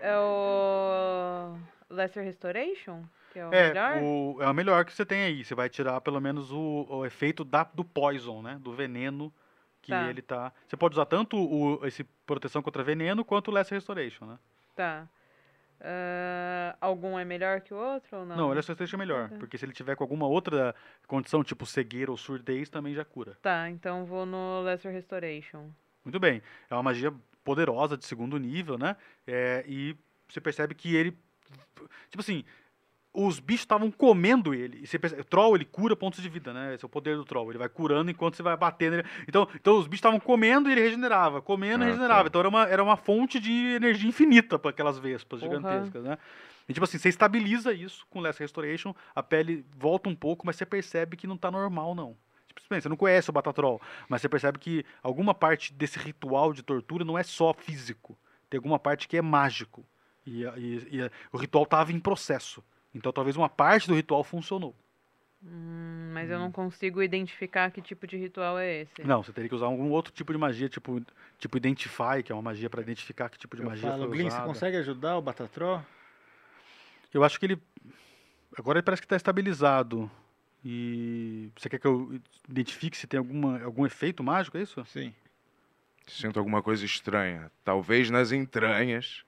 É o. Lesser Restoration? Que é o melhor? É, o, é o melhor que você tem aí. Você vai tirar pelo menos o, o efeito da, do poison, né? Do veneno que Tá. ele tá. Você pode usar tanto o, esse proteção contra veneno quanto o Lesser Restoration, né? Tá. Ah, algum é melhor que o outro ou não? Não, o Lesser Restoration é melhor, Tá. porque se ele tiver com alguma outra condição, tipo cegueira ou surdez, também já cura. Tá, então vou no Lesser Restoration. Muito bem. É uma magia poderosa de segundo nível, né? É, e você percebe que ele. Tipo assim, os bichos estavam comendo ele. E você percebe, o troll, ele cura pontos de vida, né? Esse é o poder do troll. Ele vai curando enquanto você vai batendo. Ele... Então, então os bichos estavam comendo e ele regenerava. Comendo e Ah, regenerava. tá. Então era uma, era uma fonte de energia infinita para aquelas vespas Porra. gigantescas, né? E tipo assim, você estabiliza isso com Less Restoration, a pele volta um pouco, mas você percebe que não tá normal, não. Tipo, bem, você não conhece o Batatrol, mas você percebe que alguma parte desse ritual de tortura não é só físico. Tem alguma parte que é mágico. E, a- e- e a- o ritual estava em processo. Então talvez uma parte do ritual funcionou. Hum, mas eu não consigo identificar que tipo de ritual é esse. Não, você teria que usar algum outro tipo de magia, tipo, tipo Identify, que é uma magia para identificar que tipo de Eu magia falo, foi Glyn, você usada. consegue ajudar o Batatró? Eu acho que ele. Agora ele parece que está estabilizado. E. Você quer que eu identifique se tem alguma, algum efeito mágico, é isso? Sim. Sinto alguma coisa estranha. Talvez nas entranhas.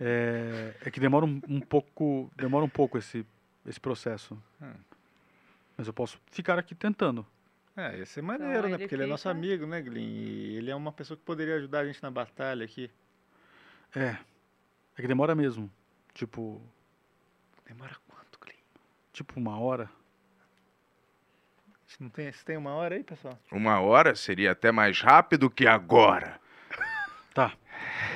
É, é que demora um, um pouco. Demora um pouco esse, esse processo. Ah. Mas eu posso ficar aqui tentando. É, ia ser maneiro, né? ele Porque ele é nosso fica- amigo, né, Glyn? E ele é uma pessoa que poderia ajudar a gente na batalha aqui. É. É que demora mesmo. Tipo. Demora quanto, Glyn? Tipo uma hora. Você não tem, você tem uma hora aí, pessoal? Uma hora seria até mais rápido que agora. Tá.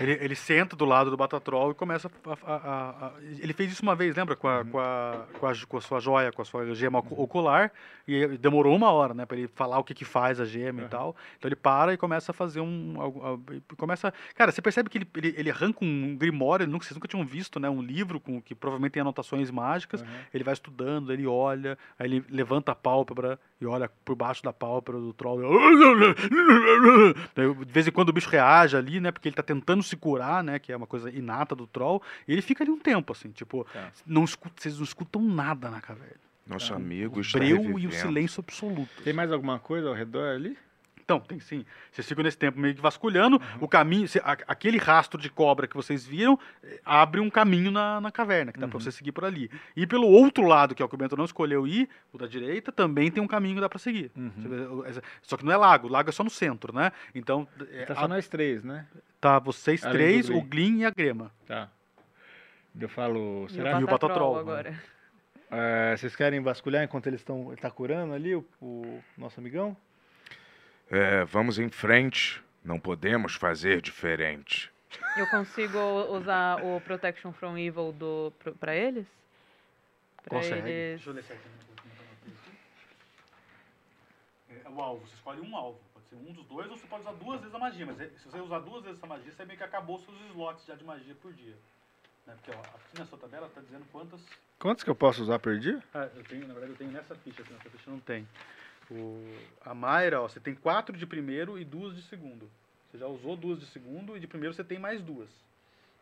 Ele, ele senta do lado do Batatrol e começa a, a- a- a- Ele fez isso uma vez, lembra? Com a, com, a, com, a, com a sua joia, com a sua gema ocu- ocular. E demorou uma hora, né? Pra ele falar o que, que faz a gema e tal. Então ele para e começa a fazer um. algo- al- e Começa. Cara, você percebe que ele, ele, ele arranca um grimório, nunca, vocês nunca tinham visto, né? Um livro com que provavelmente tem anotações mágicas. Uhum. Ele vai estudando, ele olha, aí ele levanta a pálpebra e olha por baixo da pálpebra do troll. Daí, De vez em quando o bicho reage ali, né? Porque ele tá tentando se curar, né? Que é uma coisa inata do troll. E ele fica ali um tempo, assim, tipo, Tá. não escuta, vocês não escutam nada na caverna. Nosso Tá. amigo O está breu e o revivendo. silêncio absoluto. Tem mais alguma coisa ao redor ali? Então, tem sim. Vocês ficam nesse tempo meio que vasculhando. Uhum. O caminho, cê- a- aquele rastro de cobra que vocês viram, eh, abre um caminho na, na caverna, que dá Uhum. pra você seguir por ali. E pelo outro lado, que é o que o Bento não escolheu ir, o da direita, também tem um caminho que dá pra seguir. Uhum. Você vê, o- essa- Só que não é lago, o lago é só no centro, né? Então, eh, Tá a- só nós três, né? tá vocês Além do três, Glyn. o Glyn e a Grema. Tá. Eu falo, E será E que o Batatrol, né? agora. É, vocês querem vasculhar enquanto eles estão tá curando ali o, o nosso amigão? É, vamos em frente. Não podemos fazer diferente. Eu consigo usar o Protection from Evil do, pro- pra eles? Pra Consegue. eles. eu ler um É o alvo, você escolhe um alvo. Pode ser um dos dois ou você pode usar duas vezes a magia. Mas é- se você usar duas vezes essa magia, você meio que acabou seus slots já de magia por dia. Né? Porque ó, aqui na sua tabela está tá dizendo quantas. Quantos que eu posso usar por dia? Ah, eu tenho, na verdade, eu tenho nessa ficha, aqui, nessa ficha não tem. O- a Mayra, ó, você tem quatro de primeiro e duas de segundo. Você já usou duas de segundo e de primeiro você tem mais duas.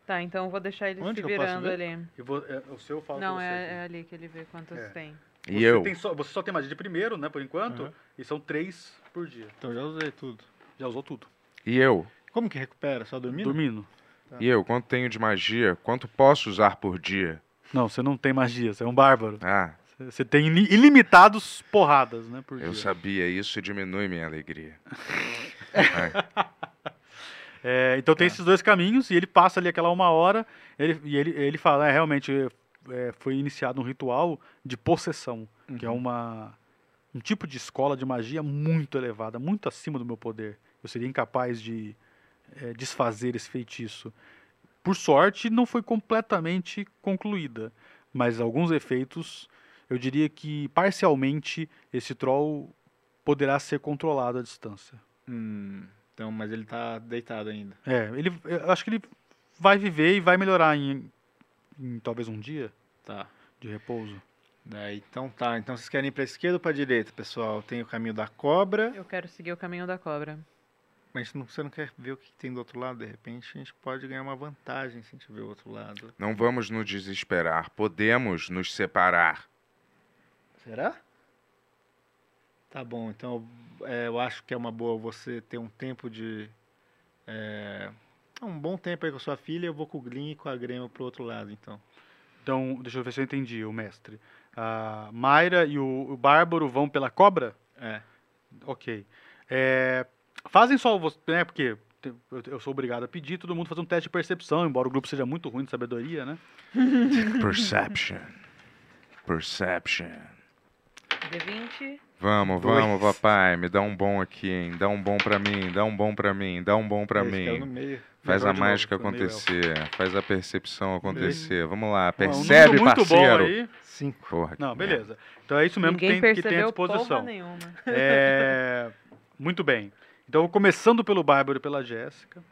Tá, então eu vou deixar eles Onde se que eu posso virando ver? ali. E vo- é, o seu eu falo pra Não, você é, aqui. é ali que ele vê quantos É. tem. E você eu. Uhum. tem só- você só tem magia de primeiro, né, por enquanto, Aham. e são três por dia. Então já usei tudo. Já usou tudo. E eu. Como que recupera? Só dormindo? Dormindo? Tá. E eu, quanto tenho de magia? Quanto posso usar por dia? Não, você não tem magia, você é um bárbaro. Ah, Você- Você tem ili- ilimitados porradas, né, por eu dia. sabia, isso diminui minha alegria. É, então tem esses dois caminhos, e ele passa ali aquela uma hora, ele, e ele, ele fala, é, realmente, é, foi iniciado um ritual de possessão, Uhum. que é uma, um tipo de escola de magia muito elevada, muito acima do meu poder. Eu seria incapaz de é, desfazer esse feitiço. Por sorte, não foi completamente concluída, mas alguns efeitos, eu diria que parcialmente esse troll poderá ser controlado à distância. Hum, então, mas ele tá deitado ainda. É, ele, eu acho que ele vai viver e vai melhorar em, em talvez um dia Tá. de repouso. Daí, então tá. Então vocês querem ir pra esquerda ou pra direita, pessoal? Tem o caminho da cobra. Eu quero seguir o caminho da cobra. Mas não, você não quer ver o que tem do outro lado? De repente a gente pode ganhar uma vantagem se a gente ver o outro lado. Não vamos nos desesperar, podemos nos (laughs) separar. Será? Tá bom, então é, eu acho que é uma boa você ter um tempo de. é, um bom tempo aí com a sua filha, eu vou com o Glyn e com a Grêmio pro outro lado, então. Então, deixa eu ver se eu entendi, o mestre. A Mayra e o, o Bárbaro vão pela cobra? É. Ok. É, fazem só você, né? Porque te- eu, eu sou obrigado a pedir, todo mundo faz um teste de percepção, embora o grupo seja muito ruim de sabedoria, né? Perception. Perception. D20. Vamos, vamos, papai. Me dá um bom aqui, hein? Dá um bom pra mim, dá um bom pra mim, dá um bom pra Esse é caiu no mim. meio. Faz Lembrou a de novo, mágica tô meio elfo. acontecer, faz a percepção acontecer. Vamos lá, Bom, é um número percebe, muito bom parceiro. aí. Cinco. Porra, que Não, merda. beleza. Então é isso mesmo que Ninguém tem, que tem à percebeu porra disposição. nenhuma. É, muito bem. Então, começando pelo Bárbaro e pela Jéssica.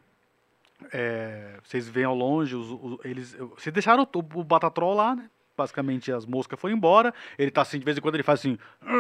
É, vocês veem ao longe, os, os- eles. Vocês deixaram o, o Batatrol lá, né? Basicamente as moscas foram embora. Ele tá assim, de vez em quando ele faz assim. (laughs)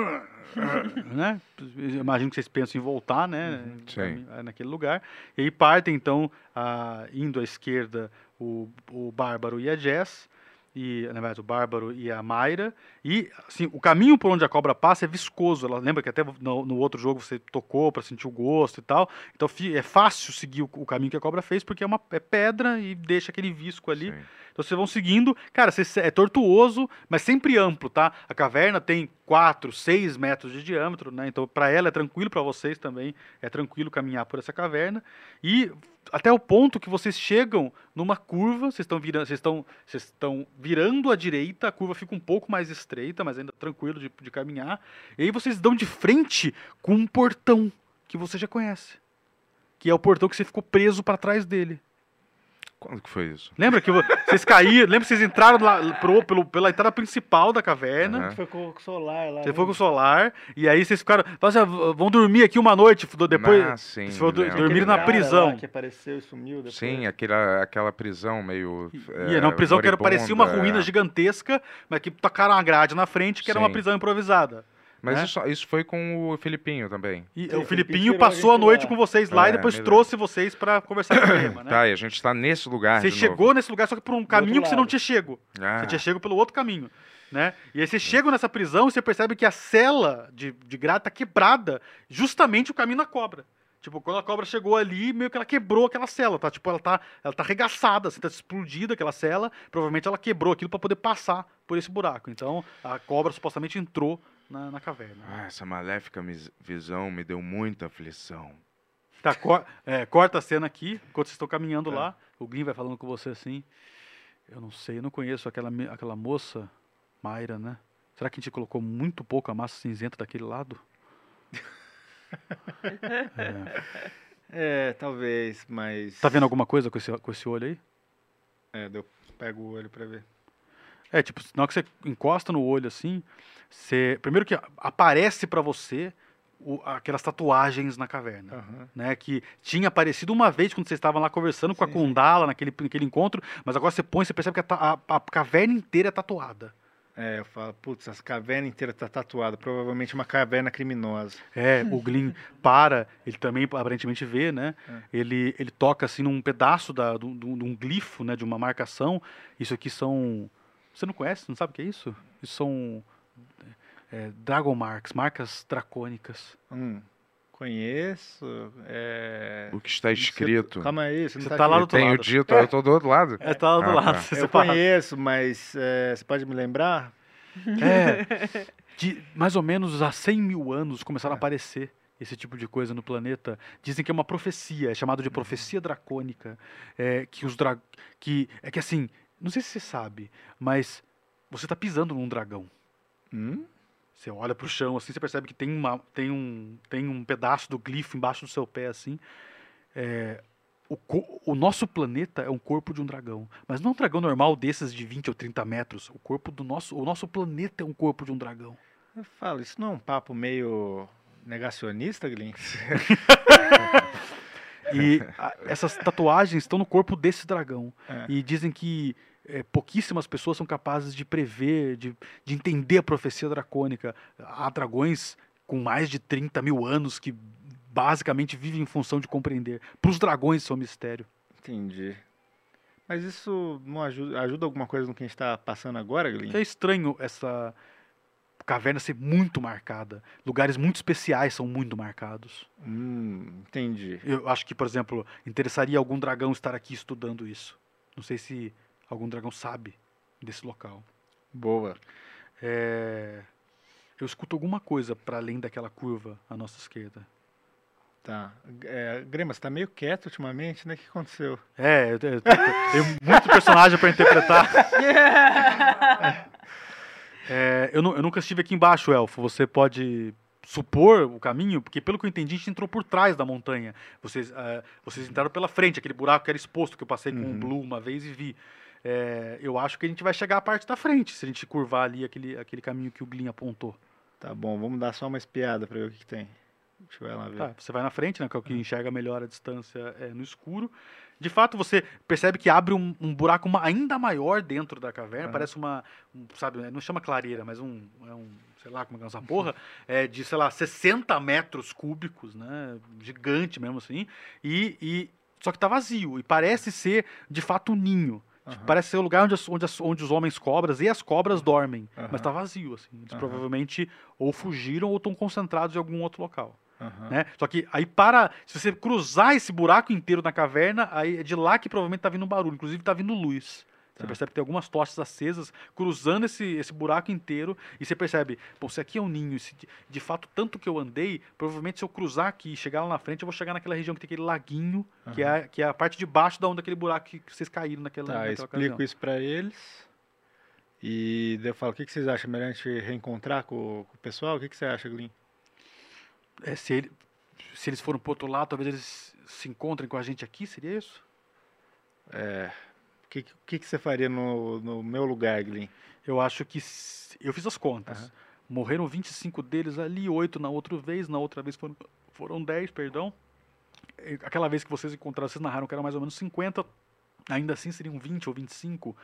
né? Imagino que vocês pensam em voltar, né? Sim. Na- Naquele lugar. E aí partem, então, a- indo à esquerda, o, o Bárbaro e a Jess. E, na verdade, o Bárbaro e a Mayra. E assim, o caminho por onde a cobra passa é viscoso. Ela lembra que até no, no outro jogo você tocou pra sentir o gosto e tal. Então fi- é fácil seguir o, o caminho que a cobra fez porque é uma é pedra e deixa aquele visco ali. Sim. Então vocês vão seguindo. Cara, vocês- é tortuoso, mas sempre amplo, tá? A caverna tem 4, 6 metros de diâmetro, né? Então pra ela é tranquilo, pra vocês também é tranquilo caminhar por essa caverna. E até o ponto que vocês chegam numa curva, vocês estão virando, vocês estão, vocês estão virando à direita, a curva fica um pouco mais estreita, mas ainda tranquilo de, de caminhar. E aí vocês dão de frente com um portão que você já conhece, que é o portão que você ficou preso pra trás dele. Quando que foi isso? Lembra que vo- vocês caíram, lembra que vocês entraram lá pro- pelo, pela entrada principal da caverna? Aham. Foi com o solar lá. né? Você foi com o solar, e aí vocês ficaram. Falaram assim, "Ah, vão dormir aqui uma noite, do- depois. Ah, sim, vocês foram do- lembro. dormir na cara prisão. lá que apareceu e sumiu depois. Sim, é. aquela, aquela prisão meio. é, E era uma prisão que era, parecia uma ruína gigante. gigantesca, mas que tacaram uma grade na frente, que era uma é. Sim. prisão improvisada. Mas né? isso, isso foi com o Filipinho também. Sim, E o o Filipinho Filipinho tirou passou a a gente noite lá. com vocês lá É, e depois verdade. trouxe vocês pra conversar (coughs) com o tema, né? Tá, e a gente tá nesse lugar. Você de chegou nesse lugar, só que por um caminho que você não lado. tinha chego. Novo. Ah, Você tinha chego pelo outro caminho, né? E aí você chega nessa prisão e você percebe que a cela de, de grade tá quebrada, justamente o caminho da cobra. Tipo, quando a cobra chegou ali, meio que ela quebrou aquela cela, tá? Tipo, ela tá, ela tá arregaçada, assim, tá explodida aquela cela. Provavelmente ela quebrou aquilo pra poder passar por esse buraco. Então, a cobra supostamente entrou na, na caverna. Ah, essa maléfica mis- visão me deu muita aflição. Tá, cor- é, corta a cena aqui, enquanto vocês estão caminhando lá, o Glyn vai falando com você assim. Eu não sei, eu não conheço aquela, me- aquela moça, Mayra, né? Será que a gente colocou muito pouco a massa cinzenta daquele lado? É. É, talvez, mas. Tá vendo alguma coisa com esse, com esse olho aí? É, eu pego o olho pra ver. É, tipo, na hora que você encosta no olho assim, você. Primeiro que aparece pra você o- aquelas tatuagens na caverna. Aham. né, que tinha aparecido uma vez quando vocês estavam lá conversando com a Kundala naquele, naquele encontro, mas agora você põe, você percebe que a, ta- a- a caverna inteira é tatuada. É, eu falo, putz, as cavernas inteiras tá tatuada. Provavelmente uma caverna criminosa. É, o Glyn para, ele também aparentemente vê, né? É. Ele, ele toca assim num pedaço da, de, um, de um glifo, né, de uma marcação. Isso aqui são. Você não conhece, não sabe o que é isso? Isso são. é, Dragon Marks, marcas dracônicas. Hum, conheço. É... O que está Tá escrito. Você- Calma aí, você não Você tá, tá aqui. lá no- outro Tenho lado. dito, eu tô do outro lado. É, tá lá do Ah, lado. tá. você Eu separa. conheço, mas é, você pode me lembrar? É, de mais ou menos há 100 mil anos começaram a aparecer esse tipo de coisa no planeta. Dizem que é uma profecia, é chamado de profecia dracônica. É, que os dra que É que assim, não sei se você sabe, mas você tá pisando num dragão. Hum? Você olha pro chão assim, você percebe que tem, uma, tem, um, tem um pedaço do glifo embaixo do seu pé assim. É, o, co- o nosso planeta é um corpo de um dragão. Mas não um dragão normal desses de 20 ou 30 metros. O corpo do nosso. O nosso planeta é um corpo de um dragão. Eu falo, isso não é um papo meio negacionista, (laughs) Glyn? E a- essas tatuagens estão no corpo desse dragão. É. E dizem que é, pouquíssimas pessoas são capazes de prever, de, de entender a profecia dracônica. Há dragões com mais de 30 mil anos que basicamente vivem em função de compreender. Para os dragões, isso é um mistério. Entendi. Mas isso não ajuda, ajuda alguma coisa no que a gente tá passando agora, Glyn? É estranho essa caverna ser muito marcada. Lugares muito especiais são muito marcados. Hum, entendi. Eu acho que, por exemplo, interessaria algum dragão estar aqui estudando isso. Não sei se algum dragão sabe desse local. Boa. É, Eu escuto alguma coisa para além daquela curva à nossa esquerda. Tá. É, Grema, você tá meio quieto ultimamente, né? O que aconteceu? É, eu, te- eu te- tenho muito personagem para interpretar. É, eu, nu- eu nunca estive aqui embaixo, Elfo. Você pode supor o caminho, porque pelo que eu entendi, a gente entrou por trás da montanha. Vocês, ah, vocês entraram pela frente, aquele buraco que era exposto, que eu passei com o Uhum. Blue uma vez e vi. É, eu acho que a gente vai chegar à parte da frente, se a gente curvar ali aquele, aquele caminho que o Glin apontou. Tá bom, vamos dar só uma espiada pra ver o que, que tem. Deixa eu ir lá ver. Tá, você vai na frente, né? Que é o que enxerga melhor a distância é, no escuro. De fato, você percebe que abre um, um buraco ma- ainda maior dentro da caverna. Ah. Parece uma. um, sabe, né, não chama clareira, mas um. É um sei lá como é que é essa porra. (laughs) É de, sei lá, 60 metros cúbicos, né? Gigante mesmo assim. E. e- só que tá vazio. E parece ser, de fato, um ninho. Tipo, Aham. Parece ser o lugar onde, as- onde, as- onde os homens cobras e as cobras dormem. Aham. Mas tá vazio, assim. Eles Aham. provavelmente ou fugiram ou estão concentrados em algum outro local Aham. né? Só que aí para. Se você cruzar esse buraco inteiro na caverna, aí é de lá que provavelmente tá vindo barulho. Inclusive tá vindo luz. Você Tá. percebe que tem algumas tochas acesas cruzando esse, esse buraco inteiro e você percebe, pô, se aqui é um ninho, se de, de fato tanto que eu andei, provavelmente se eu cruzar aqui e chegar lá na frente, eu vou chegar naquela região que tem aquele laguinho, que, é, a- que é a parte de baixo da onda daquele buraco que, que vocês caíram naquela, Tá, eu naquela explico ocasião. isso pra eles. E daí eu falo, o que, que vocês acham? Melhor a gente reencontrar com, com o pessoal? O que, que você acha, Glyn? É, se, ele- se eles foram pro outro lado, talvez eles se encontrem com a gente aqui, seria isso? O que, que, o que que você faria no, no meu lugar, Glyn? Eu acho que. s- Eu fiz as contas. Aham. Morreram 25 deles ali, 8 na outra vez, na outra vez foram, foram 10, perdão. E Aquela vez que vocês encontraram, vocês narraram que eram mais ou menos 50. Ainda assim seriam 20 ou 25.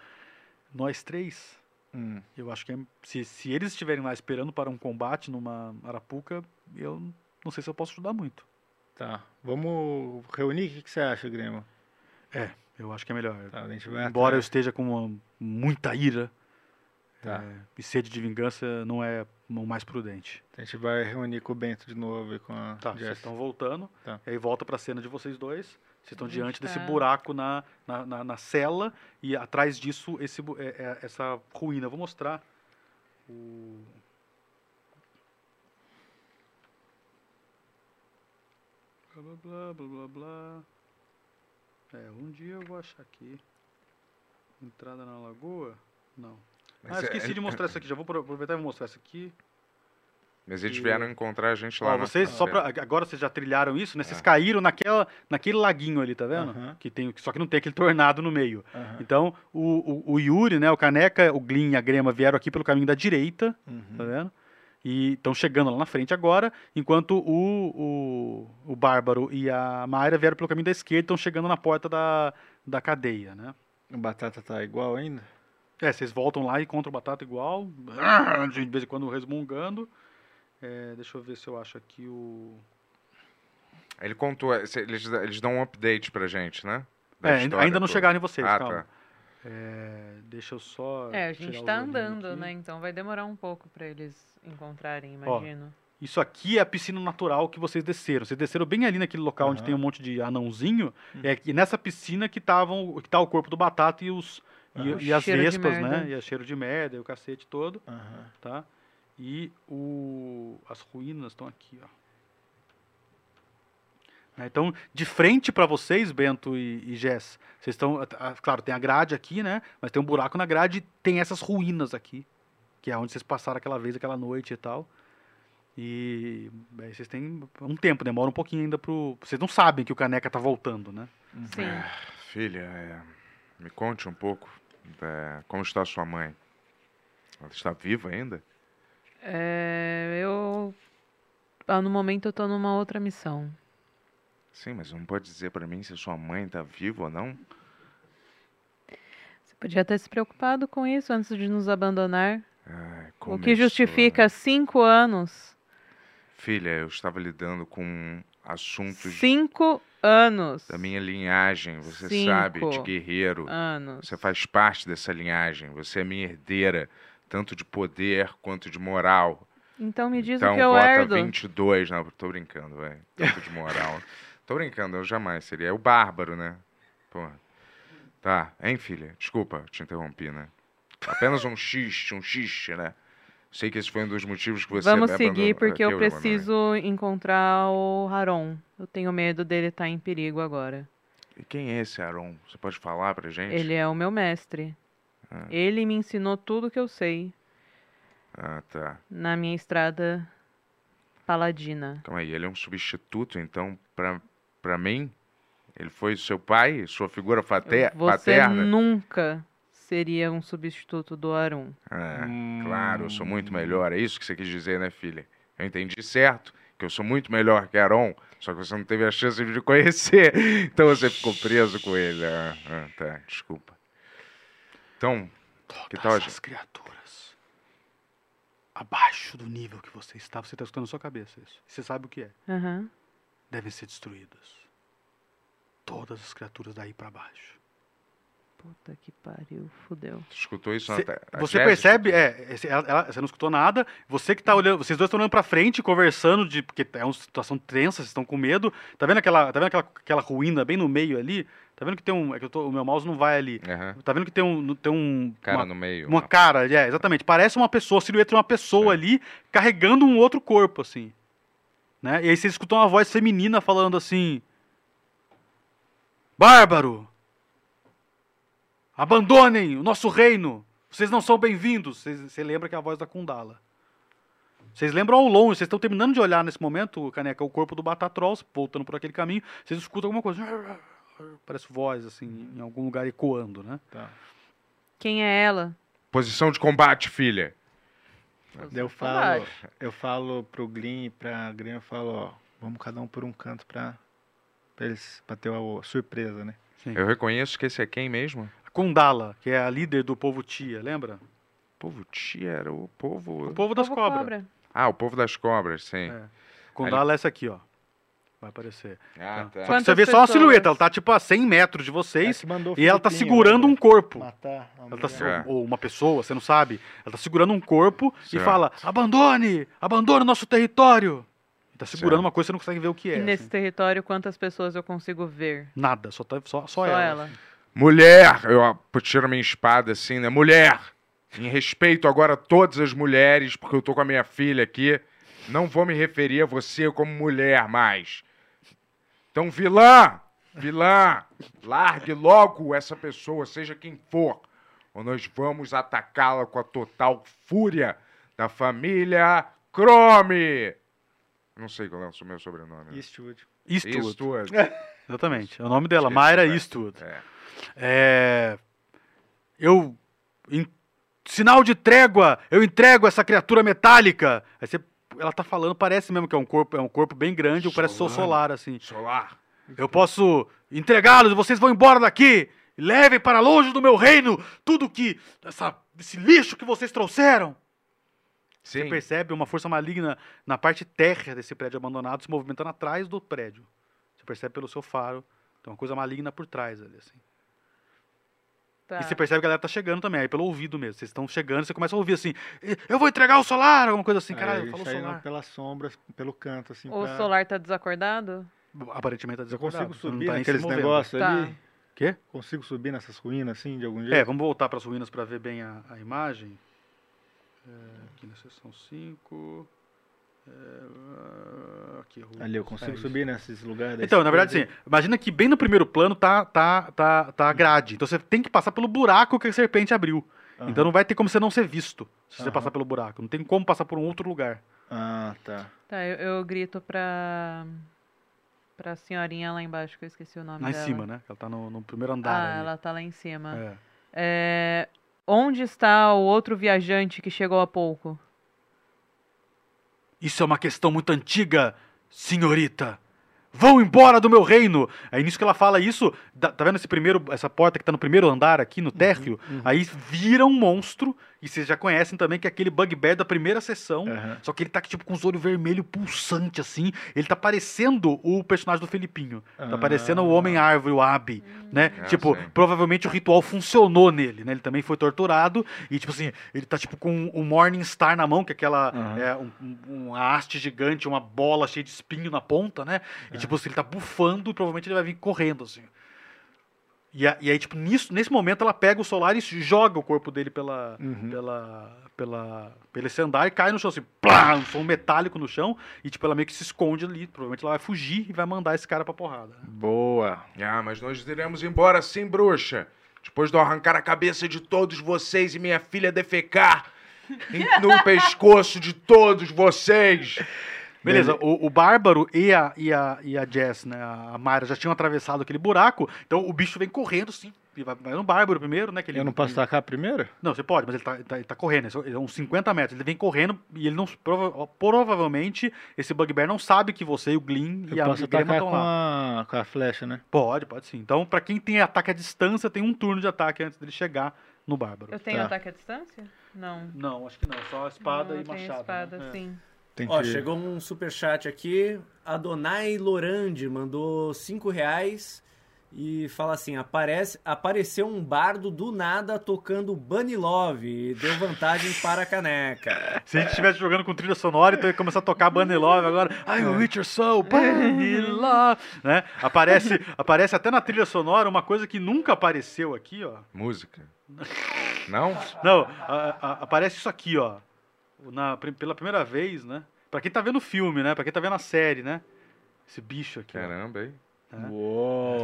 Nós três. Hum, Eu acho que é- se, se eles estiverem lá esperando para um combate numa arapuca, eu não sei se eu posso ajudar muito. tá. Vamos reunir? O que, que você acha, Grêmio? Eu acho que é melhor. Tá, a gente vai Embora eu atrás. esteja com uma- muita ira Tá. é. eh, e sede de vingança, não é o mais prudente. A gente vai reunir com o Bento de novo e com a Tá, vocês Jess. estão voltando. Tá. E aí volta pra cena de vocês dois. Vocês estão A gente diante desse tá- buraco na, na, na, na cela. E atrás disso, esse, bu- é- é- essa ruína. Eu Vou mostrar. o- Blá, blá, blá, blá, blá, blá. É, um dia eu vou achar aqui. Entrada na lagoa? Não. Ah, Mas é- esqueci de mostrar isso aqui. Já vou apro- aproveitar e vou mostrar isso aqui. Mas eles E- vieram encontrar a gente lá. Ó, na- vocês na só frente. pra, agora vocês já trilharam isso, né? Vocês É. caíram naquela, naquele laguinho ali, tá vendo? Aham. Que tem, só que não tem aquele tornado no meio. Aham. Então, o, o, o Yuri, né? O Caneca, o Glin e a Grema vieram aqui pelo caminho da direita, Uhum. Hum. tá vendo? E estão chegando lá na frente agora, enquanto o, o, o Bárbaro e a Mayra vieram pelo caminho da esquerda, estão chegando na porta da, da cadeia, né? A batata tá igual ainda? É, vocês voltam lá e encontram o Batata igual, (laughs) ah, de vez em quando resmungando. É, deixa eu ver se eu acho aqui o... Ele contou, eh, cê- eles, da- eles dão um update pra gente, né? Da É, ainda- história ainda não toda. chegaram em vocês, Ah, calma. tá. É, deixa eu só. É, a tirar gente o tá olhinho andando, aqui. né? Então vai demorar um pouco pra eles encontrarem, imagino. Isso aqui é a piscina natural que vocês desceram. Vocês desceram bem ali naquele local onde Aham. tem um monte de anãozinho. Hum. É, e nessa piscina que, tavam, que tá o corpo do Batata e os. Aham. E, e as Cheiro de vespas, né? merda. E a cheiro de merda, e o cacete todo. Aham. tá? E o as ruínas estão aqui, ó. Né, Então, de frente para vocês, Bento e, e Jess, vocês estão, ah, ah, claro, tem a grade aqui, né? Mas tem um buraco na grade, e tem essas ruínas aqui, que é onde vocês passaram aquela vez, aquela noite e tal. E aí vocês têm um tempo, demora um pouquinho ainda pro, vocês não sabem que o Caneca tá voltando, né? Uhum. Sim. Filha, é, me conte um pouco é, como está sua mãe. Ela está viva ainda? É, eu. Ah, no momento eu tô numa outra missão. Sim, mas não pode dizer pra mim se sua mãe está viva ou não? Você podia ter se preocupado com isso antes de nos abandonar. Ai, o que É, começou, justifica né? cinco anos. Filha, eu estava lidando com assuntos Cinco anos. da minha linhagem, você Cinco. sabe, de guerreiro. Anos. Você faz parte dessa linhagem, você é minha herdeira, tanto de poder quanto de moral. Então me diz então o que eu vota herdo. 22, não, tô brincando, velho. Tanto de (laughs) moral. tô brincando, eu jamais seria. É o bárbaro, né? Porra. Tá, hein, filha? Desculpa te interrompi, né? Apenas um xiste, um xiste, né? Sei que esse foi um dos motivos que você Vamos me seguir abandonou- É, porque que né, eu me abandonei. preciso encontrar o Haron. Eu tenho medo dele estar em perigo agora. E quem é esse Aaron? Você pode falar pra gente? Ele é o meu mestre. Ah. Ele me ensinou tudo que eu sei é- Ah, tá. na minha estrada paladina. Calma aí, ele é um substituto, então, pra, pra mim? Ele foi seu pai, sua figura fate- Você paterna? nunca seria um substituto do Haron. Ah, Hum. claro, eu sou Hum. muito melhor. É isso que você quis dizer, né, filha? Eu entendi certo, que eu sou muito melhor que Aaron, só que você não teve a chance de me conhecer. (laughs) Então você ficou preso com ele. Ah, ah, tá, desculpa. Então, Todas Que tal, as gente? tá criaturas abaixo do nível que você está, você está escutando na sua cabeça isso. Você sabe o que é. Aham. devem ser destruídas. Todas as criaturas daí pra baixo. Puta que pariu, fudeu. você escutou isso? Cê- na ta- a você Jéssica percebe? escutou? É, esse- ela- ela- você não escutou nada. Você que tá olhando, vocês dois estão olhando pra frente, conversando de porque é uma situação tensa, vocês estão com medo. Tá vendo aquela, tá vendo aquela, aquela ruína bem no meio ali? Tá vendo que tem um, é que eu tô- o meu mouse não vai ali. Aham, Tá vendo que tem um, tem um É. Cara uma- no meio. né? uma uma- cara, é, exatamente. Parece uma pessoa, a silhueta de uma pessoa ali, carregando um outro corpo, assim. Né? E aí vocês escutam uma voz feminina falando assim: Bárbaro! Abandonem o nosso reino! Vocês não são bem-vindos! Vocês- Você lembra que é a voz da Kundala. Vocês lembram ao longe, vocês estão terminando de olhar nesse momento, Caneca, o corpo do Batatrol, voltando por aquele caminho, vocês escutam alguma coisa. (laughs) Parece voz, assim, em algum lugar ecoando, né? Tá. Quem é ela? Posição de combate, filha. Daí Eu tá falo, eu falo pro Glyn e pra Green, eu falo, ó, vamos cada um por um canto pra, pra eles pra ter a surpresa, né? Eu reconheço que esse é quem mesmo? A Kundala, que é a líder do povo Tia, lembra? O povo tia era o povo. O povo das Povo cobras. cobra. Ah, o povo das cobras, sim. É. Kundala é essa aqui, ó. Vai aparecer. Tá. Ah, tá. Só que você Quantas vê só uma pessoas? tipo silhueta, ela tá tipo a 100 metros de É vocês que mandou o e ela tá Filipinho, segurando né, um corpo. pra Matar a Ela tá, mulher. mulher. Ou uma pessoa, você não sabe. Ela tá segurando um corpo e Certo. fala: abandone! Abandone o nosso território! E tá segurando Certo. uma coisa que você não consegue ver o que é. E nesse assim. território, quantas pessoas eu consigo ver? Nada, só, tá, só, só, Só ela. ela. Mulher! Eu ah, tiro a minha espada assim, né? Mulher! Em respeito agora a todas as mulheres, porque eu tô com a minha filha aqui. Não vou me referir a você como mulher mais. Então, vilã! Vilã! Largue logo essa pessoa, seja quem for. Ou nós vamos atacá-la com a total fúria da família Chrome! Não sei qual é o meu sobrenome. né? Eastwood. Eastwood. Eastwood. Exatamente. É o nome dela, Esqueci, Mayra né? Eastwood. É. É, eu. em sinal de trégua! Eu entrego essa criatura metálica! Aí você- ela tá falando, parece mesmo que é um corpo, é um corpo bem grande, ou parece só Solano. solar, assim. Solar! Eu posso entregá-los, vocês vão embora daqui! Levem para longe do meu reino tudo que. Essa, esse lixo que vocês trouxeram! Você Sim. percebe uma força maligna na parte térrea desse prédio abandonado se movimentando atrás do prédio. Você percebe pelo seu faro. Tem uma coisa maligna por trás ali, assim. Tá. E você percebe que a galera tá chegando também, aí pelo ouvido mesmo. Vocês estão chegando, você começa a ouvir assim, eu vou entregar o solar, alguma coisa assim, caralho, É, Aí falou saindo solar. pelas sombras, pelo canto, assim. O pra- solar tá desacordado? Aparentemente tá Eu desacordado. consigo você não subir tá nem se naqueles movendo. negócios Tá. ali? Quê? Consigo subir nessas ruínas, assim, de algum É, jeito? vamos voltar para as ruínas para ver bem a, a imagem. É, aqui na seção 5. É, aqui, ruínas. Ali, eu consigo É isso. subir nesses lugares. da Então, na verdade, sim. esquerda? Imagina que bem no primeiro plano tá, tá, tá, tá a grade. Então você tem que passar pelo buraco que a serpente abriu. Aham. Então não vai ter como você não ser visto se você Aham. passar pelo buraco. Não tem como passar por um outro lugar. Ah, tá. Tá, eu, eu grito pra. pra senhorinha lá embaixo, que eu esqueci o nome Lá em dela. cima, né? Ela tá no, no primeiro Ah, andar. ela tá lá em cima. ali. É. É, Onde está o outro viajante que chegou há pouco? Isso é uma questão muito antiga, senhorita. Vão embora do meu reino! Aí nisso que ela fala isso, dá- tá vendo esse primeiro, essa porta que tá no primeiro andar aqui Uhum, no térreo? Aí vira um monstro, e vocês já conhecem também que é aquele bugbear da primeira sessão. É. Aham. Só que ele tá tipo com os olhos vermelhos pulsante assim. Ele tá parecendo o personagem do Felipinho. Tá Ah. Hum. parecendo o Homem Árvore, o Abi, né? Ah, tipo, sim. provavelmente o ritual funcionou nele, né? Ele também foi torturado e tipo assim, ele tá tipo com o Morning Star na mão, que é aquela Aham. é, um, um- uma haste gigante, uma bola cheia de espinho na ponta, né? É. E tipo assim, ele tá bufando e provavelmente ele vai vir correndo assim. E, a- e aí, tipo, nisso, nesse momento ela pega o solar e joga o corpo dele pela, Uhum. pela, pela, pelo esse andar e cai no chão, assim, plá, um som metálico no chão, e tipo, ela meio que se esconde ali, provavelmente ela vai fugir e vai mandar esse cara pra porrada. Boa. Ah, mas nós iremos embora sim, bruxa. Depois de eu arrancar a cabeça de todos vocês e minha filha defecar em- no pescoço de todos vocês. Beleza, o, o Bárbaro e a, e, a, e a Jess, né, a Mara, já tinham atravessado aquele buraco, então o bicho vem correndo, sim, e vai, vai no Bárbaro primeiro, né, que ele... Eu não posso tacar primeiro? Não, você pode, mas ele tá, ele tá- ele tá correndo, ele só- ele é uns 50 metros, ele vem correndo e ele não... prova- provavelmente esse Bugbear não sabe que você, o Glyn e Eu a posso Grema atacar estão com lá. a, com a flecha, né? Pode, pode sim. Então, pra quem tem ataque à distância, tem um turno de ataque antes dele chegar no Bárbaro. Eu tenho Tá. ataque à distância? Não. Não, acho que não. Só espada Não, e eu tenho machado. Espada, né? É. sim. Tem Ó, que- chegou um superchat aqui. Adonai Lorande mandou 5 reais e fala assim: aparece, apareceu um bardo do nada tocando Bunny Love e deu vantagem para a caneca. Se a gente estivesse jogando com trilha sonora, então ia começar a tocar Bunny Love agora. I will reach your soul, Bunny Love. Né? Aparece, aparece até na trilha sonora uma coisa que nunca apareceu aqui, ó. Música. Não? Não, a- a- aparece isso aqui, ó. Na, pri- pela primeira vez, né? Pra quem tá vendo o filme, né? Pra quem tá vendo a série, né? Esse bicho aqui. ó. Caramba, hein? Uou.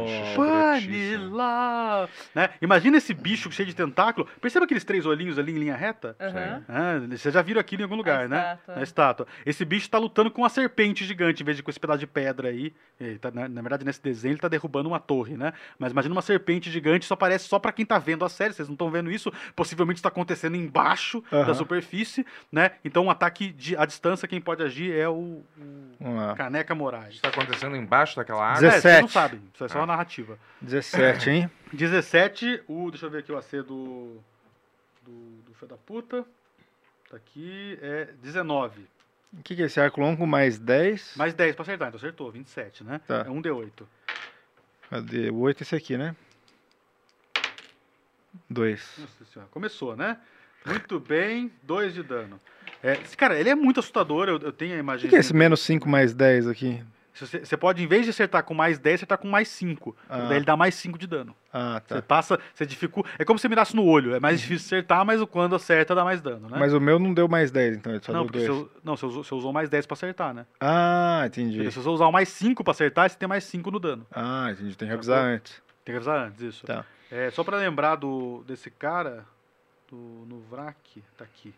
é um- Escrotíssimo. Panila! Né? Imagina esse bicho cheio de tentáculo. Perceba aqueles três olhinhos ali em linha reta? Aham. Ah, vocês já viram aquilo em algum lugar, né? estátua. Na estátua. Esse bicho tá lutando com uma serpente gigante, em vez de com esse pedaço de pedra aí. Ele tá, na, na verdade, nesse desenho ele tá derrubando uma torre, né? Mas imagina uma serpente gigante, só aparece só pra quem tá vendo a série. Vocês não estão vendo isso? Possivelmente está acontecendo embaixo da Aham. superfície, né? Então, um ataque de, à distância, quem pode agir é o, o Vamos lá. Caneca Moraes. Isso tá acontecendo embaixo daquela água? É, vocês não 17. sabem, isso é só uma narrativa. 17, hein? 17, o. Deixa eu ver aqui o AC do. Do, do filho da puta. Tá aqui. É 19. O que, que é esse arco longo mais 10? Mais 10 pra acertar, então acertou, 27, né? Tá. É um D8. Cadê? O 8 esse aqui, né? 2. Nossa senhora, começou, né? Muito bem, 2 de dano. É, esse cara, ele é muito assustador, eu, eu tenho a O imagem. que, que é assim, esse menos 5 mais 10 aqui? se Você, você pode, em vez de acertar com mais 10, acertar com mais 5. Ah. Daí ele dá mais 5 de dano. Ah, Você tá. passa, você dificulta. É como se mirasse no olho. É mais difícil acertar, mas o quando acerta dá mais dano, né? Mas o meu não deu mais 10, então ele só não, porque deu você, 2. u- não, você usou, você usou mais 10 pra acertar, né? Ah, entendi. Entendeu? Se você usar o mais 5 pra acertar, você tem mais 5 no dano. Ah, entendi. Tem que Tá avisar antes. Tem que avisar antes, isso. Tá. É, só pra lembrar do, desse cara, do Novrak, tá aqui.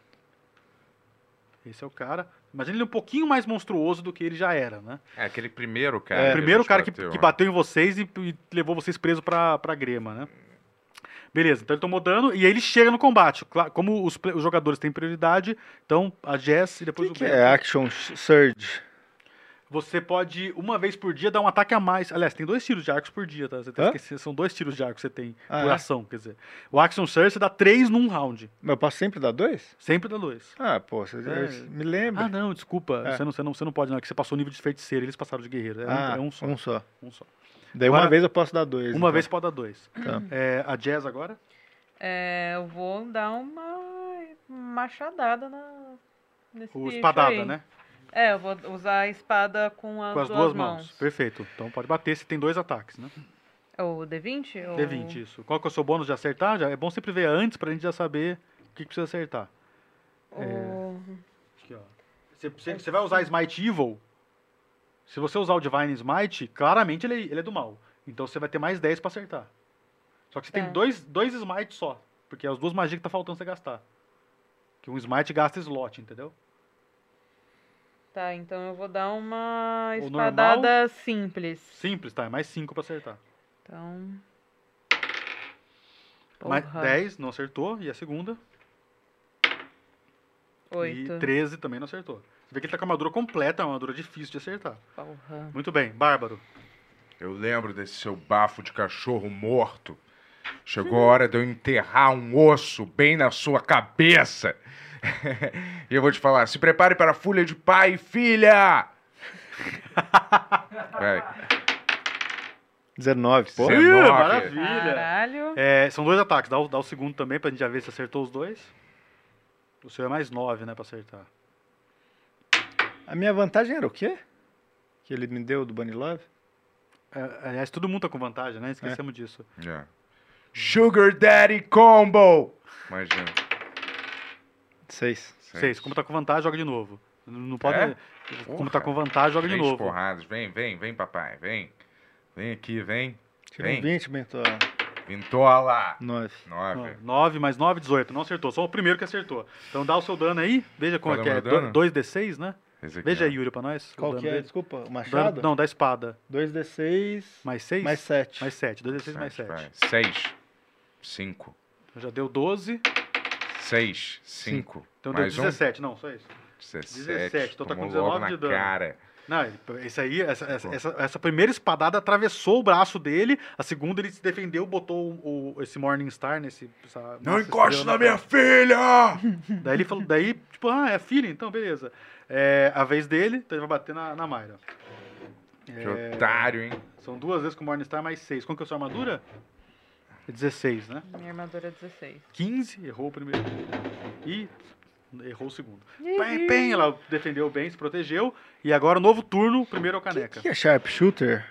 Esse é o cara. Imagina ele um pouquinho mais monstruoso do que ele já era, né? É aquele primeiro cara. o que primeiro nos cara que bateu, que né? bateu em vocês e, e levou vocês preso pra, pra grema, né? Beleza, então ele tomou dano e aí ele chega no combate. Cla- Como os, ple- os jogadores têm prioridade, então a Jess e O depois que, o que Ben. é Action Surge? Você pode, uma vez por dia, dar um ataque a mais. Aliás, tem dois tiros de arcos por dia, tá? Você tá Hã? esquecendo, são dois tiros de arco que você tem Ah, por é? ação, quer dizer. O Action Surge você dá três num round. Mas Eu posso sempre dar 2? Sempre dá dois. Ah, pô, você É. me lembra. Ah, não, desculpa. É. Você, não, você, não, você não pode, não. É que você passou o nível de feiticeiro, eles passaram de guerreiro. É, um, é um só. Um só. um só. Daí Agora- uma vez eu posso dar dois. Uma então. vez você pode dar dois. Tá. É, a Jazz agora? É, eu vou dar uma machadada na, nesse O bicho espadada, aí. né? É, eu vou usar a espada com as, Com as duas mãos. Perfeito. Então pode bater se tem dois ataques, né? É O D20? ou- D20, isso. Qual que é o seu bônus de acertar? Já, é bom sempre ver antes pra gente já saber o que, que precisa acertar. é. ou- Aqui, ó. Você, você- você vai usar Smite Evil? Se você usar o Divine Smite, claramente ele, ele é do mal. Então você vai ter mais 10 pra acertar. Só que você Tá. tem dois, dois Smite só. Porque as duas magias que tá faltando você gastar. Que um Smite gasta slot, entendeu? Tá, então eu vou dar uma O normal? espadada simples. Simples, tá? É mais 5 pra acertar. Então. Mais Porra, 10 não acertou. E a segunda? oito. E 13 também não acertou. Você vê que ele tá com a armadura completa, é uma armadura difícil de acertar. Porra. Muito bem, Bárbaro. Eu lembro desse seu bafo de cachorro morto. Chegou Hum. a hora de eu enterrar um osso bem na sua cabeça. (laughs) e eu vou te falar, se prepare para a fúria de pai (laughs) e filha! Vai, 19, pô. 19. Ih, maravilha! Caralho. É, são dois ataques, dá o, dá o segundo também pra gente já ver se acertou os dois. O seu é mais 9, né, pra acertar. A minha vantagem era o quê? Que ele me deu do Bunny Love? É, aliás, todo mundo tá com vantagem, né? Esquecemos disso. é. Sugar Daddy Combo! Imagina. 6. seis. 6. Como tá com vantagem, joga de novo. Não não pode. É? Como Porra. tá com vantagem, joga de Três novo. porradas. Vem, vem, vem, papai. Vem. Vem aqui, vem. Tirei um Bem. 20, Bento. Pintola. 9. Nove. 9 mais 9, 18. Não acertou, só o primeiro que acertou. Então dá o seu dano aí, veja como Qual é que é o é. meu dano? é. 2d6, né? Esse aqui, Veja ó. aí, Yuri, pra nós. o Qual dano que é? dele. Desculpa, o Dano, machado? não, da espada. 2d6 Mais 6? mais 7. Mais 7. 2d6 mais 7. Sete, vai. Seis. Cinco. Então já deu 12. Seis. Cinco. Então Mais deu 17. Não, só isso. um. Dezessete. 17, então tá com Tomou 19 logo de na dano. cara. Não, ele- esse aí, essa, essa, Pô. essa, essa primeira espadada atravessou o braço dele, a segunda ele se defendeu, botou o, o- esse Morningstar nesse. Essa, Não nossa, encoste estrela na minha filha! cara. Daí ele falou, daí, tipo, ah, é filha, então beleza. É a vez dele, então ele vai bater na, na Mayra. É. Que otário, hein? São duas vezes com o Morningstar mais seis. Qual que é a sua armadura? É 16, né? Minha armadura é 16. 15, errou o primeiro. E errou o segundo. Pem, pem, ela defendeu bem, se protegeu. E agora, novo turno, primeiro é o O caneca. que, que é sharpshooter?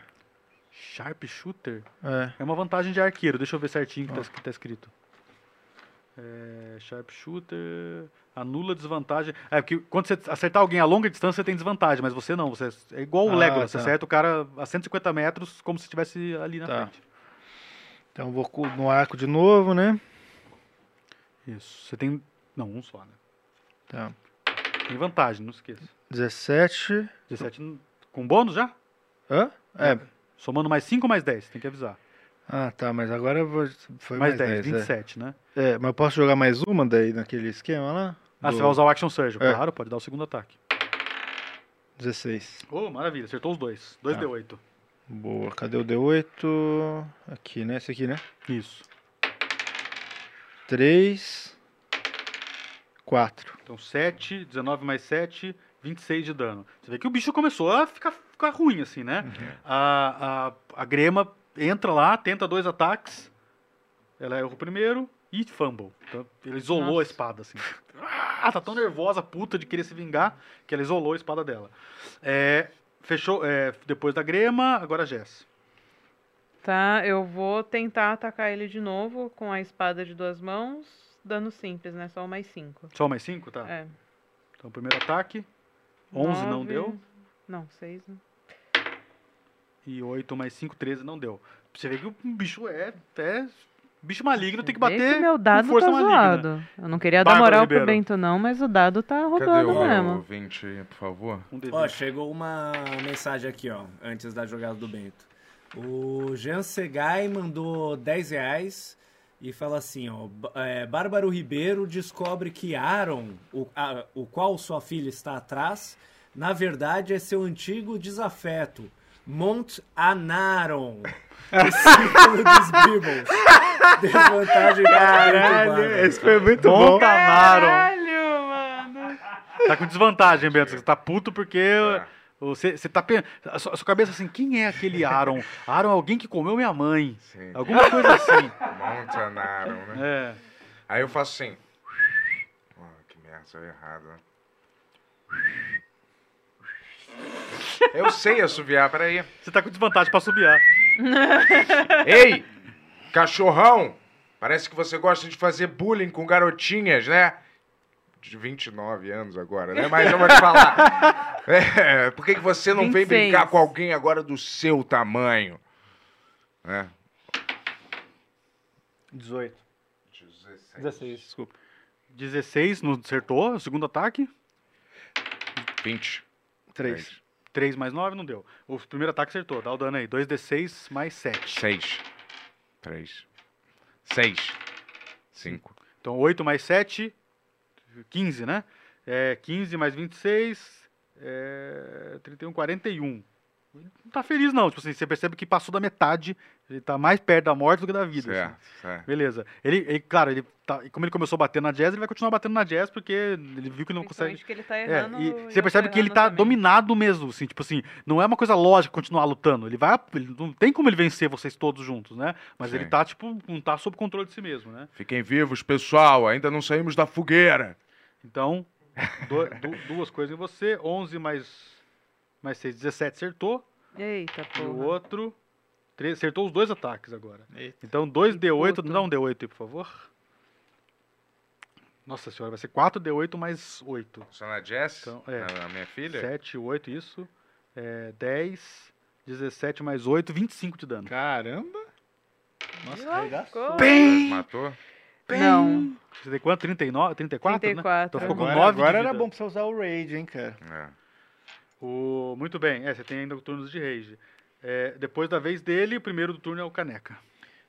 Sharpshooter? É. É uma vantagem de arqueiro, deixa eu ver certinho o que, tá, que tá escrito. É, sharpshooter. Anula desvantagem. É, porque quando você acertar alguém a longa distância, você tem desvantagem, mas você não. Você é igual o Ah, Legolas, você tá. acerta o cara a 150 metros como se estivesse ali na Tá. frente. Então vou cu- no arco de novo, né? Isso. Você tem. Não, um só, né? Tá. Então Tem vantagem, não esqueça. 17. 17 n- com bônus já? Hã? É. Somando mais 5 ou mais 10? Tem que avisar. Ah, tá, mas agora eu vou... foi Mais, mais, 10, 10, 27, né? é. é. Mas eu posso jogar mais uma daí naquele esquema lá? Ah, Do você vai usar o Action Surge, É. claro, pode dar o segundo ataque. 16. Oh, maravilha, acertou os dois. Tá. 2d8. Boa, cadê o D8? Aqui, né? Esse aqui, né? Isso. 3, 4. Então 7, 19 mais 7, 26 de dano. Você vê que o bicho começou a ficar, ficar ruim, assim, né? A, a, a Grema entra lá, tenta dois ataques. Ela erra o primeiro e fumble. Então, ele isolou a Nossa. espada, assim. Ah, tá tão nervosa, puta, de querer se vingar, que ela isolou a espada dela. É, fechou. é, depois da Grema, agora a Jess. Tá, eu vou tentar atacar ele de novo com a espada de duas mãos. Dano simples, né? Só o mais cinco. Só mais 5, tá? É. Então, primeiro ataque. 11 não Nove- deu. Não, seis. né? E 8 mais 5, 13 não deu. Você vê que o bicho é. é bicho maligno, tem que bater. meu dado força tá maligna. zoado. Eu não queria dar Bárbara moral Ribeiro. pro Bento, não, mas o dado tá Cadê roubando o mesmo. 20 aí, por favor? Um D20. Ó, chegou uma mensagem aqui, ó, antes da jogada do Bento. O Jean Segai mandou 10 reais e fala assim, ó, "Ba- é, Bárbaro Ribeiro descobre que Aaron, o, a- o qual sua filha está atrás, na verdade é seu antigo desafeto, Mont Anaron, o símbolo dos Beebles. (laughs) Desvantagem para Bento Bárbaro. foi muito Bom Camaro. Caralho, mano. Tá com desvantagem, Bento. Você tá puto porque Você, você tá pensando. A sua a sua cabeça assim, quem é aquele Aaron? Aaron é alguém que comeu minha mãe. Sim. Alguma coisa assim. Montanaro, né? É. Aí eu faço assim. Oh, que merda, saiu errado, né? Eu sei assoviar, peraí. Você tá com desvantagem pra subiar. Ei, cachorrão! Parece que você gosta de fazer bullying com garotinhas, né? De 29 anos agora, né? Mas eu vou te falar. É, por que, que você não vem 26? brincar com alguém agora do seu tamanho? É. 18. É 16. Desculpa. 16, não acertou. o Segundo ataque. 20. É 3. 3 mais 9 não deu. O primeiro ataque acertou. Dá o dano aí. 2d6 mais 7. 6. 3. 6. 5. Então 8 mais 7, 15, né? É, 15 mais 26, é, 31, 41. Não tá feliz não. Tipo assim, você percebe que passou da metade. Ele tá mais perto da morte do que da É, vida. assim. Certo, certo. Beleza. Ele, ele- claro, ele tá, e como ele começou a bater na jazz, ele vai continuar batendo na jazz porque ele viu que não consegue. Principalmente que ele tá É, errando. e eu você tô percebe que ele errando tá também. dominado mesmo, assim, tipo assim, não é uma coisa lógica continuar lutando. Ele vai. ele não tem como ele vencer vocês todos juntos, né? Mas ele Sim. tá, tipo, não tá sob controle de si mesmo, né? Fiquem vivos, pessoal. Ainda não saímos da fogueira. Então, (laughs) do- du- duas coisas em você. 11 mais, mais 6, 17 acertou. Eita, tá E o porra. outro. três- acertou os dois ataques agora. Eita. Então, 2D8. puto. Dá um D8 aí, por favor. Nossa senhora, vai ser 4D8 mais 8. Só na Jess? Então, é. A Ah, minha filha? 7, 8, isso. É, 10, 17 mais 8, 25 de dano. Caramba! Nossa, arregaçou. Ficou Matou? Não, Você tem quanto? 39, 34, né? 34. Então ficou com Agora, 9 agora era bom pra você usar o Raid, hein, cara. É. O... Muito bem, é, você tem ainda o turno de rage. É, depois da vez dele, o primeiro do turno é o Caneca.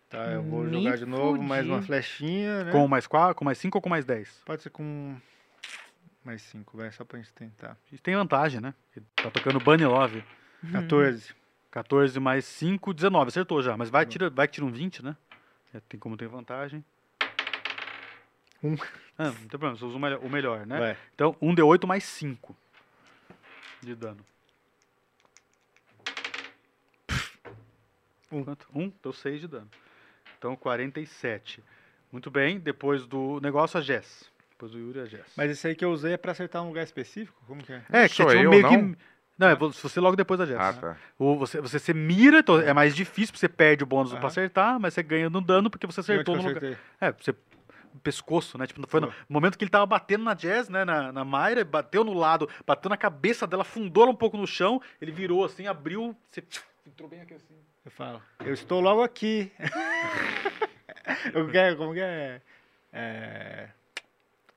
Tá, eu vou Me jogar de novo, mais uma fudi. flechinha, né? Com mais 4, com mais 5 ou com mais 10? Pode ser com um mais 5, vai, só pra gente tentar. Isso tem vantagem, né? Ele Tá tocando Bunny Love. 14. 14 mais 5, 19. Acertou já, mas vai, tira, vai que tira um 20, né? É, tem como ter vantagem. Um. Ah, não tem problema, você usa o melhor, o melhor, né? Vai. Então, 1 de 8 mais 5 de dano. Um. Quanto? 1, um, deu 6 de dano. Então, 47. Muito bem, depois do negócio, a Jess. Depois do Yuri, a Jess. Mas esse aí que eu usei é pra acertar um lugar específico? Como que é? É, que Sou você tinha eu, meio não? que. Não, é vo- você logo depois da Jess. Ah, tá. Ou você, você, você mira, então é mais difícil, porque você perde o bônus Aham. pra acertar, mas você ganha no dano porque você acertou Onde no que eu lugar. acertei? É, você. o Pescoço, né? Tipo, foi no momento que ele tava batendo na Jazz, né? Na, na Mayra, bateu no lado, bateu na cabeça dela, afundou ela um pouco no chão, ele virou assim, abriu. Você... Entrou bem aqui assim. Eu falo, eu estou logo aqui. (laughs) eu quero, como que é? É,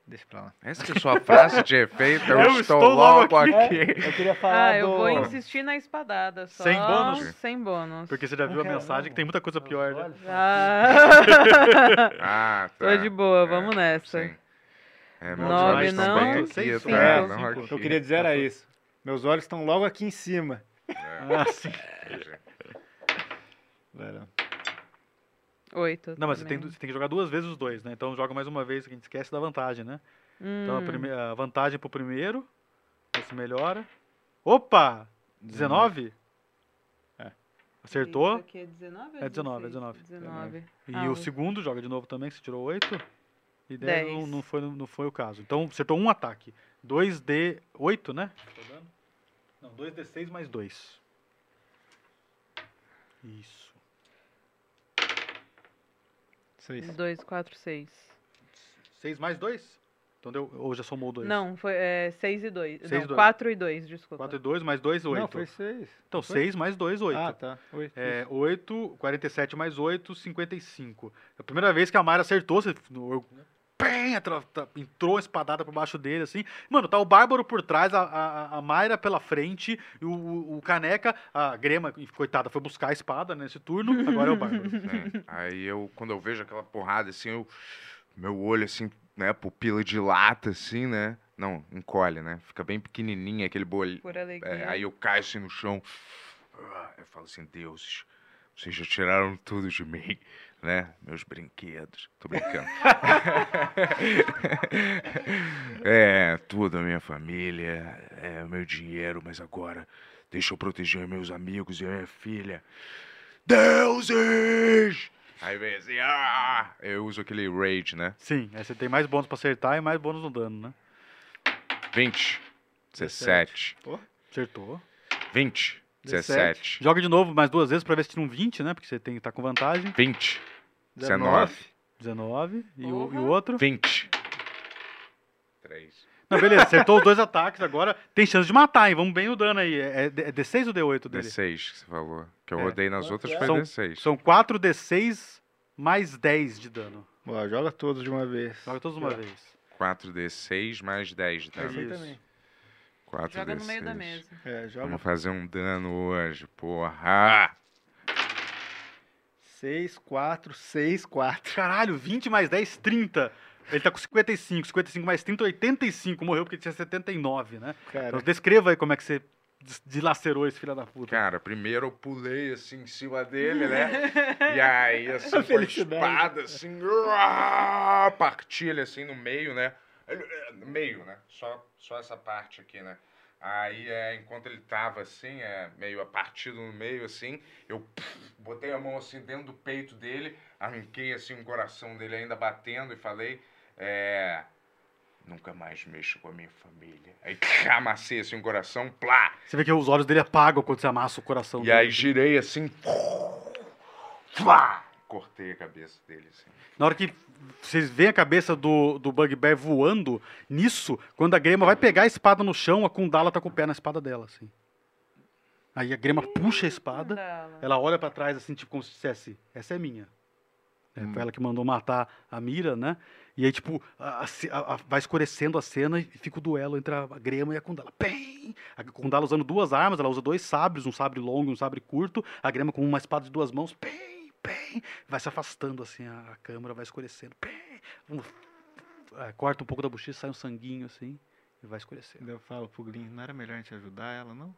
Deixa pra lá. Essa que é a sua frase de efeito. (laughs) Eu, estou, logo aqui. É, Eu queria falar Ah, eu do... vou insistir na espadada. Só Sem bônus? Sem bônus. Porque você já viu a mensagem que tem muita coisa pior, né? (laughs) Ah, Ah, tá. tô de É, boa, vamos nessa. Sim. É, Nove, olhos estão não. bem aqui, Seis, tá? cinco. É, Não, cinco. aqui. Eu queria dizer era isso. Meus olhos estão logo aqui em cima. Ah, sim. É, Vai lá. Oito. Não, mas você tem, também. du- você tem que jogar duas vezes os dois, né? Então joga mais uma vez, que a gente esquece da vantagem, né? Então a, Hum, prime... a vantagem pro primeiro. Esse melhora. Opa! 19? É. Acertou. Isso aqui é 19 É 19, é 19. 19. E Ah, o o- segundo joga de novo também, que você tirou 8. E 10, Dez. Não, não foi, não foi o caso. Então acertou um ataque. 2D8, né? Não, 2D6 mais 2. Isso. É Seis. 2, 4, 6. 6 mais 2? Então deu. Ou já somou 2? Não, foi 6 e 2. Seis e Não, dois. 4 e 2, desculpa. 4 e 2 mais 2, 8. Não, foi seis. Então foi? 6 mais 2, 8. Ah, tá. Oito. É, 8, 47 mais 8, 55. É a primeira vez que a Mayra acertou, você no- bem, atra- tá- entrou a espadada por baixo dele, assim. Mano, tá o Bárbaro por trás, a, a, a Mayra pela frente, e o, o- o Caneca, a Grema, coitada, foi buscar a espada nesse turno, agora é o (laughs) Bárbaro. É. Aí eu, quando eu vejo aquela porrada, assim, eu, meu olho, assim, né, pupila dilata, assim, né? Não, encolhe, né? Fica bem pequenininha aquele bolho. Por alegria. É, aí eu caio, assim, no chão. Ah, Eu falo assim, deuses, vocês já tiraram tudo de mim. (laughs) né? Meus brinquedos. Tô brincando. (laughs) é, tudo, a minha família, é, o meu dinheiro, mas agora deixa eu proteger meus amigos e a minha filha. Deuses! Aí vem assim, ah! Eu uso aquele rage, né? Sim, aí você tem mais bônus pra acertar e mais bônus no dano, né? 20, 17, Acertou. 20, 17, Joga de novo mais duas vezes pra ver se tira um 20, né? Porque você tem, tá com vantagem. 20, 19, 19. 19. E o, e o Porra. outro. 20. 3. Não, beleza, acertou os dois ataques agora. Tem chance de matar, hein? Vamos bem no dano aí. É, é D- é D6 ou D8 dele? D6 que você falou. Que eu É. rodei nas outras foi São- D6. São 4 D6 mais 10 de dano. Ó, joga todos de uma vez. Joga todos uma vez. 4D6 mais então. 10 de É isso aí dano. também. 4D6. Joga no meio da mesa. É, joga Vamos fazer um dano hoje, porra. 6, 4, 6, 4. Caralho, 20 mais 10, 30. Ele tá com 55, 55 mais 30, 85. Morreu porque tinha 79, né? Então Cara, descreva aí como é que você des- dilacerou esse filho da puta. Cara, primeiro eu pulei assim em cima dele, né? E aí, assim, com a Felicidade. espada, assim, uá, parti ele assim no meio, né? Ele, é, No meio, né? Só, só essa parte aqui, né? Aí, é, enquanto ele tava assim, é, meio partido no meio, assim, eu pff, botei a mão assim dentro do peito dele, arranquei assim o coração dele ainda batendo e falei, é. Nunca mais mexo com a minha família. Aí (laughs) amacei assim o coração, plá! Você vê que os olhos dele apagam quando você amassa o coração E dele. aí girei assim. Flá! Cortei a cabeça dele assim. Na hora que vocês veem a cabeça do, do Bugbear voando, nisso, quando a Grema vai pegar a espada no chão, a Kundala tá com o pé na espada dela, assim. Aí a Grema puxa a espada, Mandala. ela olha pra trás, assim, tipo, como se dissesse, essa é minha. É, Foi ela que mandou matar a Mira, né? E aí, tipo, a- a ce- a- a- vai escurecendo a cena e fica o duelo entre a Grema e a Kundala. Bem! A Kundala usando duas armas, ela usa dois sabres, um sabre longo e um sabre curto. A Grema com uma espada de duas mãos. Bem, bem! Vai se afastando, assim, a, a câmera vai escurecendo. Bem! Um- é, corta um pouco da bochecha, sai um sanguinho, assim, e vai escurecendo. eu falo pro Glyn, não era melhor a gente ajudar ela, não?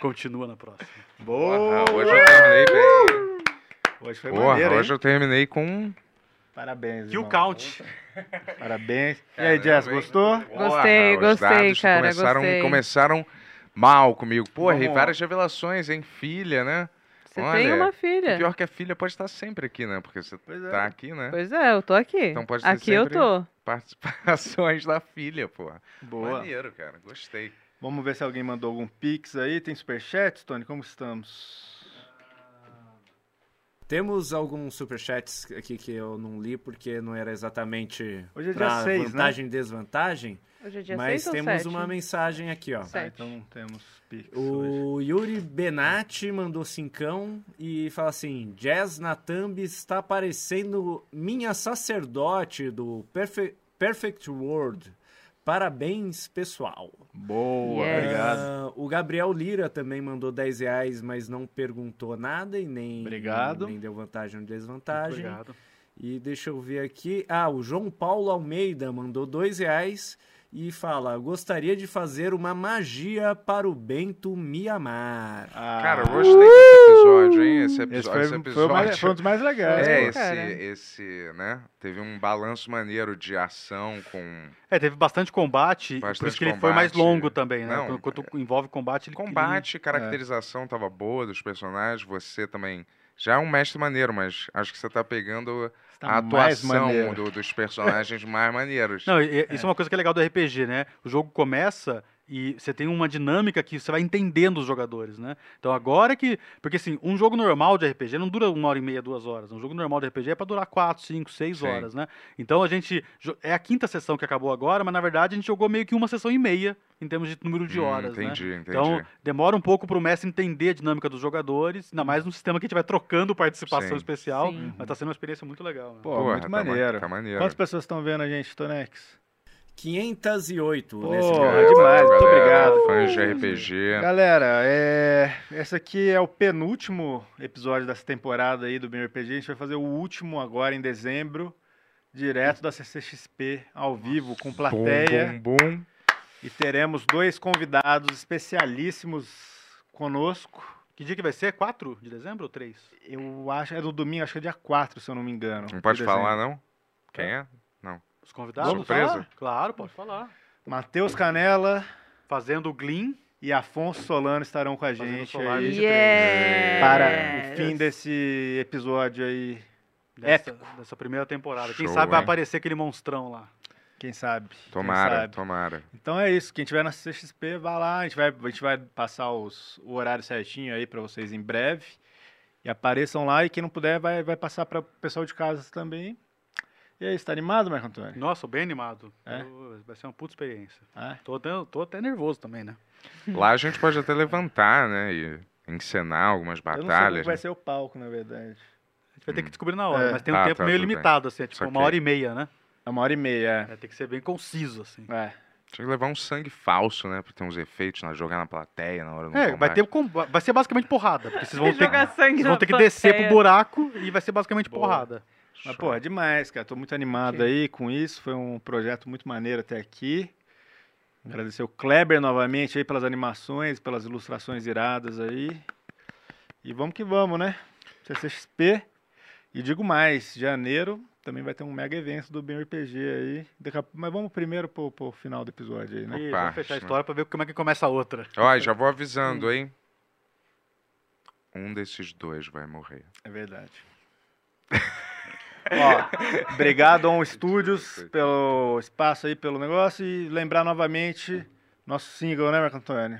Continua na próxima. Porra, hoje eu terminei bem. Hoje foi Porra, maneiro, hoje hein? eu terminei com. Parabéns, Kill irmão. count. Parabéns. E aí, Jazz, gostou? Gostei, os gostei, dados cara, Começaram, gostei. começaram mal comigo. Porra, e Vamos lá. várias revelações, hein? Filha, né? Você tem Olha, uma filha. Pior que a filha pode estar sempre aqui, né? Porque você Pois é. tá aqui, né? Pois é, eu tô aqui. Então pode ser aqui eu sempre- tô. Participações da filha, porra. Boa. Maneiro, cara. Gostei. Vamos ver se alguém mandou algum pix aí. Tem superchat, Tony? Como estamos? Ah, Temos alguns superchats aqui que eu não li porque não era exatamente Hoje é dia pra seis, né? vantagem e desvantagem, Hoje é dia mas 6 ou temos 7? uma mensagem aqui, ó. Sete. Ah, então não temos pix hoje. O Yuri Benatti mandou cincão e fala assim: Jazz na thumb está parecendo minha sacerdote do Perfe- Perfect World. Parabéns, pessoal. Boa, Yes. É. obrigado. Ah, o Gabriel Lira também mandou 10 reais, mas não perguntou nada e nem, Obrigado. nem deu vantagem ou desvantagem. Obrigado. E deixa eu ver aqui. Ah, o João Paulo Almeida mandou dois reais e fala: gostaria de fazer uma magia para o Bento me amar. Ah, Cara, eu gostei desse episódio, hein? Esse episódio. esse foi, esse foi o episódio. mais- foi um dos mais legais. É, pô. esse, cara. esse, né? Teve um balanço maneiro de ação com É, teve bastante combate, e por Bastante isso que ele foi mais combate. longo também, né? Não, é, Quando envolve combate, ele combate, é. caracterização tava boa dos personagens, você também já é um mestre maneiro, mas acho que você tá pegando Esse a tá mais atuação maneiro. do- dos personagens mais maneiros. Não, e- e- isso é uma coisa que é legal do RPG, né? O jogo começa e você tem uma dinâmica que você vai entendendo os jogadores, né? Então agora que. Porque assim, um jogo normal de RPG não dura uma hora e meia, duas horas. Um jogo normal de RPG é pra durar quatro, cinco, seis Sim. horas, né? Então a gente. jo- É a quinta sessão que acabou agora, mas na verdade a gente jogou meio que uma sessão e meia em termos de número de Hum, horas, né? entendi, entendi. Então, demora um pouco pro mestre entender a dinâmica dos jogadores, ainda mais num sistema que a gente vai trocando participação Sim. especial, Sim. mas tá sendo uma experiência muito legal. né? Pô, Porra, muito tá ma- maneiro. Tá maneiro. Quantas pessoas estão vendo a gente, Tonex? 508 Pô, nesse é caso. Valeu, demais, muito galera, obrigado. Fãs de RPG. Galera, é... esse aqui é o penúltimo episódio dessa temporada aí do Bem RPG. A gente vai fazer o último agora em dezembro, direto da CCXP, ao vivo, com plateia. Bum, bum, bum. E teremos dois convidados especialíssimos conosco. Que dia que vai ser? 4 de dezembro ou 3? Eu acho, é do domingo, acho que é dia 4, se eu não me engano. Não pode de falar, dezembro. não? Quem é? Os convidados? Surpresa? Falar? Claro, pode falar. Matheus Canela Fazendo o Glean. e Afonso Solano estarão com a Fazendo gente solar aí 23. Yeah! para o fim desse episódio aí. Dessa, dessa primeira temporada. Quem Show, sabe vai hein? aparecer aquele monstrão lá. Quem sabe? quem Tomara, sabe. tomara. Então é isso. Quem tiver na CXP, vá lá. A gente vai, a gente vai passar os- o horário certinho aí pra vocês em breve. E apareçam lá. E quem não puder, vai, vai passar para o pessoal de casa também. E aí, está animado, Marco Antônio? Nossa, bem animado. É? Eu- vai ser uma puta experiência. É? Tô até, tô até nervoso também, né? Lá a gente pode até levantar, né? E encenar algumas Eu não sei como batalhas. né. que vai ser o palco, na verdade. A gente vai ter que descobrir na hora, É. mas tem um Hum. Tá, tempo tá, meio tudo bem. limitado, assim, é tipo uma Saquei. hora e meia, né? É uma hora e meia. É, tem que ser bem conciso, assim. É. É. Tinha que levar um sangue falso, né? Pra ter uns efeitos, na, jogar na plateia na hora do É, vai, combate. ter, com- vai ser basicamente porrada, porque vocês vão ter, (laughs) Jogar sangue vocês na É. vão ter que descer pro plateia. buraco e vai ser basicamente Boa. porrada. é Mas, porra, demais, cara. Tô muito animado aí com isso. Foi um projeto muito maneiro até aqui. Agradecer o Kleber novamente aí pelas animações, pelas ilustrações iradas aí. E vamos que vamos, né? CCXP. E digo mais, janeiro também vai ter um mega evento do Bem RPG aí. Daqui a- Mas vamos primeiro pro, pro final do episódio aí, né? E Opa, vamos fechar a isso. história pra ver como é que começa a outra. Ó, já vou Hum. avisando, hein? Um desses dois vai morrer. É verdade. Ó, obrigado ao Estúdios pelo espaço aí, pelo negócio. E lembrar novamente nosso single, né, Marco Antônio?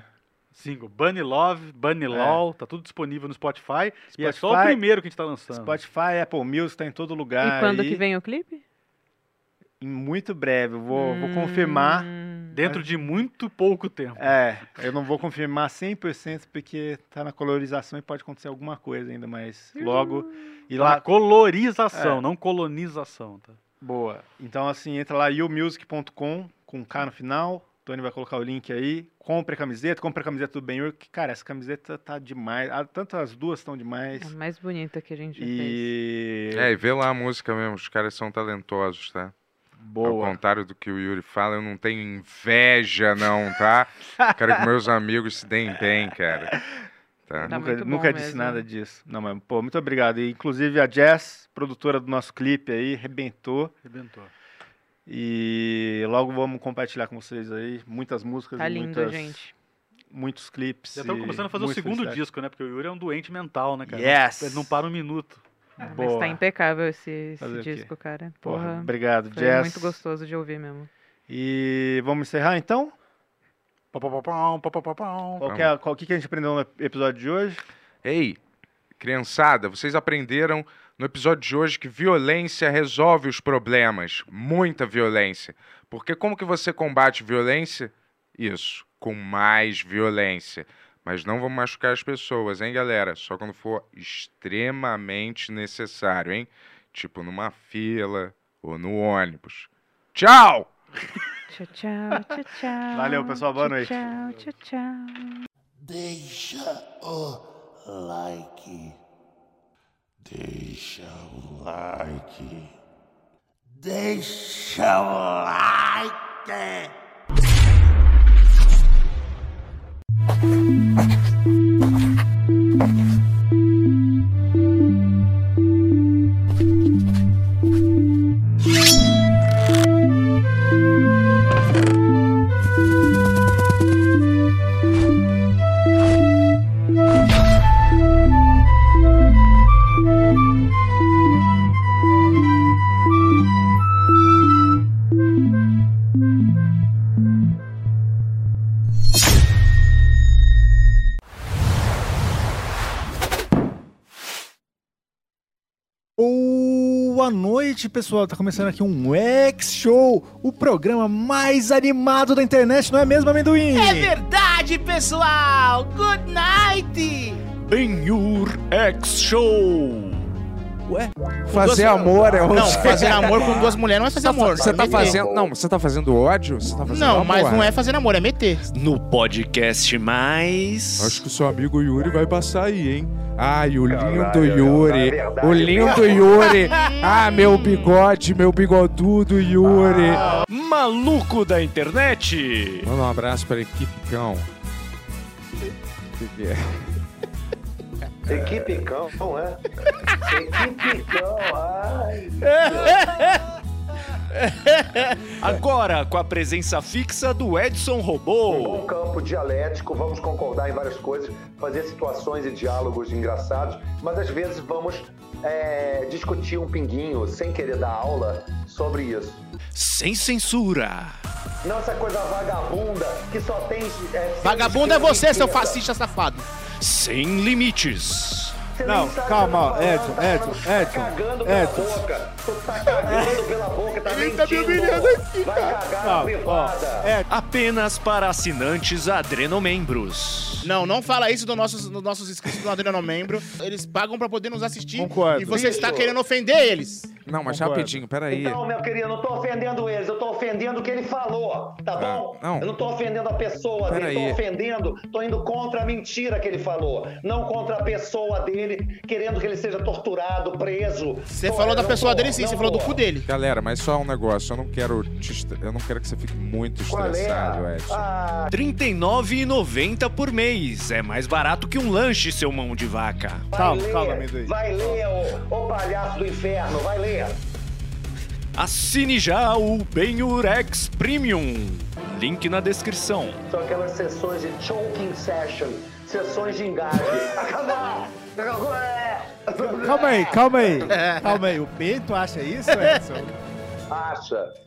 Single, Bunny Love, Bunny LOL, tá tudo disponível no Spotify, E é só o É. Spotify. primeiro que a gente tá lançando. Spotify, Apple Music, tá em todo lugar. E quando aí. que vem o clipe? Em muito breve. Eu Vou, vou confirmar. Hum, Dentro de muito pouco tempo. É, eu não vou confirmar 100% porque tá na colorização e pode acontecer alguma coisa ainda, mas logo. E Lá, lá. É. colorização, não colonização, tá? Boa. Então, assim, entra lá, youmusic.com, com K no final. Tony vai colocar o link aí. Compre a camiseta, compre a camiseta do Benhur, que, cara, essa camiseta tá demais. Ah, Tanto as duas estão demais. É a mais bonita que a gente já fez. E. É, e vê lá a música mesmo, os caras são talentosos, tá? Ao Boa. contrário do que o Yuri fala, eu não tenho inveja, (laughs) não, tá? Quero que meus amigos se deem bem, cara. Tá? Tá nunca muito bom nunca disse mesmo. nada disso. Não, mas, pô, muito obrigado. E, inclusive, a Jess, produtora do nosso clipe aí, arrebentou. Arrebentou. E logo vamos compartilhar com vocês aí muitas músicas. Tá e lindo, muitas- gente. Muitos clipes. Já estamos e começando a fazer o muita segundo felicidade. disco, né? Porque o Yuri é um doente mental, né, cara? Yes! Ele não para um minuto. Ah, Mas Boa. tá impecável esse, esse Fazer o quê? disco, cara. Porra, Porra, obrigado, foi Jess. muito gostoso de ouvir mesmo. E vamos encerrar então? Pá, pá, pá, pá, pá, pá, pá, pá. Qual que é, qual, o que que a gente aprendeu no episódio de hoje? Ei, criançada, vocês aprenderam no episódio de hoje que violência resolve os problemas. Muita violência. Porque como que você combate violência? Isso, com mais violência. Mas não vamos machucar as pessoas, hein, galera? Só quando for extremamente necessário, hein? Tipo numa fila ou no ônibus. Tchau! Tchau, (laughs) tchau, tchau, tchau. Valeu, pessoal, boa Tchau, noite. Tchau, tchau, tchau. Deixa o like. Deixa o like. Deixa o like. Boa noite, pessoal. Tá começando aqui um X Show, o programa mais animado da internet, não é mesmo, amendoim? É verdade, pessoal! Good night! Benhur X Show. Fazer amor é Não, (laughs) fazer amor com duas mulheres não é fazer amor. Você tá meter. fazendo. Não, você tá fazendo ódio? Você tá fazendo Não, amor. mas não é fazer amor, é meter. No podcast mais. Acho que o seu amigo Yuri vai passar aí, hein? Ai, o lindo é Yuri. O (laughs) lindo né? (laughs) Yuri. Ah, meu bigode, meu bigodudo Yuri. Maluco da internet. Manda um abraço pra equipe cão. O que, que é? Equipe cão, não é? Equipe cão, ai. Agora, com a presença fixa do Edson Robô. Um campo dialético, vamos concordar em várias coisas, fazer situações e diálogos engraçados, mas às vezes vamos é, discutir um pinguinho, sem querer dar aula, sobre isso. Sem censura. Não essa coisa vagabunda que só tem. É, Vagabundo é você, seu fascista safado. Sem limites. Não, calma, ó, Edson, Edson, Edson, Cagando pela Edson. boca, tu tá cagando pela boca, tá Ele mentindo. tá me humilhando aqui, Vai cagar na Não, privada. Apenas para assinantes adrenomembros. Não, não fala isso dos nossos, dos nossos inscritos do Adriano Membro. Eles pagam pra poder nos assistir. Concordo. E você está Isso. querendo ofender eles. Não, mas Concordo. rapidinho, peraí. Então, meu querido, eu não tô ofendendo eles, eu tô ofendendo o que ele falou, tá bom? Ah, não. Eu não tô ofendendo a pessoa Pera dele, aí. tô ofendendo, tô indo contra a mentira que ele falou, não contra a pessoa dele, querendo que ele seja torturado, preso. Você falou da pessoa dele sim, você falou do cu dele. Galera, mas só um negócio, eu não quero te estra- eu não quero que você fique muito Qual é? estressado, Edson. Ah. R$ 39,90 por mês. É mais barato que um lanche, seu mão de vaca. ler, Vai ler, ô, ô palhaço do inferno, vai ler. Assine já o Benurex Premium. Link na descrição. São aquelas sessões de choking session, sessões de engaje. Acabou! Acabou! é. Calma aí, calma aí. Calma aí. O Bento acha isso, Edson? Acha.